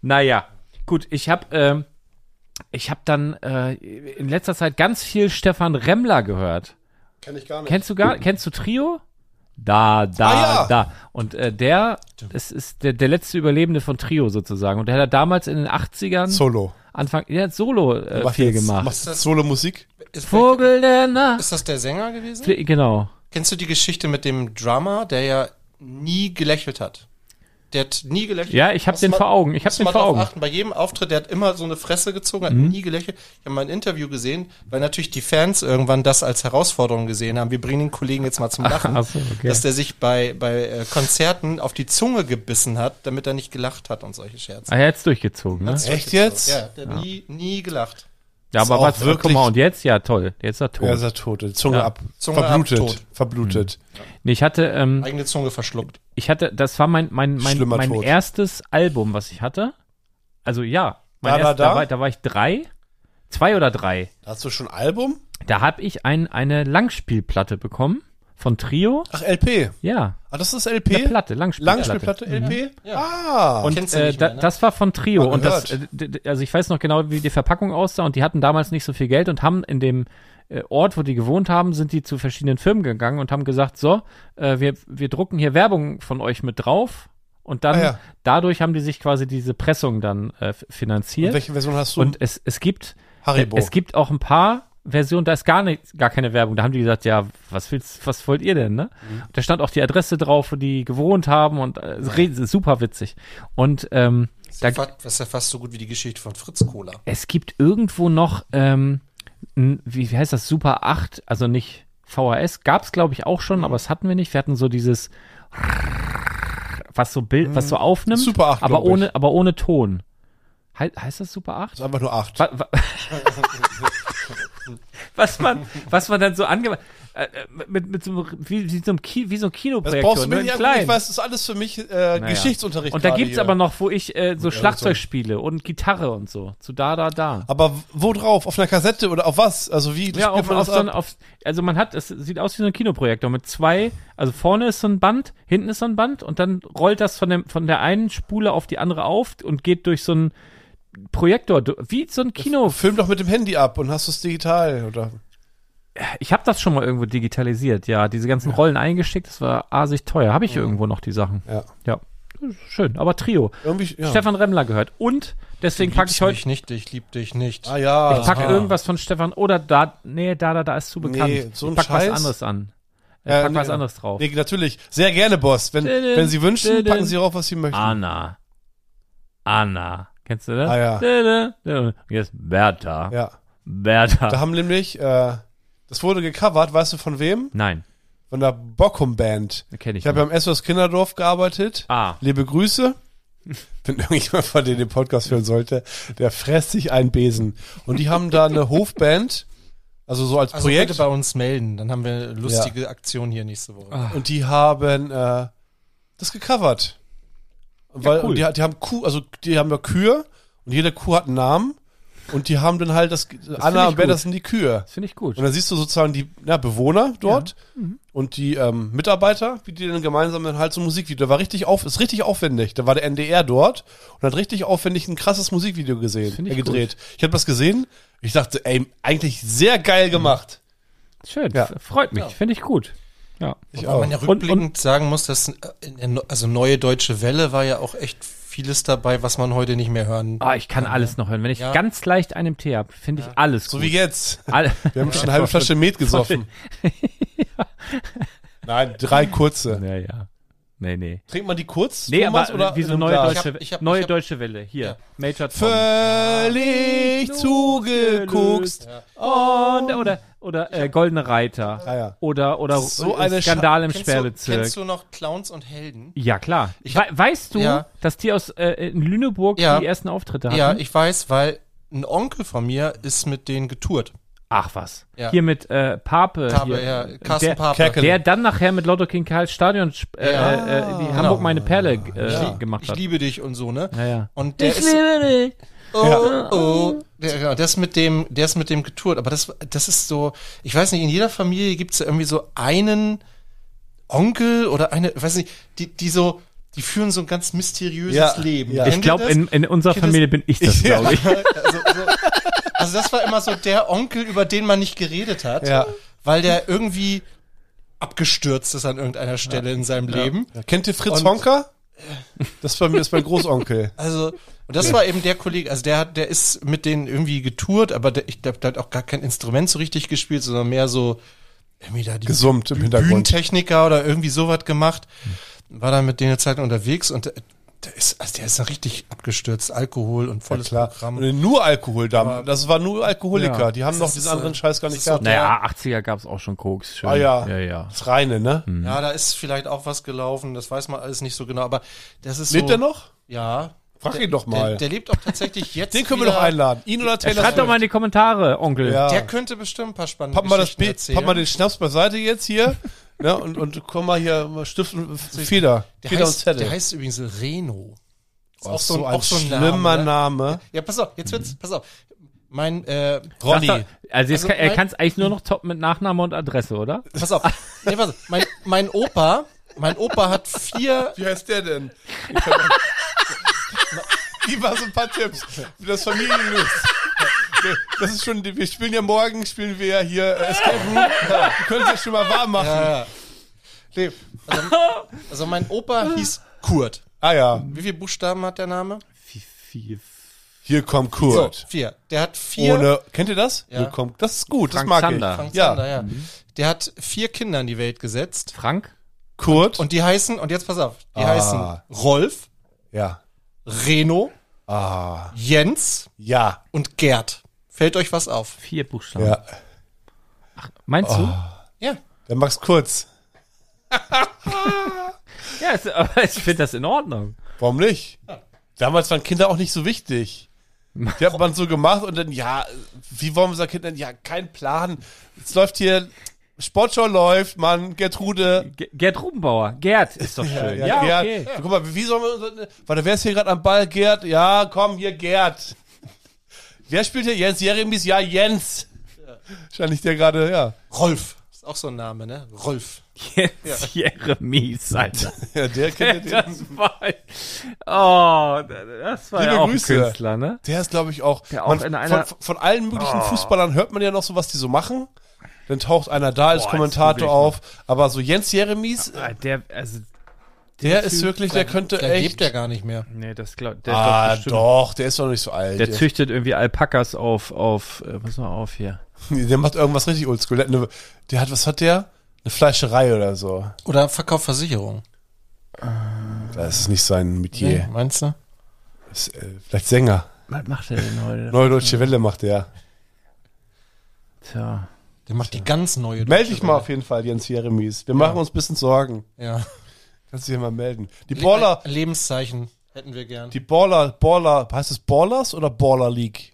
[SPEAKER 4] Naja, gut, ich habe ähm, ich hab dann äh, in letzter Zeit ganz viel Stefan Remmler gehört.
[SPEAKER 3] Kenn ich gar nicht.
[SPEAKER 4] Kennst du gar, kennst du Trio? Da, da,
[SPEAKER 3] Ah, ja.
[SPEAKER 4] da. Und äh, der, es ist der, der letzte Überlebende von Trio sozusagen. Und der hat damals in den 80ern,
[SPEAKER 3] Solo.
[SPEAKER 4] Anfang, der hat Solo äh, viel
[SPEAKER 3] jetzt-
[SPEAKER 4] gemacht.
[SPEAKER 3] Machst Solo-Musik?
[SPEAKER 5] Ist,
[SPEAKER 4] Vogel der Nacht.
[SPEAKER 5] ist das der Sänger gewesen?
[SPEAKER 4] Fli- Genau.
[SPEAKER 5] Kennst du die Geschichte mit dem Drummer, der ja nie gelächelt hat? Der hat nie gelächelt.
[SPEAKER 4] Ja, ich hab
[SPEAKER 5] Muss
[SPEAKER 4] den
[SPEAKER 5] man-
[SPEAKER 4] vor Augen. Ich hab
[SPEAKER 5] muss
[SPEAKER 4] den
[SPEAKER 5] man
[SPEAKER 4] vor
[SPEAKER 5] drauf
[SPEAKER 4] Augen. Mhm.
[SPEAKER 5] Achten. Bei jedem Auftritt, der hat immer so eine Fresse gezogen, hat nie gelächelt. Ich habe mal ein Interview gesehen, weil natürlich die Fans irgendwann das als Herausforderung gesehen haben. Wir bringen den Kollegen jetzt mal zum Lachen,
[SPEAKER 4] Ach so, okay.
[SPEAKER 5] dass der sich bei, bei äh, Konzerten auf die Zunge gebissen hat, damit er nicht gelacht hat und solche Scherze.
[SPEAKER 4] Ah, er hat's durchgezogen, ne?
[SPEAKER 3] Echt jetzt?
[SPEAKER 5] Ja, der hat nie, nie gelacht.
[SPEAKER 4] Ja,
[SPEAKER 3] Ist
[SPEAKER 4] aber
[SPEAKER 3] auch
[SPEAKER 4] was,
[SPEAKER 3] wirklich-
[SPEAKER 4] guck mal, und jetzt? Ja, toll. Jetzt ist er tot.
[SPEAKER 3] Ja, ist er tot. Die Zunge
[SPEAKER 4] Ja.
[SPEAKER 3] ab. Mhm.
[SPEAKER 5] Zunge ab,
[SPEAKER 3] verblutet.
[SPEAKER 5] tot.
[SPEAKER 3] Verblutet.
[SPEAKER 4] Nee, ich hatte, ähm,
[SPEAKER 5] Eigene Zunge verschluckt.
[SPEAKER 4] ich hatte, das war mein, mein, mein,
[SPEAKER 3] Schlimmer
[SPEAKER 4] mein
[SPEAKER 3] Tod.
[SPEAKER 4] erstes Album, was ich hatte. Also ja, mein
[SPEAKER 3] Da, da,
[SPEAKER 4] erst-
[SPEAKER 3] da?
[SPEAKER 4] war, da war ich drei, zwei oder drei.
[SPEAKER 3] Hast du schon ein Album?
[SPEAKER 4] Da hab ich ein, eine Langspielplatte bekommen von Trio.
[SPEAKER 3] Ach, LP.
[SPEAKER 4] Ja,
[SPEAKER 3] Ah, das ist
[SPEAKER 4] eine
[SPEAKER 3] LP?
[SPEAKER 4] Platte, Langspielplatte.
[SPEAKER 3] Langspielplatte LP? Ah.
[SPEAKER 4] Und
[SPEAKER 5] Kennst du
[SPEAKER 4] äh,
[SPEAKER 5] nicht mehr,
[SPEAKER 4] da,
[SPEAKER 5] ne?
[SPEAKER 4] das war von Trio.
[SPEAKER 3] Mal
[SPEAKER 4] Und das, äh,
[SPEAKER 3] gehört.
[SPEAKER 4] d- d- also ich weiß noch genau, wie die Verpackung aussah. Und die hatten damals nicht so viel Geld und haben in dem äh, Ort, wo die gewohnt haben, sind die zu verschiedenen Firmen gegangen und haben gesagt, so, äh, wir, wir drucken hier Werbung von euch mit drauf. Und dann,
[SPEAKER 3] Ah, ja.
[SPEAKER 4] dadurch haben die sich quasi diese Pressung dann äh, f-
[SPEAKER 3] Und
[SPEAKER 4] finanziert.
[SPEAKER 3] welche Version hast du?
[SPEAKER 4] Und es, es gibt,
[SPEAKER 3] Haribo.
[SPEAKER 4] es gibt auch ein paar Versionen, da ist gar, nicht, gar keine Werbung. Da haben die gesagt, ja, was willst, was wollt ihr denn, ne?
[SPEAKER 3] Mhm.
[SPEAKER 4] Da stand auch die Adresse drauf, wo die gewohnt haben und äh, re- super witzig. Und ähm, da,
[SPEAKER 5] Das ist ja fast so gut wie die Geschichte von Fritz Kohler.
[SPEAKER 4] es gibt irgendwo noch, ähm, n- wie, wie heißt das, Super 8, also nicht VHS, gab's glaub glaube ich auch
[SPEAKER 3] Mhm.
[SPEAKER 4] schon, aber das hatten wir nicht. Wir hatten so dieses, was so Bild, was so aufnimmt,
[SPEAKER 3] Mhm. Super 8,
[SPEAKER 4] aber
[SPEAKER 3] glaub ich.
[SPEAKER 4] ohne, aber ohne Ton. Hei- heißt das Super 8?
[SPEAKER 3] Das ist einfach nur acht.
[SPEAKER 4] Wa-
[SPEAKER 3] <laughs>
[SPEAKER 4] wa- was man, was man dann so angemacht, äh, mit, mit so einem, wie, wie so einem Ki wie so ein
[SPEAKER 3] Das
[SPEAKER 4] Kinoprojektor,
[SPEAKER 3] brauchst du
[SPEAKER 4] nur
[SPEAKER 3] mir
[SPEAKER 4] in
[SPEAKER 3] nicht
[SPEAKER 4] klein.
[SPEAKER 3] angucken. Ich weiß, das ist alles für mich äh, Geschichtsunterricht.
[SPEAKER 4] Und da
[SPEAKER 3] gerade
[SPEAKER 4] gibt's
[SPEAKER 3] hier.
[SPEAKER 4] aber noch, wo ich äh, so Schlagzeug spiele und Gitarre und so. Zu da, da, da.
[SPEAKER 3] Aber w- wo drauf? Auf einer Kassette oder auf was? Also wie?
[SPEAKER 4] Ja, auf,
[SPEAKER 3] man
[SPEAKER 4] auf
[SPEAKER 3] das
[SPEAKER 4] so ein,
[SPEAKER 3] ab?
[SPEAKER 4] auf, also man hat, es sieht aus wie so ein Kinoprojektor mit zwei, also vorne ist so ein Band, hinten ist so ein Band und dann rollt das von, dem, von der einen Spule auf die andere auf und geht durch so einen Projektor, du- wie so ein Kino.
[SPEAKER 3] Film doch mit dem Handy ab und hast du es digital oder?
[SPEAKER 4] Ich habe das schon mal irgendwo digitalisiert, ja. Diese ganzen Rollen eingeschickt, das war asig teuer. Habe ich irgendwo noch die Sachen.
[SPEAKER 3] Ja.
[SPEAKER 4] Ja. Das ist Schön, aber Trio.
[SPEAKER 3] Irgendwie. Ja.
[SPEAKER 4] Stefan Remmler gehört. Und deswegen packe ich heute.
[SPEAKER 5] mich nicht, ich lieb dich nicht.
[SPEAKER 3] Ah ja.
[SPEAKER 4] Ich packe
[SPEAKER 3] Aha.
[SPEAKER 4] irgendwas von Stefan oder da. Nee, da, da, da ist zu bekannt.
[SPEAKER 3] Nee, so
[SPEAKER 4] ich
[SPEAKER 3] ein
[SPEAKER 4] pack was
[SPEAKER 3] Scheiß.
[SPEAKER 4] anderes an. Ich
[SPEAKER 3] Äh,
[SPEAKER 4] pack
[SPEAKER 3] nee,
[SPEAKER 4] was
[SPEAKER 3] nee.
[SPEAKER 4] anderes drauf.
[SPEAKER 3] Nee, natürlich. Sehr gerne, Boss. Wenn,
[SPEAKER 4] Dünn,
[SPEAKER 3] wenn Sie wünschen,
[SPEAKER 4] dünn.
[SPEAKER 3] packen Sie drauf, was Sie möchten.
[SPEAKER 4] Anna. Anna. Kennst du das?
[SPEAKER 3] Ah, ja.
[SPEAKER 4] Da, da, da. Jetzt Bertha.
[SPEAKER 3] Ja.
[SPEAKER 4] Bertha.
[SPEAKER 3] Da haben nämlich, äh, das wurde gecovert, weißt du von wem?
[SPEAKER 4] Nein,
[SPEAKER 3] Von der Bockum Band.
[SPEAKER 4] kenne ich,
[SPEAKER 3] Ich habe ja
[SPEAKER 4] nicht.
[SPEAKER 3] am SOS Kinderdorf gearbeitet.
[SPEAKER 4] Ah.
[SPEAKER 3] Liebe Grüße. <laughs> Wenn irgendjemand von denen den Podcast hören sollte, der fräst sich einen Besen. Und die haben da eine Hofband, also so als
[SPEAKER 5] Also
[SPEAKER 3] Projekt.
[SPEAKER 5] bitte bei uns melden, dann haben wir eine lustige Aktion hier nächste Woche.
[SPEAKER 4] Ah,
[SPEAKER 3] Und die haben äh, das gecovert. Und Weil,
[SPEAKER 4] cool.
[SPEAKER 3] und die, die haben Kuh, also die haben ja Kühe und jede Kuh hat einen Namen. Und die haben dann halt das, Anna
[SPEAKER 4] ich
[SPEAKER 3] und Bertha
[SPEAKER 4] gut.
[SPEAKER 3] sind die Kühe.
[SPEAKER 4] Das finde ich gut.
[SPEAKER 3] Und dann siehst du sozusagen die na, Bewohner dort
[SPEAKER 4] Mhm.
[SPEAKER 3] und die ähm, Mitarbeiter, wie die dann gemeinsam dann halt so ein Musikvideo. Da war richtig auf, ist richtig aufwendig. Da war der NDR dort und hat richtig aufwendig ein krasses Musikvideo gesehen,
[SPEAKER 4] find
[SPEAKER 3] äh,
[SPEAKER 4] ich
[SPEAKER 3] gedreht. Ich habe das gesehen. Ich dachte, ey, eigentlich sehr geil gemacht.
[SPEAKER 4] Schön.
[SPEAKER 3] Ja.
[SPEAKER 4] f- Freut mich. Finde ich gut. Ja.
[SPEAKER 3] Ich
[SPEAKER 5] Weil man ja
[SPEAKER 4] Und-
[SPEAKER 5] rückblickend sagen muss, dass äh, in der, Neu- also neue deutsche Welle war ja auch echt vieles dabei, was man heute nicht mehr hören.
[SPEAKER 4] Ah, ich kann alles noch hören. Wenn ich
[SPEAKER 5] Ja.
[SPEAKER 4] ganz leicht einen Tee habe, finde ich alles
[SPEAKER 3] So
[SPEAKER 4] Mhm. gut.
[SPEAKER 3] wie jetzt.
[SPEAKER 5] <laughs>
[SPEAKER 4] All
[SPEAKER 3] Wir haben schon eine halbe Flasche Met gesoffen. Nein, drei kurze.
[SPEAKER 4] <laughs> ja, ja. Nee, nee.
[SPEAKER 3] Trinkt man die kurz?
[SPEAKER 4] Nee,
[SPEAKER 3] Thomas,
[SPEAKER 4] aber
[SPEAKER 3] oder
[SPEAKER 4] wie so
[SPEAKER 3] in einem
[SPEAKER 4] neue,
[SPEAKER 3] Glas?
[SPEAKER 4] deutsche,
[SPEAKER 5] Ich hab- ich hab-
[SPEAKER 4] neue
[SPEAKER 5] ich hab-
[SPEAKER 4] deutsche Welle. Hier, Major Tom.
[SPEAKER 3] Völlig zugeguckt.
[SPEAKER 4] Und, oder oder äh, Goldene Reiter.
[SPEAKER 3] Ah, ja.
[SPEAKER 4] Oder, oder
[SPEAKER 3] So
[SPEAKER 4] äh,
[SPEAKER 3] eine Scha-
[SPEAKER 4] Skandal im
[SPEAKER 5] Kennst du,
[SPEAKER 4] Sperrbezirk.
[SPEAKER 5] kennst du noch Clowns und Helden?
[SPEAKER 4] Ja, klar.
[SPEAKER 5] Ich hab-
[SPEAKER 4] We weißt du,
[SPEAKER 5] Ja.
[SPEAKER 4] dass die aus äh, in Lüneburg
[SPEAKER 5] Ja.
[SPEAKER 4] die ersten Auftritte hatten?
[SPEAKER 5] Ja, ich weiß, weil ein Onkel von mir ist mit denen getourt.
[SPEAKER 4] Ach was.
[SPEAKER 5] Ja.
[SPEAKER 4] Hier mit äh, Pape.
[SPEAKER 5] Pape,
[SPEAKER 4] hier, äh,
[SPEAKER 5] ja, Carsten
[SPEAKER 4] der,
[SPEAKER 5] Pape.
[SPEAKER 3] Kerkel.
[SPEAKER 4] Der dann nachher mit Lotto King Karls Stadion sp- äh,
[SPEAKER 5] Ja.
[SPEAKER 4] äh, die Hamburg meine Perle äh,
[SPEAKER 5] Ja.
[SPEAKER 4] gemacht
[SPEAKER 5] Ich
[SPEAKER 4] hat.
[SPEAKER 5] liebe dich und so, ne?
[SPEAKER 4] Ja, ja.
[SPEAKER 5] Und der ist,
[SPEAKER 4] liebe dich.
[SPEAKER 5] oh, oh. Der, genau, der ist mit dem, der ist mit dem getourt. Aber das, das ist so, ich weiß nicht, in jeder Familie gibt es ja irgendwie so einen Onkel oder eine, ich weiß nicht, die, die so, die führen so ein ganz mysteriöses
[SPEAKER 3] Ja,
[SPEAKER 5] Leben.
[SPEAKER 3] ja.
[SPEAKER 5] Kennt
[SPEAKER 4] Ich
[SPEAKER 5] ihr
[SPEAKER 4] glaube,
[SPEAKER 5] das?
[SPEAKER 4] in, in unserer
[SPEAKER 5] Kennt ihr
[SPEAKER 4] Familie bin ich das,
[SPEAKER 5] Ja,
[SPEAKER 4] glaube ich.
[SPEAKER 5] Also, so, also das war immer so der Onkel, über den man nicht geredet hat,
[SPEAKER 3] Ja.
[SPEAKER 5] weil der irgendwie abgestürzt ist an irgendeiner Stelle in seinem Leben.
[SPEAKER 3] Kennt ihr Fritz
[SPEAKER 5] Und-
[SPEAKER 3] Honka? <laughs> Das war mir ist mein Großonkel.
[SPEAKER 5] Also und das war eben der Kollege, also der hat, der ist mit denen irgendwie getourt, aber der, ich glaube, der hat auch gar kein Instrument so richtig gespielt, sondern mehr so irgendwie da die
[SPEAKER 3] Gesummt im Hintergrund. Hm.
[SPEAKER 5] Bühnentechniker oder irgendwie sowas gemacht. War dann mit denen eine Zeit lang unterwegs und der, der ist, also der ist dann richtig abgestürzt, Alkohol und volles
[SPEAKER 3] Klar.
[SPEAKER 5] Programm.
[SPEAKER 3] Und Nur Alkohol da. Das war nur Alkoholiker.
[SPEAKER 4] Ja.
[SPEAKER 3] Die haben doch diesen anderen Scheiß gar nicht gehabt.
[SPEAKER 4] Naja, 80er gab es auch schon Koks. Schön.
[SPEAKER 3] Ah ja.
[SPEAKER 4] ja, ja.
[SPEAKER 3] Das Reine, ne?
[SPEAKER 5] Ja, da ist vielleicht auch was gelaufen, das weiß man alles nicht so genau, aber das ist
[SPEAKER 3] Lebt
[SPEAKER 5] so.
[SPEAKER 3] er noch?
[SPEAKER 5] Ja.
[SPEAKER 3] Frag
[SPEAKER 5] Der-
[SPEAKER 3] ihn doch mal.
[SPEAKER 5] Der, der lebt auch
[SPEAKER 3] <laughs>
[SPEAKER 5] tatsächlich jetzt.
[SPEAKER 3] Den können wir
[SPEAKER 5] wieder-
[SPEAKER 3] doch einladen. Ihn oder Taylor
[SPEAKER 4] Schreibt doch mal in die Kommentare, Onkel.
[SPEAKER 3] Ja.
[SPEAKER 5] Der könnte bestimmt ein paar spannende
[SPEAKER 3] Pack mal, das
[SPEAKER 5] Geschichten
[SPEAKER 3] Bier-
[SPEAKER 5] erzählen.
[SPEAKER 3] pack mal den Schnaps beiseite jetzt hier. <laughs> ne? und, und komm mal hier, mal Stift und Feder.
[SPEAKER 5] der,
[SPEAKER 3] Feder und
[SPEAKER 5] heißt,
[SPEAKER 3] Zettel.
[SPEAKER 5] der heißt übrigens Reno. Ist
[SPEAKER 3] Oh, ist so ein
[SPEAKER 5] Name,
[SPEAKER 3] schlimmer Mhm.
[SPEAKER 5] ne?
[SPEAKER 3] Name.
[SPEAKER 5] Ja, pass auf, jetzt wird's, pass auf. Mein, äh,
[SPEAKER 4] Sag
[SPEAKER 3] Ronny.
[SPEAKER 4] Doch, also jetzt
[SPEAKER 5] Also
[SPEAKER 4] kann, er
[SPEAKER 5] mein-
[SPEAKER 4] kann es eigentlich nur noch toppen mit Nachname und Adresse, oder?
[SPEAKER 5] pass auf. nee, pass auf. Mein, mein Opa, mein Opa hat vier,
[SPEAKER 3] Wie heißt der denn? <laughs> Gib mal so ein paar Tipps für das Familienlust. Das ist schon, wir spielen ja morgen, spielen wir ja hier äh, Escape Room. Wir können es ja schon mal warm machen.
[SPEAKER 5] nee, also, äh, also mein Opa hieß Kurt.
[SPEAKER 3] Ah ja,
[SPEAKER 5] Wie viele Buchstaben hat der Name?
[SPEAKER 3] hier kommt Kurt.
[SPEAKER 5] So, vier. Der hat vier.
[SPEAKER 3] Ohne, kennt ihr das?
[SPEAKER 5] Ja.
[SPEAKER 3] Hier kommt, das ist gut,
[SPEAKER 4] Frank
[SPEAKER 3] das mag
[SPEAKER 4] Zander.
[SPEAKER 5] Frank
[SPEAKER 3] ich. Ja,
[SPEAKER 5] Zander, ja.
[SPEAKER 4] Mhm.
[SPEAKER 5] Der hat vier Kinder in die Welt gesetzt.
[SPEAKER 4] Frank?
[SPEAKER 3] Kurt.
[SPEAKER 5] Und die heißen, und jetzt pass auf, die
[SPEAKER 3] Ah.
[SPEAKER 5] heißen Rolf,
[SPEAKER 3] ja.
[SPEAKER 5] Reno,
[SPEAKER 3] Ah.
[SPEAKER 5] Jens
[SPEAKER 3] Ja.
[SPEAKER 5] und Gerd. Fällt euch was auf?
[SPEAKER 4] Vier Buchstaben.
[SPEAKER 3] Ja. Oh.
[SPEAKER 4] Meinst du?
[SPEAKER 5] Ja.
[SPEAKER 3] Dann mach's kurz.
[SPEAKER 4] Ja, es, <laughs> aber ich finde das in Ordnung.
[SPEAKER 3] Warum nicht? Damals waren Kinder auch nicht so wichtig. Die hat man so gemacht und dann, ja, wie wollen wir unser Kind nennen? Ja, kein Plan. Es läuft hier, Sportschau läuft, Mann, Gertrude.
[SPEAKER 4] Ge- Gerd Rubenbauer. Gerd ist doch schön. Ja, okay.
[SPEAKER 3] Gerd. Guck mal, wie sollen wir unser, warte, wer ist hier gerade am Ball? Gerd? Ja, komm, hier Gerd. Wer spielt hier? Jens Jeremies? Ja, Jens. Wahrscheinlich der gerade, ja.
[SPEAKER 5] Rolf. Ist auch so ein Name, ne? Rolf.
[SPEAKER 4] Jetzt Jeremies, Alter.
[SPEAKER 3] <laughs> Ja, der kennt
[SPEAKER 4] <laughs>
[SPEAKER 3] den.
[SPEAKER 4] Das war, oh, das war
[SPEAKER 3] Liebe
[SPEAKER 4] ja auch
[SPEAKER 3] Grüße.
[SPEAKER 4] ein Künstler, ne?
[SPEAKER 3] Der ist, glaube ich, auch.
[SPEAKER 4] Der auch
[SPEAKER 3] man,
[SPEAKER 4] in einer- Oh.
[SPEAKER 3] von, von allen möglichen Fußballern hört man ja noch so, was die so machen. Dann taucht einer da als
[SPEAKER 4] Boah, jetzt
[SPEAKER 3] Kommentator
[SPEAKER 4] google ich
[SPEAKER 3] auf. Aber so Jens Jeremies,
[SPEAKER 4] Ah, Der, also,
[SPEAKER 3] der ist wirklich, der könnte
[SPEAKER 5] Da
[SPEAKER 3] echt.
[SPEAKER 5] lebt er gar nicht mehr.
[SPEAKER 4] nee, das glaubt, der ist
[SPEAKER 3] ah,
[SPEAKER 4] doch bestimmt,
[SPEAKER 3] doch, der ist doch nicht so alt.
[SPEAKER 4] der züchtet irgendwie Alpakas auf, auf, äh, pass mal auf hier.
[SPEAKER 3] <laughs> der macht irgendwas richtig oldschool. Der, hat eine- der hat, was hat der? Eine Fleischerei oder so.
[SPEAKER 5] Oder verkauft Versicherung.
[SPEAKER 3] Das ist nicht sein
[SPEAKER 5] Ne?
[SPEAKER 3] Metier.
[SPEAKER 5] Meinst du?
[SPEAKER 3] Das Ist, äh, vielleicht Sänger.
[SPEAKER 4] Was macht er denn heute?
[SPEAKER 3] Neue Deutsche Welle macht der.
[SPEAKER 4] Tja.
[SPEAKER 5] Der macht die ganz neue.
[SPEAKER 3] Meld dich
[SPEAKER 5] Deutsche
[SPEAKER 3] mal
[SPEAKER 5] Welle.
[SPEAKER 3] auf jeden Fall, Jens Jeremies. Wir machen uns ein bisschen Sorgen.
[SPEAKER 5] Ja.
[SPEAKER 3] Kannst du dich mal melden. Die Baller,
[SPEAKER 5] Baller. Lebenszeichen hätten wir gern.
[SPEAKER 3] Die Baller, Baller, heißt es Ballers oder Baller League?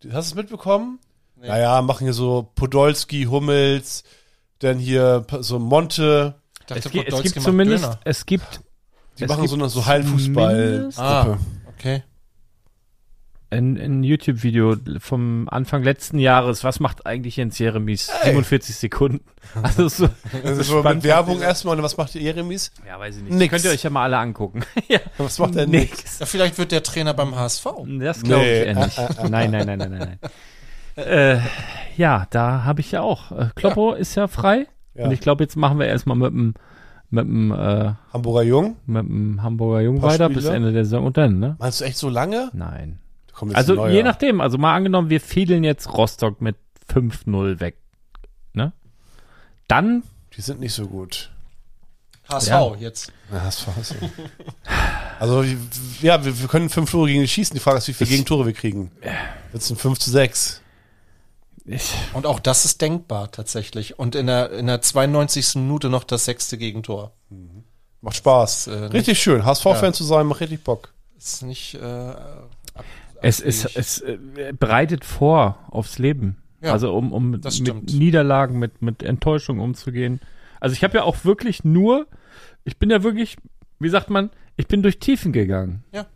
[SPEAKER 3] Du- Hast du es mitbekommen? Naja, machen hier so Podolski, Hummels, dann hier so Monte.
[SPEAKER 5] Ich dachte,
[SPEAKER 4] Es, gibt- es
[SPEAKER 5] Podolski
[SPEAKER 4] gibt
[SPEAKER 5] macht
[SPEAKER 4] zumindest,
[SPEAKER 5] Döner.
[SPEAKER 4] es gibt
[SPEAKER 3] Die
[SPEAKER 4] Es
[SPEAKER 3] machen
[SPEAKER 4] gibt
[SPEAKER 3] so eine so Hallenfußball.
[SPEAKER 5] Ah, okay.
[SPEAKER 4] ein, ein YouTube-Video vom Anfang letzten Jahres. Was macht eigentlich Jens Jeremies? 47 <laughs> Sekunden. Also so. <laughs>
[SPEAKER 3] Also so mit
[SPEAKER 4] spannend.
[SPEAKER 3] Werbung erstmal. Und was macht ihr, Jeremies?
[SPEAKER 4] Ja, weiß ich nicht.
[SPEAKER 3] Nix.
[SPEAKER 4] Könnt ihr euch ja mal alle angucken. ja.
[SPEAKER 3] Was macht er nicht?
[SPEAKER 4] <laughs> Nix.
[SPEAKER 5] Ja, vielleicht wird der Trainer beim HSV.
[SPEAKER 4] Das glaube
[SPEAKER 3] Nee.
[SPEAKER 4] ich eher nicht. Nein, nein, nein, nein, nein, nein. äh, ja, da habe ich ja auch. Äh, Kloppo ist ja frei.
[SPEAKER 3] Ja.
[SPEAKER 4] Und ich glaube, jetzt machen wir erstmal mit dem mit dem äh,
[SPEAKER 3] Hamburger Jung?
[SPEAKER 4] mit dem Hamburger Jung
[SPEAKER 3] Paar
[SPEAKER 4] weiter
[SPEAKER 3] Spiele?
[SPEAKER 4] bis Ende der Saison und dann, ne?
[SPEAKER 3] Meinst du echt so lange?
[SPEAKER 4] Nein.
[SPEAKER 3] Komm, jetzt ein
[SPEAKER 4] Also
[SPEAKER 3] neuer.
[SPEAKER 4] je nachdem, also mal angenommen, wir fädeln jetzt Rostock mit 5-0 weg, ne? Dann
[SPEAKER 3] Die sind nicht so gut.
[SPEAKER 5] HSV
[SPEAKER 4] Ja.
[SPEAKER 5] jetzt.
[SPEAKER 3] Ja, das war so. Also, wie- ja, wir, wir können fünf Tore gegen die schießen. Die Frage ist, wie viele Gegentore wir kriegen. Jetzt sind fünf zu sechs.
[SPEAKER 4] ich,
[SPEAKER 5] Und auch das ist denkbar tatsächlich. Und in der, in der 92. Minute noch das sechste Gegentor.
[SPEAKER 3] Mhm. Macht Spaß.
[SPEAKER 5] Das, äh,
[SPEAKER 3] richtig schön. HSV-Fan zu sein, macht richtig Bock.
[SPEAKER 5] Ist nicht. Äh,
[SPEAKER 4] es es, es äh, bereitet vor aufs Leben.
[SPEAKER 5] Ja,
[SPEAKER 4] also um um mit
[SPEAKER 5] das stimmt.
[SPEAKER 4] Niederlagen, mit mit Enttäuschung umzugehen. Also ich habe ja auch wirklich nur, ich bin ja wirklich, wie sagt man, ich bin durch Tiefen gegangen.
[SPEAKER 5] Ja.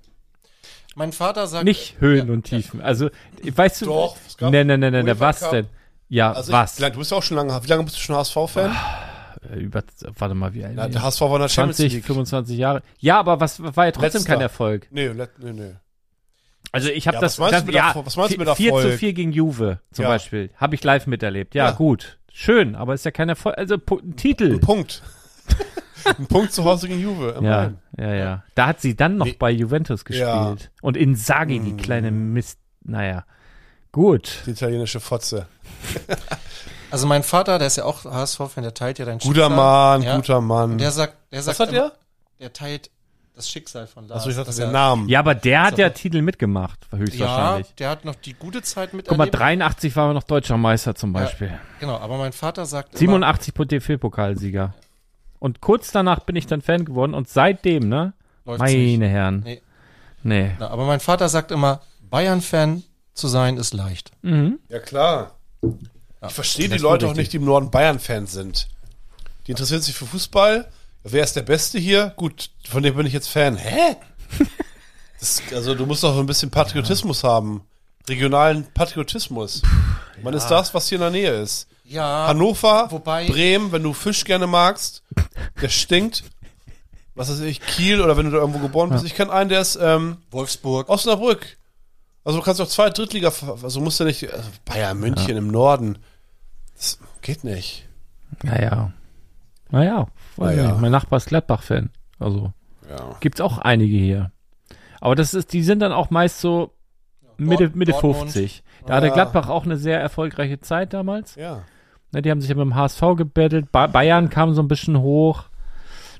[SPEAKER 5] Mein Vater sagt.
[SPEAKER 4] Nicht Höhen und Tiefen. Also, weißt du. Ne,
[SPEAKER 3] Doch, es gab
[SPEAKER 4] Nee, nee, nee, nee, nee,
[SPEAKER 3] UEFA
[SPEAKER 4] was
[SPEAKER 3] Cup.
[SPEAKER 4] denn? Ja,
[SPEAKER 3] Also
[SPEAKER 4] was?
[SPEAKER 3] Ich, du bist ja auch schon lange, wie lange bist du schon HSV-Fan?
[SPEAKER 4] Äh, Über, warte mal, wie alt?
[SPEAKER 3] Na, der HSV war in der Champions
[SPEAKER 4] 20,
[SPEAKER 3] League.
[SPEAKER 4] 25 Jahre. Ja, aber was war ja trotzdem
[SPEAKER 3] Letzter.
[SPEAKER 4] kein Erfolg.
[SPEAKER 3] Nee, let- nee, nee.
[SPEAKER 4] Also ich habe
[SPEAKER 3] Ja, was
[SPEAKER 4] das
[SPEAKER 3] meinst
[SPEAKER 4] ganz,
[SPEAKER 3] du mit
[SPEAKER 4] ja,
[SPEAKER 3] Erfolg- was meinst du mit
[SPEAKER 4] 4 zu
[SPEAKER 3] Erfolg?
[SPEAKER 4] 4 gegen Juve zum
[SPEAKER 3] Ja.
[SPEAKER 4] Beispiel. Habe ich live miterlebt. Ja,
[SPEAKER 3] Ja.
[SPEAKER 4] gut. Schön, aber ist ja kein Erfolg. Also Pu- ein Titel.
[SPEAKER 3] Ein Punkt. <laughs> Ein Punkt zu Hause gegen Juve. im
[SPEAKER 4] Ja,
[SPEAKER 3] Rhein.
[SPEAKER 4] ja, ja. Da hat sie dann noch
[SPEAKER 3] Nee.
[SPEAKER 4] bei Juventus gespielt.
[SPEAKER 3] Ja. Mm.
[SPEAKER 4] Und Inzaghi, die kleine Mist. Naja. Gut.
[SPEAKER 3] Die italienische Fotze.
[SPEAKER 5] Also mein Vater, der ist ja auch HSV-Fan, der teilt ja dein
[SPEAKER 3] Guter
[SPEAKER 5] Schicksal.
[SPEAKER 3] Mann,
[SPEAKER 5] ja.
[SPEAKER 3] guter Mann.
[SPEAKER 5] Und der sagt, der sagt
[SPEAKER 3] Was hat
[SPEAKER 5] immer,
[SPEAKER 3] der?
[SPEAKER 5] Der teilt das Schicksal von Lars.
[SPEAKER 3] Achso, ich dachte,
[SPEAKER 5] dass
[SPEAKER 3] der
[SPEAKER 5] er-
[SPEAKER 3] Namen.
[SPEAKER 4] Ja, aber der hat
[SPEAKER 5] Sorry.
[SPEAKER 4] ja Titel mitgemacht,
[SPEAKER 5] Ja,
[SPEAKER 4] höchstwahrscheinlich.
[SPEAKER 5] der hat noch die gute Zeit mit.
[SPEAKER 4] Guck mal, 83 waren wir noch deutscher Meister zum Beispiel.
[SPEAKER 5] Genau, aber mein Vater sagt.
[SPEAKER 4] 87 pro DFB-Pokalsieger. Und kurz danach bin ich dann Fan geworden und seitdem, ne?
[SPEAKER 5] Immer, läuft's nicht.
[SPEAKER 4] Meine Herren.
[SPEAKER 5] Nee.
[SPEAKER 4] Nee.
[SPEAKER 5] Na, aber mein Vater sagt immer, Bayern-Fan zu sein ist leicht.
[SPEAKER 4] Mhm.
[SPEAKER 3] Ja, klar.
[SPEAKER 5] Ja,
[SPEAKER 3] Ich verstehe
[SPEAKER 5] das
[SPEAKER 3] die
[SPEAKER 5] ist
[SPEAKER 3] Leute auch
[SPEAKER 5] richtig.
[SPEAKER 3] nicht, die im Norden Bayern-Fans sind. Die interessieren sich für Fußball. Wer ist der Beste hier? Gut, von dem bin ich jetzt Fan. Hä? Das, also du musst doch ein bisschen Patriotismus haben. Regionalen Patriotismus. Man ist das, was hier in der Nähe ist.
[SPEAKER 5] Ja.
[SPEAKER 3] Hannover,
[SPEAKER 5] wobei-
[SPEAKER 3] Bremen, wenn du Fisch gerne magst, der stinkt. Was weiß ich, Kiel oder wenn du da irgendwo geboren bist. Ich kenne einen, der ist ähm,
[SPEAKER 5] Wolfsburg.
[SPEAKER 3] Osnabrück. Also du kannst auch zwei Drittliga, also musst du nicht, also Bayern München im Norden. Das geht nicht.
[SPEAKER 4] Naja. Naja. Weiß
[SPEAKER 3] Naja.
[SPEAKER 4] Nicht. Mein Nachbar ist Gladbach-Fan. Also
[SPEAKER 3] Ja.
[SPEAKER 4] gibt's auch einige hier. Aber das ist, die sind dann auch meist so Mitte, Mitte
[SPEAKER 5] Dortmund.
[SPEAKER 4] 50. Da hatte
[SPEAKER 3] Ja.
[SPEAKER 4] Gladbach auch eine sehr erfolgreiche Zeit damals.
[SPEAKER 3] Ja.
[SPEAKER 4] Ne, die haben sich ja mit dem HSV gebettelt. Ba Bayern kam so ein bisschen hoch.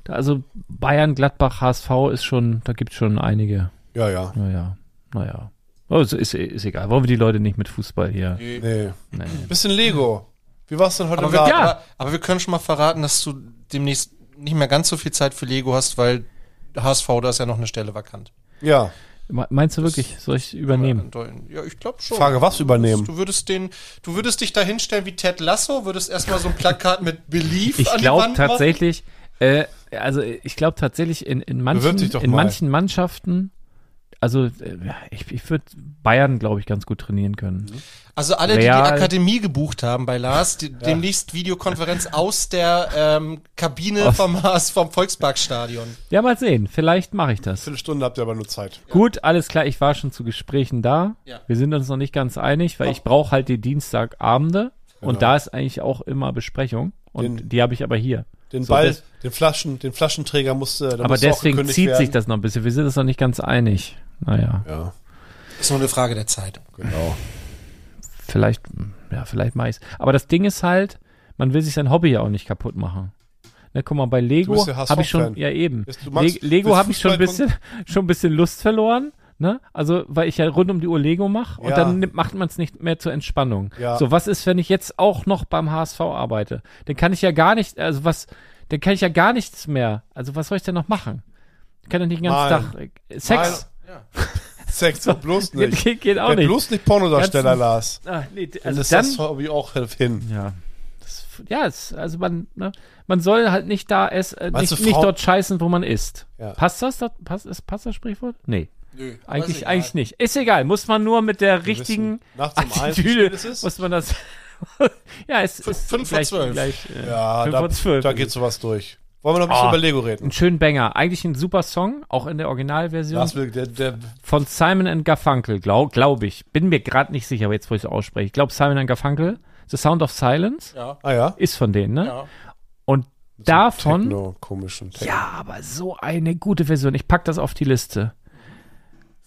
[SPEAKER 4] Da, also Bayern, Gladbach, HSV ist schon, da gibt's schon einige.
[SPEAKER 3] Ja, ja.
[SPEAKER 4] Naja, naja. Also ist, ist egal. Wollen wir die Leute nicht mit Fußball hier?
[SPEAKER 3] Nee.
[SPEAKER 4] Nee.
[SPEAKER 3] Bisschen Lego. Wie war's denn heute
[SPEAKER 5] Aber
[SPEAKER 3] im
[SPEAKER 5] wir,
[SPEAKER 3] Laden?
[SPEAKER 4] ja.
[SPEAKER 5] aber, aber wir können schon mal verraten, dass du demnächst nicht mehr ganz so viel Zeit für Lego hast, weil HSV, da ist ja noch eine Stelle vakant.
[SPEAKER 3] Ja.
[SPEAKER 4] Me- Meinst du wirklich, soll ich übernehmen?
[SPEAKER 5] Ja, ich glaube schon.
[SPEAKER 3] Frage, was übernehmen?
[SPEAKER 5] Du würdest den, du würdest dich da hinstellen wie Ted Lasso, würdest erstmal so ein Plakat mit Belief
[SPEAKER 4] Ich
[SPEAKER 5] an die
[SPEAKER 4] glaube
[SPEAKER 5] Wand machen.
[SPEAKER 4] tatsächlich, äh, also ich glaube tatsächlich in, in, manchen,
[SPEAKER 3] Bewirb dich doch
[SPEAKER 4] in
[SPEAKER 3] mal.
[SPEAKER 4] manchen Mannschaften, also äh, ja, ich, ich würde Bayern, glaube ich, ganz gut trainieren können.
[SPEAKER 3] Mhm.
[SPEAKER 5] Also alle, die
[SPEAKER 4] Real.
[SPEAKER 5] die Akademie gebucht haben bei Lars, die, demnächst Videokonferenz aus der ähm, Kabine vom HSV vom Volksparkstadion.
[SPEAKER 4] Ja, mal sehen, vielleicht mache ich das.
[SPEAKER 3] Viertelstunde habt ihr aber nur Zeit.
[SPEAKER 4] Gut, alles klar, ich war schon zu Gesprächen da.
[SPEAKER 5] Ja.
[SPEAKER 4] Wir sind uns noch nicht ganz einig, weil ich brauche halt die Dienstagabende und
[SPEAKER 3] Genau.
[SPEAKER 4] da ist eigentlich auch immer Besprechung und
[SPEAKER 3] Den-
[SPEAKER 4] die habe ich aber hier.
[SPEAKER 3] Den
[SPEAKER 4] So,
[SPEAKER 3] Ball,
[SPEAKER 4] das-
[SPEAKER 3] den Flaschen, den Flaschenträger äh, musste.
[SPEAKER 4] Aber deswegen zieht sich das noch ein bisschen. Wir sind uns noch nicht ganz einig. Naja,
[SPEAKER 3] Ja,
[SPEAKER 5] Ist nur eine Frage der Zeit.
[SPEAKER 3] genau.
[SPEAKER 4] vielleicht, ja, vielleicht mache ich's. Aber das Ding ist halt, man will sich sein Hobby ja auch nicht kaputt machen. Ne, guck mal, bei Lego
[SPEAKER 3] bist ja
[SPEAKER 4] habe ich schon,
[SPEAKER 3] HSV-Fan.
[SPEAKER 4] ja eben.
[SPEAKER 3] Bist- du
[SPEAKER 4] Le
[SPEAKER 3] magst-
[SPEAKER 4] Lego
[SPEAKER 3] willst
[SPEAKER 4] habe ich schon ein
[SPEAKER 3] Fußball
[SPEAKER 4] bisschen, <laughs> schon ein bisschen Lust verloren. Ne? Also, weil ich ja rund um die Uhr Lego mache und
[SPEAKER 3] Ja.
[SPEAKER 4] dann nimmt, macht man es nicht mehr zur Entspannung.
[SPEAKER 3] Ja.
[SPEAKER 4] So, was ist, wenn ich jetzt auch noch beim HSV arbeite? Dann kann ich ja gar nicht, also was, dann kann ich ja gar nichts mehr. Also, was soll ich denn noch machen? Ich kann ja nicht den ganzen
[SPEAKER 3] Malen.
[SPEAKER 4] Tag äh, Sex.
[SPEAKER 3] <laughs> Sex,
[SPEAKER 4] <laughs>
[SPEAKER 3] bloß
[SPEAKER 4] Geht,
[SPEAKER 3] nicht.
[SPEAKER 4] geht, geht auch
[SPEAKER 3] Werd
[SPEAKER 4] nicht.
[SPEAKER 3] bloß nicht Pornodarsteller,
[SPEAKER 4] Ganzen-
[SPEAKER 3] Lars.
[SPEAKER 4] Ah, nee, d-
[SPEAKER 3] Also
[SPEAKER 4] also
[SPEAKER 3] ist
[SPEAKER 4] dann,
[SPEAKER 3] das Hobby auch hin.
[SPEAKER 4] ja, das, ja, es, also man, ne, man soll halt nicht da es, äh,
[SPEAKER 3] Meinst
[SPEAKER 4] nicht,
[SPEAKER 3] du,
[SPEAKER 4] nicht
[SPEAKER 3] Frau-
[SPEAKER 4] dort scheißen, wo man ist.
[SPEAKER 3] Ja.
[SPEAKER 4] Passt das? das passt, ist, passt das Sprichwort? Nee,
[SPEAKER 5] Nö,
[SPEAKER 4] eigentlich, eigentlich nicht. Ist egal, muss man nur mit der richtigen
[SPEAKER 3] wissen, nachts um eins
[SPEAKER 4] Attitüde,
[SPEAKER 3] ist es.
[SPEAKER 4] muss man das, <laughs> ja, es ist
[SPEAKER 5] fünf vor
[SPEAKER 4] gleich,
[SPEAKER 5] zwölf.
[SPEAKER 4] gleich äh,
[SPEAKER 3] Ja,
[SPEAKER 4] fünf
[SPEAKER 3] da,
[SPEAKER 4] vor zwölf.
[SPEAKER 3] da geht sowas durch. Wollen wir noch ein bisschen
[SPEAKER 4] Ah.
[SPEAKER 3] über Lego reden?
[SPEAKER 4] Einen schönen Banger. Eigentlich ein super Song, auch in der Originalversion
[SPEAKER 3] Lars will, der, der,
[SPEAKER 4] von Simon and Garfunkel, glaube glaub ich. Bin mir gerade nicht sicher, aber jetzt, wo ich es ausspreche. Ich glaube, Simon and Garfunkel, The Sound of Silence,
[SPEAKER 5] Ja,
[SPEAKER 3] ah ja.
[SPEAKER 4] ist von denen, ne?
[SPEAKER 5] ja.
[SPEAKER 4] Und davon,
[SPEAKER 3] Techno, komischen Techno.
[SPEAKER 4] ja, aber so eine gute Version. Ich pack das auf die Liste.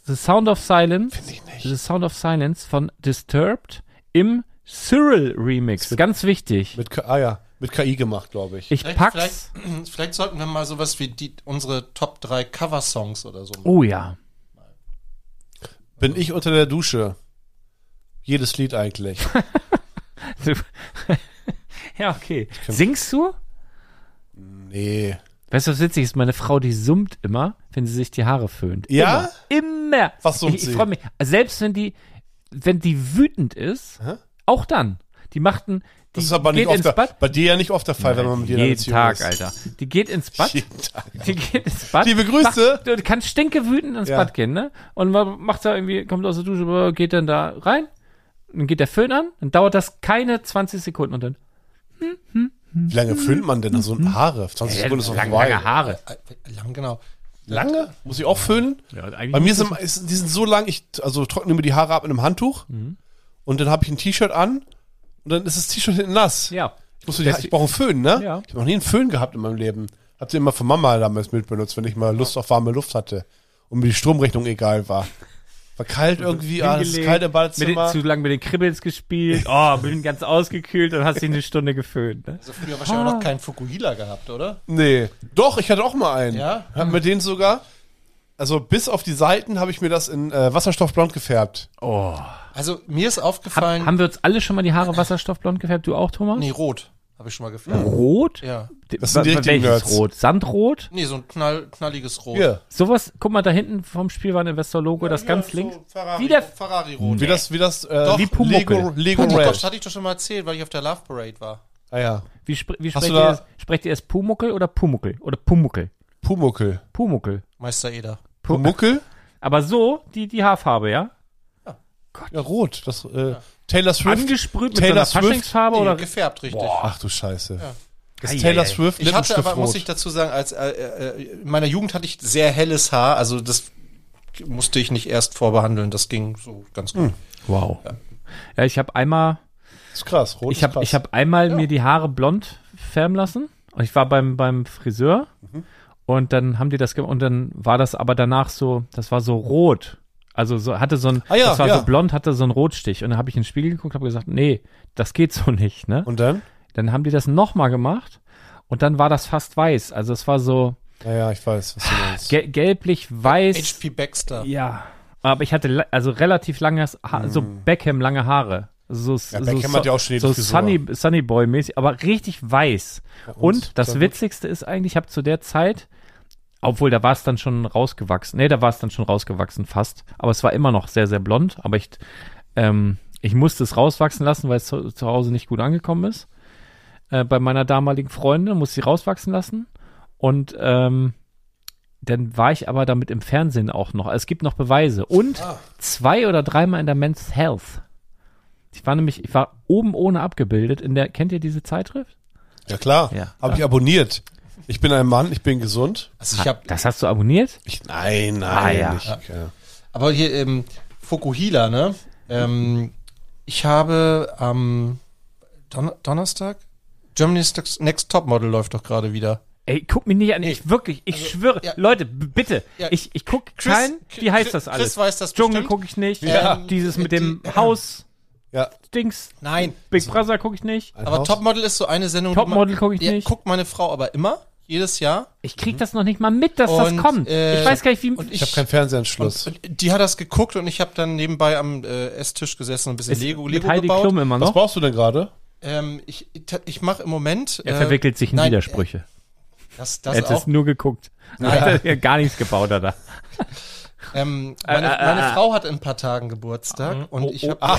[SPEAKER 4] The Sound of Silence, The Sound of Silence von Disturbed im Cyril Remix. Ganz wichtig.
[SPEAKER 3] Mit, K- ah ja, mit KI gemacht, glaube ich.
[SPEAKER 4] Ich
[SPEAKER 5] Vielleicht,
[SPEAKER 4] pack's.
[SPEAKER 5] vielleicht, <clears throat> vielleicht sollten wir mal sowas wie die, unsere Top 3 Cover-Songs oder so. machen.
[SPEAKER 4] Oh ja. <laughs>
[SPEAKER 3] Bin ich unter der Dusche. Jedes Lied
[SPEAKER 4] <laughs>
[SPEAKER 3] eigentlich.
[SPEAKER 4] ja, okay. Singst du?
[SPEAKER 3] Nee.
[SPEAKER 4] Weißt du, was witzig ist? Meine Frau, die summt immer, wenn sie sich die Haare föhnt.
[SPEAKER 3] Ja?
[SPEAKER 4] Immer. Immer.
[SPEAKER 3] Was summt
[SPEAKER 4] ich, Also ich
[SPEAKER 3] sie?
[SPEAKER 4] freue mich. Selbst wenn die, wenn die wütend ist, auch dann. Die machten, die
[SPEAKER 3] Das ist aber nicht
[SPEAKER 4] geht
[SPEAKER 3] oft
[SPEAKER 4] ins
[SPEAKER 3] der,
[SPEAKER 4] Bad.
[SPEAKER 3] bei dir ja nicht oft der Fall, wenn man mit dir in einer
[SPEAKER 4] Jeden
[SPEAKER 3] Beziehung
[SPEAKER 4] Tag,
[SPEAKER 3] ist.
[SPEAKER 4] Alter. Die geht ins
[SPEAKER 3] <laughs>
[SPEAKER 4] Bad.
[SPEAKER 3] Jeden Tag.
[SPEAKER 4] Die geht ins Bad.
[SPEAKER 3] Liebe Grüße.
[SPEAKER 4] Macht, du kannst stinkewütend ins
[SPEAKER 3] Ja.
[SPEAKER 4] Bad gehen, ne? Und man macht da irgendwie, kommt aus der Dusche, geht dann da rein, dann geht der Föhn an, dann dauert das keine 20 Sekunden und dann.
[SPEAKER 3] Wie lange föhnt man denn so Haare? 20
[SPEAKER 4] Mhm. Ja,
[SPEAKER 3] Sekunden ist doch
[SPEAKER 4] lange,
[SPEAKER 3] vorbei.
[SPEAKER 4] lange Haare.
[SPEAKER 5] Lang, genau.
[SPEAKER 3] Lange? Muss ich auch föhnen?
[SPEAKER 4] eigentlich
[SPEAKER 3] Bei mir sind ist, die sind so lang, ich also trockne mir die Haare ab mit einem Handtuch
[SPEAKER 4] Mhm.
[SPEAKER 3] und dann habe ich ein T-Shirt an und dann ist das T-Shirt hinten nass.
[SPEAKER 4] Ja.
[SPEAKER 3] Ich, muss so die, ich brauche einen Föhn, ne?
[SPEAKER 4] Ja.
[SPEAKER 3] Ich habe noch nie einen Föhn gehabt in meinem Leben. Habt ihr immer von Mama damals mitbenutzt, wenn ich mal Lust auf warme Luft hatte und mir die Stromrechnung egal war. War kalt irgendwie, ah, es ist
[SPEAKER 4] Hingelegt,
[SPEAKER 3] kalt im
[SPEAKER 4] Mit den,
[SPEAKER 3] Badezimmer.
[SPEAKER 4] zu lange mit den
[SPEAKER 3] <laughs>
[SPEAKER 4] Kribbels gespielt. Oh, bin ganz ausgekühlt und hast dich eine Stunde geföhnt. Ne?
[SPEAKER 5] Also früher wahrscheinlich auch
[SPEAKER 3] Ah.
[SPEAKER 5] noch keinen Fukuhila gehabt, oder?
[SPEAKER 3] Nee. Doch, ich hatte auch mal einen.
[SPEAKER 5] Ja?
[SPEAKER 3] Hab mir den sogar. Also bis auf die Seiten habe ich mir das in äh, Wasserstoffblond gefärbt.
[SPEAKER 5] Also mir ist
[SPEAKER 4] Hab,
[SPEAKER 5] aufgefallen,
[SPEAKER 4] haben wir uns alle schon mal die Haare wasserstoffblond gefärbt? Du auch, Thomas?
[SPEAKER 5] nee, rot habe ich schon
[SPEAKER 3] Hm.
[SPEAKER 5] mal gefragt.
[SPEAKER 4] Rot?
[SPEAKER 5] Ja.
[SPEAKER 3] Das sind die
[SPEAKER 4] Wa-
[SPEAKER 3] richtigen
[SPEAKER 4] Welches
[SPEAKER 3] Nerds.
[SPEAKER 4] Rot? Sandrot?
[SPEAKER 5] Nee, so ein knall, knalliges
[SPEAKER 4] Oh.
[SPEAKER 5] Rot.
[SPEAKER 3] Hier.
[SPEAKER 4] Sowas, guck mal da hinten vom Spielwareninvestor-Logo, das ganz links.
[SPEAKER 5] Ferrari,
[SPEAKER 4] Wie der-
[SPEAKER 5] Ferrari-Rot.
[SPEAKER 3] Wie das, wie das, äh,
[SPEAKER 5] Doch,
[SPEAKER 3] wie
[SPEAKER 4] Pumuckl.
[SPEAKER 3] Lego, Lego
[SPEAKER 5] Oh, das
[SPEAKER 3] Red.
[SPEAKER 5] hatte ich doch schon mal erzählt, weil ich auf der Love Parade war.
[SPEAKER 3] Ah ja.
[SPEAKER 4] Wie, spre wie
[SPEAKER 3] Hast
[SPEAKER 4] sprecht,
[SPEAKER 3] du
[SPEAKER 4] ihr
[SPEAKER 3] da-
[SPEAKER 4] das? sprecht ihr das Pumuckel oder Pumuckel? Oder Pumuckel?
[SPEAKER 3] Pumuckel.
[SPEAKER 4] Pumuckel.
[SPEAKER 5] Meister Eder.
[SPEAKER 3] Pumuckel?
[SPEAKER 4] Aber so, die, die Haarfarbe, ja?
[SPEAKER 3] Ja, rot. Das, äh, Taylor Swift.
[SPEAKER 4] Angesprüht mit
[SPEAKER 3] Taylor
[SPEAKER 4] so
[SPEAKER 3] Swift?
[SPEAKER 4] einer Faschingsfarbe
[SPEAKER 3] Oh,
[SPEAKER 5] Nee,
[SPEAKER 4] oder.
[SPEAKER 5] gefärbt, richtig.
[SPEAKER 3] Ach du Scheiße. Das
[SPEAKER 4] Ei,
[SPEAKER 3] Taylor
[SPEAKER 4] ei, ei.
[SPEAKER 3] Swift
[SPEAKER 5] Ich hatte
[SPEAKER 3] Lippenstift
[SPEAKER 5] aber, muss
[SPEAKER 3] rot.
[SPEAKER 5] ich dazu sagen, als äh, äh, in meiner Jugend hatte ich sehr helles Haar, also das musste ich nicht erst vorbehandeln, das ging so ganz gut.
[SPEAKER 4] Wow. Ja, ich habe einmal,
[SPEAKER 3] ist krass. Rot
[SPEAKER 4] ich habe, ich habe einmal mir die Haare blond färben lassen und ich war beim beim Friseur
[SPEAKER 3] Mhm.
[SPEAKER 4] und dann haben die das gemacht und dann war das aber danach so, das war so rot. Also so hatte so ein,
[SPEAKER 3] Ah ja,
[SPEAKER 4] das war
[SPEAKER 3] ja.
[SPEAKER 4] so blond, hatte so einen Rotstich und dann habe ich in den Spiegel geguckt, habe gesagt, nee, das geht so nicht, ne?
[SPEAKER 3] Und dann?
[SPEAKER 4] dann haben die das nochmal gemacht und dann war das fast weiß. Also es war so
[SPEAKER 3] Naja, ich weiß,
[SPEAKER 4] Ah,
[SPEAKER 3] was du meinst.
[SPEAKER 4] gel gelblich weiß.
[SPEAKER 5] HP Baxter.
[SPEAKER 4] Ja, aber ich hatte la- also relativ langes ha so Beckham lange Haare. So, s-
[SPEAKER 3] Mhm. Ja,
[SPEAKER 4] so,
[SPEAKER 3] Beckham
[SPEAKER 4] so,
[SPEAKER 3] hat ja auch schon die
[SPEAKER 4] so
[SPEAKER 3] Frisur.
[SPEAKER 4] Sunny, Sunny Boy mäßig, aber richtig weiß.
[SPEAKER 3] uns
[SPEAKER 4] Und das
[SPEAKER 3] sehr gut.
[SPEAKER 4] Witzigste ist eigentlich, ich habe zu der Zeit, obwohl da war es dann schon rausgewachsen, nee, da war es dann schon rausgewachsen fast, aber es war immer noch sehr, sehr blond, aber ich, ähm, ich musste es rauswachsen lassen, weil es zu, zu Hause nicht gut angekommen ist. Äh, bei meiner damaligen Freundin musste ich rauswachsen lassen und ähm, dann war ich aber damit im Fernsehen auch noch. Also Es gibt noch Beweise. Und zwei oder dreimal in der Men's Health. Ich war nämlich, ich war oben ohne abgebildet in der, kennt ihr diese Zeitschrift?
[SPEAKER 3] Ja, klar.
[SPEAKER 4] Ja.
[SPEAKER 3] Habe ich abonniert. Ich bin ein Mann, ich bin gesund.
[SPEAKER 5] Also ich habe,
[SPEAKER 4] Das hast du abonniert?
[SPEAKER 3] Ich, nein, nein.
[SPEAKER 4] Ah, ja.
[SPEAKER 3] Ich, ja.
[SPEAKER 5] aber hier ähm, Fukuhila, ne? Ähm, ich habe am Don Donnerstag Germany's Next Top Model läuft doch gerade wieder.
[SPEAKER 4] Ey, guck mich nicht an. Ich wirklich, ich schwöre.
[SPEAKER 5] Also, ja.
[SPEAKER 4] Leute, b- bitte.
[SPEAKER 5] Ja.
[SPEAKER 4] Ich, ich guck
[SPEAKER 5] Chris-
[SPEAKER 4] kein, wie heißt
[SPEAKER 5] Chris-
[SPEAKER 4] das alles?
[SPEAKER 5] Chris weiß das
[SPEAKER 4] Dschungel
[SPEAKER 5] bestimmt.
[SPEAKER 4] gucke ich nicht.
[SPEAKER 5] Ja.
[SPEAKER 4] Dieses mit
[SPEAKER 5] Die-
[SPEAKER 4] dem
[SPEAKER 5] <laughs>
[SPEAKER 4] Haus
[SPEAKER 3] ja.
[SPEAKER 4] Dings.
[SPEAKER 5] Nein,
[SPEAKER 4] Big Brother gucke ich nicht.
[SPEAKER 3] Ein
[SPEAKER 5] aber
[SPEAKER 3] Haus.
[SPEAKER 5] Topmodel ist so eine Sendung. die
[SPEAKER 4] Topmodel
[SPEAKER 5] man-
[SPEAKER 4] guck ich nicht.
[SPEAKER 5] Guckt meine Frau aber immer, jedes Jahr.
[SPEAKER 4] Ich krieg das noch nicht mal mit, dass das
[SPEAKER 5] Und,
[SPEAKER 4] kommt.
[SPEAKER 5] äh,
[SPEAKER 4] ich weiß gar nicht, wie.
[SPEAKER 5] Und
[SPEAKER 3] Ich habe keinen Fernsehanschluss.
[SPEAKER 5] Und Die hat das geguckt und ich habe dann nebenbei am äh, Esstisch gesessen und ein bisschen
[SPEAKER 4] ist
[SPEAKER 5] Lego,
[SPEAKER 4] mit
[SPEAKER 5] Lego
[SPEAKER 4] Heidi
[SPEAKER 5] gebaut.
[SPEAKER 4] Klum immer
[SPEAKER 3] was
[SPEAKER 4] noch.
[SPEAKER 3] brauchst du denn gerade?
[SPEAKER 5] Ähm, ich ich mache im Moment.
[SPEAKER 4] Er verwickelt sich in
[SPEAKER 5] Äh, nein,
[SPEAKER 4] Widersprüche.
[SPEAKER 5] äh, Das,
[SPEAKER 4] Er
[SPEAKER 5] das
[SPEAKER 4] hat
[SPEAKER 5] auch.
[SPEAKER 4] es nur geguckt. Er hat ja <laughs> gar nichts gebaut, da.
[SPEAKER 5] Ähm, meine,
[SPEAKER 4] Äh, äh,
[SPEAKER 5] meine
[SPEAKER 4] äh. Mhm. Oh,
[SPEAKER 5] Frau hat im paar Tagen Geburtstag und ich habe.
[SPEAKER 4] ah.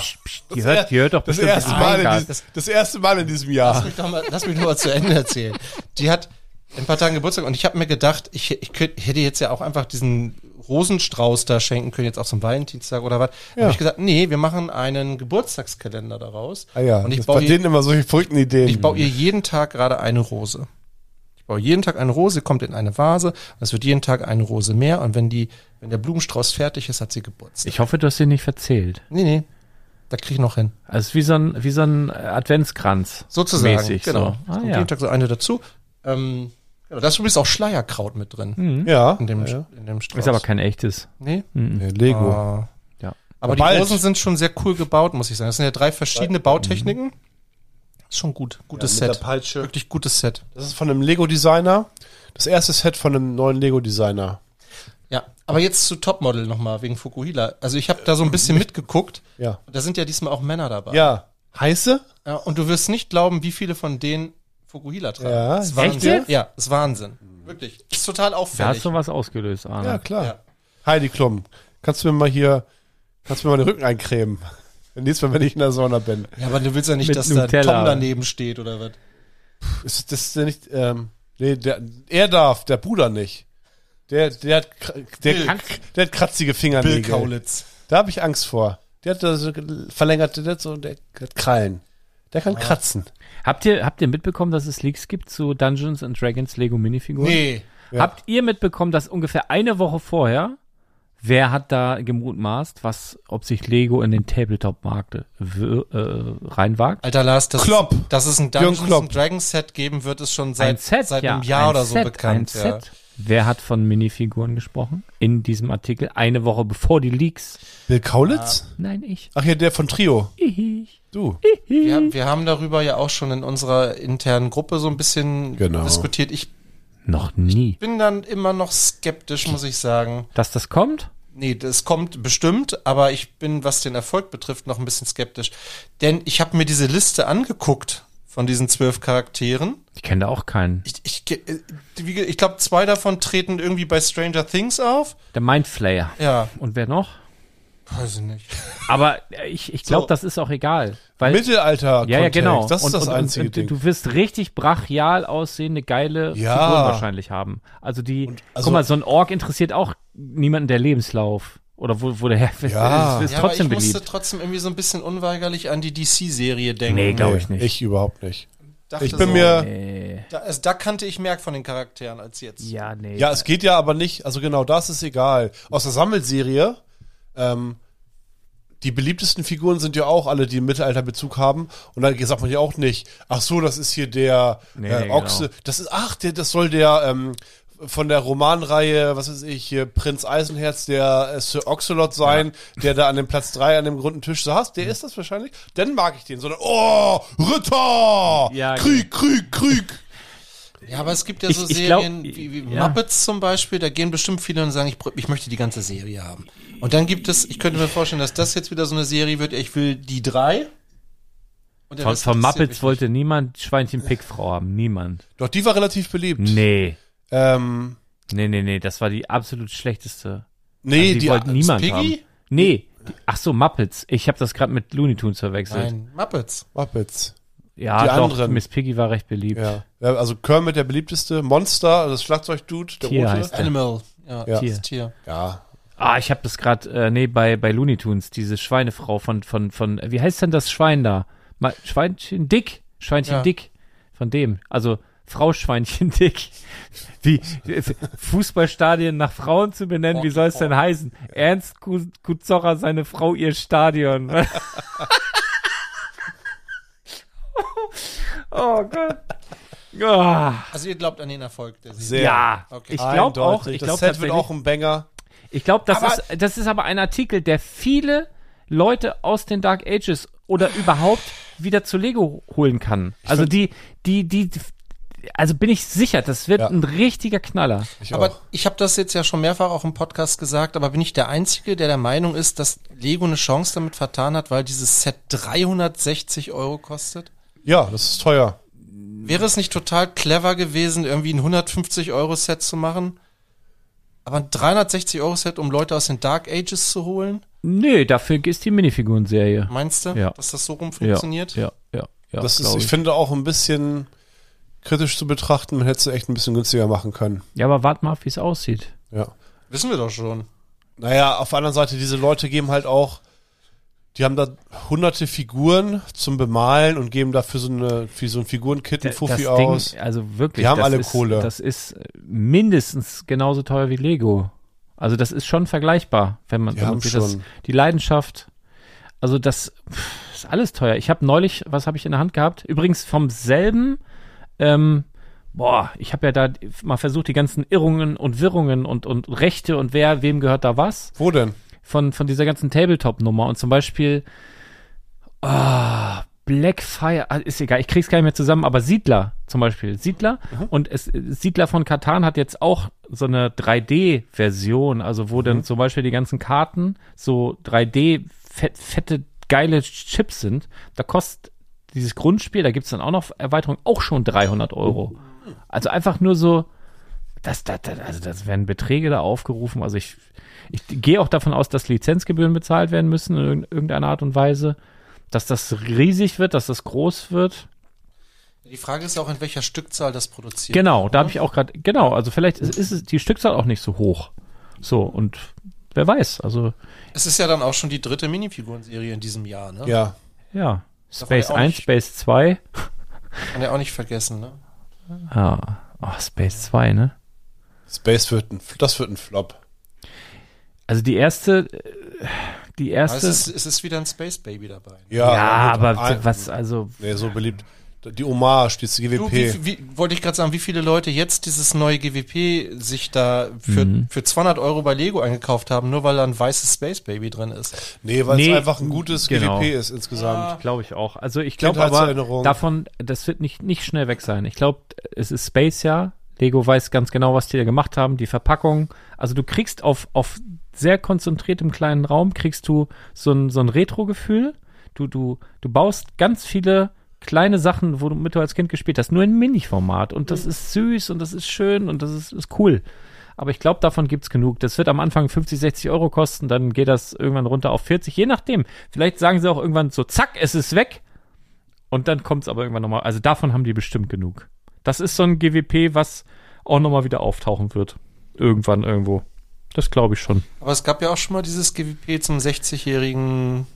[SPEAKER 4] Die hört, die hört doch
[SPEAKER 3] Ah. Das
[SPEAKER 4] bestimmt
[SPEAKER 3] erste,
[SPEAKER 4] diesen
[SPEAKER 3] Mal in
[SPEAKER 4] Podcast.
[SPEAKER 3] diesem, das erste Mal in diesem Jahr.
[SPEAKER 5] lass,
[SPEAKER 4] Ah.
[SPEAKER 5] mich doch mal, lass mich nur mal zu Ende erzählen. Die hat in ein paar Tagen Geburtstag und ich habe mir gedacht, ich, ich, könnt, ich hätte jetzt ja auch einfach diesen Rosenstrauß da schenken können, jetzt auch zum Valentinstag oder was. Ja. habe ich gesagt, nee, wir machen einen Geburtstagskalender daraus.
[SPEAKER 3] Ah ja,
[SPEAKER 5] und ich
[SPEAKER 3] das bei
[SPEAKER 5] baue
[SPEAKER 3] denen immer solche verrückten Ideen.
[SPEAKER 5] Ich baue ihr jeden Tag gerade eine Rose. Ich baue jeden Tag eine Rose, kommt in eine Vase, und es wird jeden Tag eine Rose mehr und wenn die, wenn der Blumenstrauß fertig ist, hat sie Geburtstag.
[SPEAKER 4] Ich hoffe, du hast sie nicht verzählt.
[SPEAKER 5] nee, nee. Da krieg ich noch hin.
[SPEAKER 4] Also es ist wie so ein, wie so ein Adventskranz.
[SPEAKER 5] Sozusagen.
[SPEAKER 4] Mäßig,
[SPEAKER 5] genau.
[SPEAKER 4] So. Ah,
[SPEAKER 5] kommt
[SPEAKER 4] ja.
[SPEAKER 5] jeden Tag so eine dazu. Ähm, genau, da ist übrigens auch Schleierkraut mit drin.
[SPEAKER 3] ja.
[SPEAKER 5] In dem,
[SPEAKER 3] ja.
[SPEAKER 5] in dem Strauß.
[SPEAKER 4] Hm. Ist aber kein echtes.
[SPEAKER 5] nee?
[SPEAKER 3] Nee, Äh, Lego.
[SPEAKER 5] Ah.
[SPEAKER 4] Ja.
[SPEAKER 5] Aber
[SPEAKER 3] Bald.
[SPEAKER 5] die Rosen sind schon sehr cool gebaut, muss ich sagen. Das sind ja drei verschiedene Bautechniken. Ist schon gut. Gutes
[SPEAKER 3] mit der
[SPEAKER 5] Set.
[SPEAKER 3] Peitsche.
[SPEAKER 5] Wirklich gutes Set.
[SPEAKER 3] Das ist von einem Lego-Designer. Das erste Set von einem neuen Lego-Designer.
[SPEAKER 5] Ja, aber jetzt zu Topmodel nochmal wegen Fukuhila. Also ich habe da so ein bisschen mitgeguckt.
[SPEAKER 3] Ja.
[SPEAKER 5] Da sind ja diesmal auch Männer dabei.
[SPEAKER 3] Ja. Heiße?
[SPEAKER 5] Ja, und du wirst nicht glauben, wie viele von denen Fukuhila tragen.
[SPEAKER 3] Ja.
[SPEAKER 5] ist
[SPEAKER 4] Echt
[SPEAKER 5] Wahnsinn.
[SPEAKER 4] jetzt?
[SPEAKER 5] Ja, ist Wahnsinn. Wirklich. Ist total
[SPEAKER 4] Da
[SPEAKER 5] auffällig.
[SPEAKER 4] hast du was ausgelöst, Arne.
[SPEAKER 3] Ja, klar.
[SPEAKER 5] Ja.
[SPEAKER 3] Heidi Klum, kannst du mir mal hier, kannst du mir mal den Rücken eincremen? <laughs> Nächstes Mal, wenn ich in der Sauna bin.
[SPEAKER 5] Ja, aber du willst ja nicht,
[SPEAKER 4] Mit
[SPEAKER 5] dass da
[SPEAKER 4] Nutella.
[SPEAKER 5] Tom daneben steht oder was.
[SPEAKER 3] Ist das denn nicht, ähm, nee, der, er darf, der Bruder nicht. Der, der hat, kr- der,
[SPEAKER 5] Bill.
[SPEAKER 3] der, hat kratzige Fingernägel.
[SPEAKER 5] Bill Kaulitz.
[SPEAKER 3] Da habe ich Angst vor. Der hat da so verlängerte Netze und der hat Krallen. Der kann kratzen.
[SPEAKER 4] Habt ihr, habt ihr mitbekommen, dass es Leaks gibt zu Dungeons and Dragons Lego Minifiguren?
[SPEAKER 5] Nee.
[SPEAKER 4] Habt ihr mitbekommen, dass ungefähr eine Woche vorher, wer hat da gemutmaßt, was, ob sich Lego in den Tabletop-Markt äh, wir- äh, reinwagt?
[SPEAKER 5] Alter Lars, dass,
[SPEAKER 3] Klopp.
[SPEAKER 5] dass es ein
[SPEAKER 3] Jürgen
[SPEAKER 5] Dungeons
[SPEAKER 3] Klopp.
[SPEAKER 5] and Dragons Set geben wird, ist schon
[SPEAKER 4] ein
[SPEAKER 5] seit,
[SPEAKER 4] Set,
[SPEAKER 5] seit
[SPEAKER 4] ja.
[SPEAKER 5] einem Jahr
[SPEAKER 4] ein
[SPEAKER 5] oder so
[SPEAKER 4] Set,
[SPEAKER 5] bekannt.
[SPEAKER 4] Ein
[SPEAKER 5] ja.
[SPEAKER 4] Set. Wer hat von Minifiguren gesprochen? In diesem Artikel, eine Woche bevor die Leaks.
[SPEAKER 3] Bill Kaulitz?
[SPEAKER 4] Nein, ich.
[SPEAKER 3] Ah. Ach ja, der von Trio.
[SPEAKER 4] Ich.
[SPEAKER 3] Du.
[SPEAKER 5] Wir, haben- wir haben darüber ja auch schon in unserer internen Gruppe so ein bisschen
[SPEAKER 3] Genau.
[SPEAKER 5] diskutiert. Ich
[SPEAKER 4] Noch nie.
[SPEAKER 5] bin dann immer noch skeptisch, muss ich sagen.
[SPEAKER 4] Dass das kommt?
[SPEAKER 5] Nee, das kommt bestimmt, aber ich bin, was den Erfolg betrifft, noch ein bisschen skeptisch. Denn ich habe mir diese Liste angeguckt von diesen zwölf Charakteren.
[SPEAKER 4] Ich kenne da auch keinen.
[SPEAKER 5] Ich, ich, ge- äh, wie ge- ich glaube, zwei davon treten irgendwie bei Stranger Things auf.
[SPEAKER 4] Der Mindflayer.
[SPEAKER 5] Ja,
[SPEAKER 4] Und wer noch?
[SPEAKER 5] weiß ich nicht.
[SPEAKER 4] Aber äh, ich, ich glaube,
[SPEAKER 5] So.
[SPEAKER 4] das ist auch egal. Weil,
[SPEAKER 3] Mittelalter.
[SPEAKER 4] ja, ja, genau.
[SPEAKER 3] Das ist
[SPEAKER 4] und,
[SPEAKER 3] das
[SPEAKER 4] und,
[SPEAKER 3] einzige
[SPEAKER 4] und,
[SPEAKER 3] Ding.
[SPEAKER 4] und, Du wirst richtig brachial aussehende, geile
[SPEAKER 3] Ja.
[SPEAKER 4] Figuren wahrscheinlich haben. Also die,
[SPEAKER 3] also-
[SPEAKER 4] guck mal, so ein Ork interessiert auch niemanden der Lebenslauf. Oder wo, wo der Herr
[SPEAKER 3] Ja.
[SPEAKER 4] ist, ist
[SPEAKER 5] Ja, aber ich
[SPEAKER 4] trotzdem
[SPEAKER 5] musste
[SPEAKER 4] beliebt.
[SPEAKER 5] trotzdem irgendwie so ein bisschen unweigerlich an die DC-Serie denken.
[SPEAKER 4] Nee, glaub
[SPEAKER 3] Nee,
[SPEAKER 4] ich nicht.
[SPEAKER 3] Ich überhaupt nicht.
[SPEAKER 5] Dachte
[SPEAKER 3] Ich bin
[SPEAKER 5] so,
[SPEAKER 3] mir,
[SPEAKER 4] Äh,
[SPEAKER 5] Da, also da kannte ich mehr von den Charakteren als jetzt.
[SPEAKER 4] ja, nee.
[SPEAKER 3] Ja, es geht ja aber nicht. Also genau, das ist egal. Aus der Sammelserie, ähm, die beliebtesten Figuren sind ja auch alle, die im Mittelalter Bezug haben. Und dann sagt man ja auch nicht, ach so, das ist hier der
[SPEAKER 4] Nee,
[SPEAKER 3] äh,
[SPEAKER 4] genau.
[SPEAKER 3] Ochse. Das ist, ach, der, das soll der ähm, von der Romanreihe, was weiß ich, hier Prinz Eisenherz, der äh, Sir Oxalot sein, der da an dem Platz 3 an dem runden Tisch saß. Der ist das wahrscheinlich. Dann mag ich den. Sondern, oh, Ritter!
[SPEAKER 4] Ja, genau.
[SPEAKER 3] Krieg, Krieg, Krieg!
[SPEAKER 5] Ja, aber es gibt ja
[SPEAKER 4] Ich-
[SPEAKER 5] so
[SPEAKER 4] ich glaub,
[SPEAKER 5] Serien wie, wie
[SPEAKER 4] ja.
[SPEAKER 5] Muppets zum Beispiel, da gehen bestimmt viele und sagen, ich, br- ich möchte die ganze Serie haben. Und dann gibt es, ich könnte mir vorstellen, dass das jetzt wieder so eine Serie wird, ich will die drei. Und der
[SPEAKER 4] Von,
[SPEAKER 5] Rest
[SPEAKER 4] von
[SPEAKER 5] interessiert
[SPEAKER 4] Muppets
[SPEAKER 5] mich
[SPEAKER 4] wollte niemand Schweinchen-Pickfrau haben. Niemand.
[SPEAKER 3] Doch, die war relativ beliebt.
[SPEAKER 4] Nee.
[SPEAKER 3] Ähm,
[SPEAKER 4] Nee, nee, nee. Das war die absolut schlechteste.
[SPEAKER 3] nee,
[SPEAKER 4] Also, die,
[SPEAKER 3] die,
[SPEAKER 4] wollte niemand
[SPEAKER 5] Piggy?
[SPEAKER 4] haben. Nee. Die, ach so, Muppets. Ich habe das gerade mit Looney Tunes
[SPEAKER 5] nicht.
[SPEAKER 4] verwechselt.
[SPEAKER 5] Nein, Muppets.
[SPEAKER 3] Muppets.
[SPEAKER 4] Ja,
[SPEAKER 3] Die
[SPEAKER 4] doch,
[SPEAKER 3] anderen.
[SPEAKER 4] Miss Piggy war recht beliebt.
[SPEAKER 3] Ja. ja. Also Kermit, der beliebteste. Monster, also das Schlagzeugdude, der
[SPEAKER 4] Tier
[SPEAKER 3] rote.
[SPEAKER 4] heißt er.
[SPEAKER 5] Animal. Ja,
[SPEAKER 3] Ja.
[SPEAKER 5] Das Tier.
[SPEAKER 3] Ja.
[SPEAKER 4] Ah, ich habe das gerade, äh, nee, bei, bei Looney Tunes, diese Schweinefrau von, von, von, wie heißt denn das Schwein da? Ma Schweinchen Dick, Schweinchen
[SPEAKER 5] Ja.
[SPEAKER 4] Dick, von dem, also Frau Schweinchen Dick. Wie Fußballstadien nach Frauen zu benennen, wie soll es denn heißen? Ernst Ku- Kuzorra, seine Frau, ihr Stadion. <laughs> oh Gott. Ah,
[SPEAKER 5] Also ihr glaubt an den Erfolg der Serie.
[SPEAKER 3] Sehr.
[SPEAKER 4] ja,
[SPEAKER 5] Okay.
[SPEAKER 4] ich glaube auch,
[SPEAKER 3] Eindeutig.
[SPEAKER 4] ich glaube
[SPEAKER 3] das Set wird
[SPEAKER 4] tatsächlich,
[SPEAKER 3] auch ein Banger.
[SPEAKER 4] ich glaube, das
[SPEAKER 5] Aber-
[SPEAKER 4] ist, das ist aber ein Artikel, der viele Leute aus den Dark Ages oder überhaupt wieder zu Lego holen kann. Also die, die, die, also bin ich sicher, das wird
[SPEAKER 3] Ja.
[SPEAKER 4] ein richtiger Knaller.
[SPEAKER 3] Ich
[SPEAKER 5] Aber
[SPEAKER 3] auch.
[SPEAKER 5] ich habe das jetzt ja schon mehrfach auch im Podcast gesagt, aber bin ich der Einzige, der der Meinung ist, dass Lego eine Chance damit vertan hat, weil dieses Set 360 Euro kostet?
[SPEAKER 3] Ja, das ist teuer.
[SPEAKER 5] Wäre es nicht total clever gewesen, irgendwie ein 150-Euro-Set zu machen? Aber ein 360-Euro-Set, um Leute aus den Dark Ages zu holen?
[SPEAKER 4] Nö, dafür ist die Minifiguren-Serie.
[SPEAKER 5] Meinst du,
[SPEAKER 4] Ja.
[SPEAKER 5] dass das so rum
[SPEAKER 4] Ja,
[SPEAKER 5] funktioniert?
[SPEAKER 4] ja, ja, ja.
[SPEAKER 3] das ist,
[SPEAKER 4] glaub
[SPEAKER 3] ich finde, auch ein bisschen kritisch zu betrachten. Man hätte es echt ein bisschen günstiger machen können.
[SPEAKER 4] ja, aber warte mal, wie es aussieht.
[SPEAKER 3] Ja.
[SPEAKER 5] Wissen wir doch schon.
[SPEAKER 3] Naja, auf der anderen Seite, diese Leute geben halt auch, die haben da hunderte Figuren zum Bemalen und geben dafür so, eine, für so ein Figurenkit einen Fuffi
[SPEAKER 4] Äh, das Ding,
[SPEAKER 3] aus.
[SPEAKER 4] also wirklich.
[SPEAKER 3] Die haben
[SPEAKER 4] das
[SPEAKER 3] alle
[SPEAKER 4] ist,
[SPEAKER 3] Kohle.
[SPEAKER 4] Das ist äh, mindestens genauso teuer wie Lego. Also das ist schon vergleichbar, wenn man,
[SPEAKER 3] Die
[SPEAKER 4] wenn
[SPEAKER 3] haben
[SPEAKER 4] man sich das,
[SPEAKER 3] schon.
[SPEAKER 4] die Leidenschaft. Also das pff, ist alles teuer. Ich habe neulich, was habe ich in der Hand gehabt? Übrigens vom selben, ähm, boah, ich habe ja da mal versucht, die ganzen Irrungen und Wirrungen und, und Rechte und wer, wem gehört da was
[SPEAKER 3] Wo denn?
[SPEAKER 4] von, von dieser ganzen Tabletop-Nummer und zum Beispiel ah, Blackfire, ah, ist egal, ich krieg's gar nicht mehr zusammen, aber Siedler zum Beispiel, Siedler und es, Siedler von Katan hat jetzt auch so eine 3D-Version, also wo dann zum Beispiel die ganzen Karten so 3D fett, fette, geile Chips sind, da kostet dieses Grundspiel, da gibt's dann auch noch Erweiterung, auch schon 300 Euro. Also einfach nur so Das, das, das, also das werden Beträge da aufgerufen. Also ich, ich gehe auch davon aus, dass Lizenzgebühren bezahlt werden müssen in irgend- irgendeiner Art und Weise, dass das riesig wird, dass das groß wird.
[SPEAKER 5] Die Frage ist auch, in welcher Stückzahl das produziert
[SPEAKER 4] Genau, da habe ich auch gerade, genau, also vielleicht ist, ist es die Stückzahl auch nicht so hoch. So, und wer weiß, also
[SPEAKER 5] Es ist ja dann auch schon die dritte Minifigurenserie in diesem Jahr, ne?
[SPEAKER 3] Ja.
[SPEAKER 4] ja,
[SPEAKER 5] Darf man ja
[SPEAKER 4] Space
[SPEAKER 5] auch
[SPEAKER 4] 1,
[SPEAKER 5] nicht-
[SPEAKER 4] Space 2,
[SPEAKER 5] Kann ja auch nicht vergessen, ne?
[SPEAKER 4] ah, oh, Space 2, ne?
[SPEAKER 3] Space wird ein, das wird ein Flop.
[SPEAKER 4] Also die erste, äh, die
[SPEAKER 5] Aber es
[SPEAKER 4] erste,
[SPEAKER 5] ist, Also es ist wieder ein Space Baby dabei.
[SPEAKER 4] ja,
[SPEAKER 3] mit
[SPEAKER 4] aber
[SPEAKER 3] ein-
[SPEAKER 4] was, also,
[SPEAKER 3] Nee, so beliebt. Die Hommage, die
[SPEAKER 5] Du,
[SPEAKER 3] GWP.
[SPEAKER 5] wie, wie, wollte ich gerade sagen, wie viele Leute jetzt dieses neue GWP sich da für,
[SPEAKER 4] Mhm.
[SPEAKER 5] für 200 Euro bei Lego eingekauft haben, nur weil da ein weißes Space Baby drin ist.
[SPEAKER 3] nee, weil
[SPEAKER 4] Nee,
[SPEAKER 3] es einfach ein gutes
[SPEAKER 4] genau.
[SPEAKER 3] GWP ist insgesamt.
[SPEAKER 4] Glaube ich auch. Also ich glaube aber
[SPEAKER 3] Kindheitserinnerung.
[SPEAKER 4] davon, das wird nicht, nicht schnell weg sein. Ich glaube, es ist Space ja. Lego weiß ganz genau, was die da gemacht haben, die Verpackung. Also du kriegst auf, auf sehr konzentriertem kleinen Raum, kriegst du so ein, so ein Retro-Gefühl. Du, du, du baust ganz viele kleine Sachen, womit du als Kind gespielt hast, nur in Mini-Format. Und das ist süß und das ist schön und das ist, ist cool. Aber ich glaube, davon gibt's genug. Das wird am Anfang 50, 60 Euro kosten, dann geht das irgendwann runter auf 40, je nachdem. Vielleicht sagen sie auch irgendwann so, zack, es ist weg. Und dann kommt's aber irgendwann nochmal. Also davon haben die bestimmt genug. Das ist so ein GWP, was auch nochmal wieder auftauchen wird. Irgendwann irgendwo. Das glaube ich schon.
[SPEAKER 5] Aber es gab ja auch schon mal dieses GWP zum 60-jährigen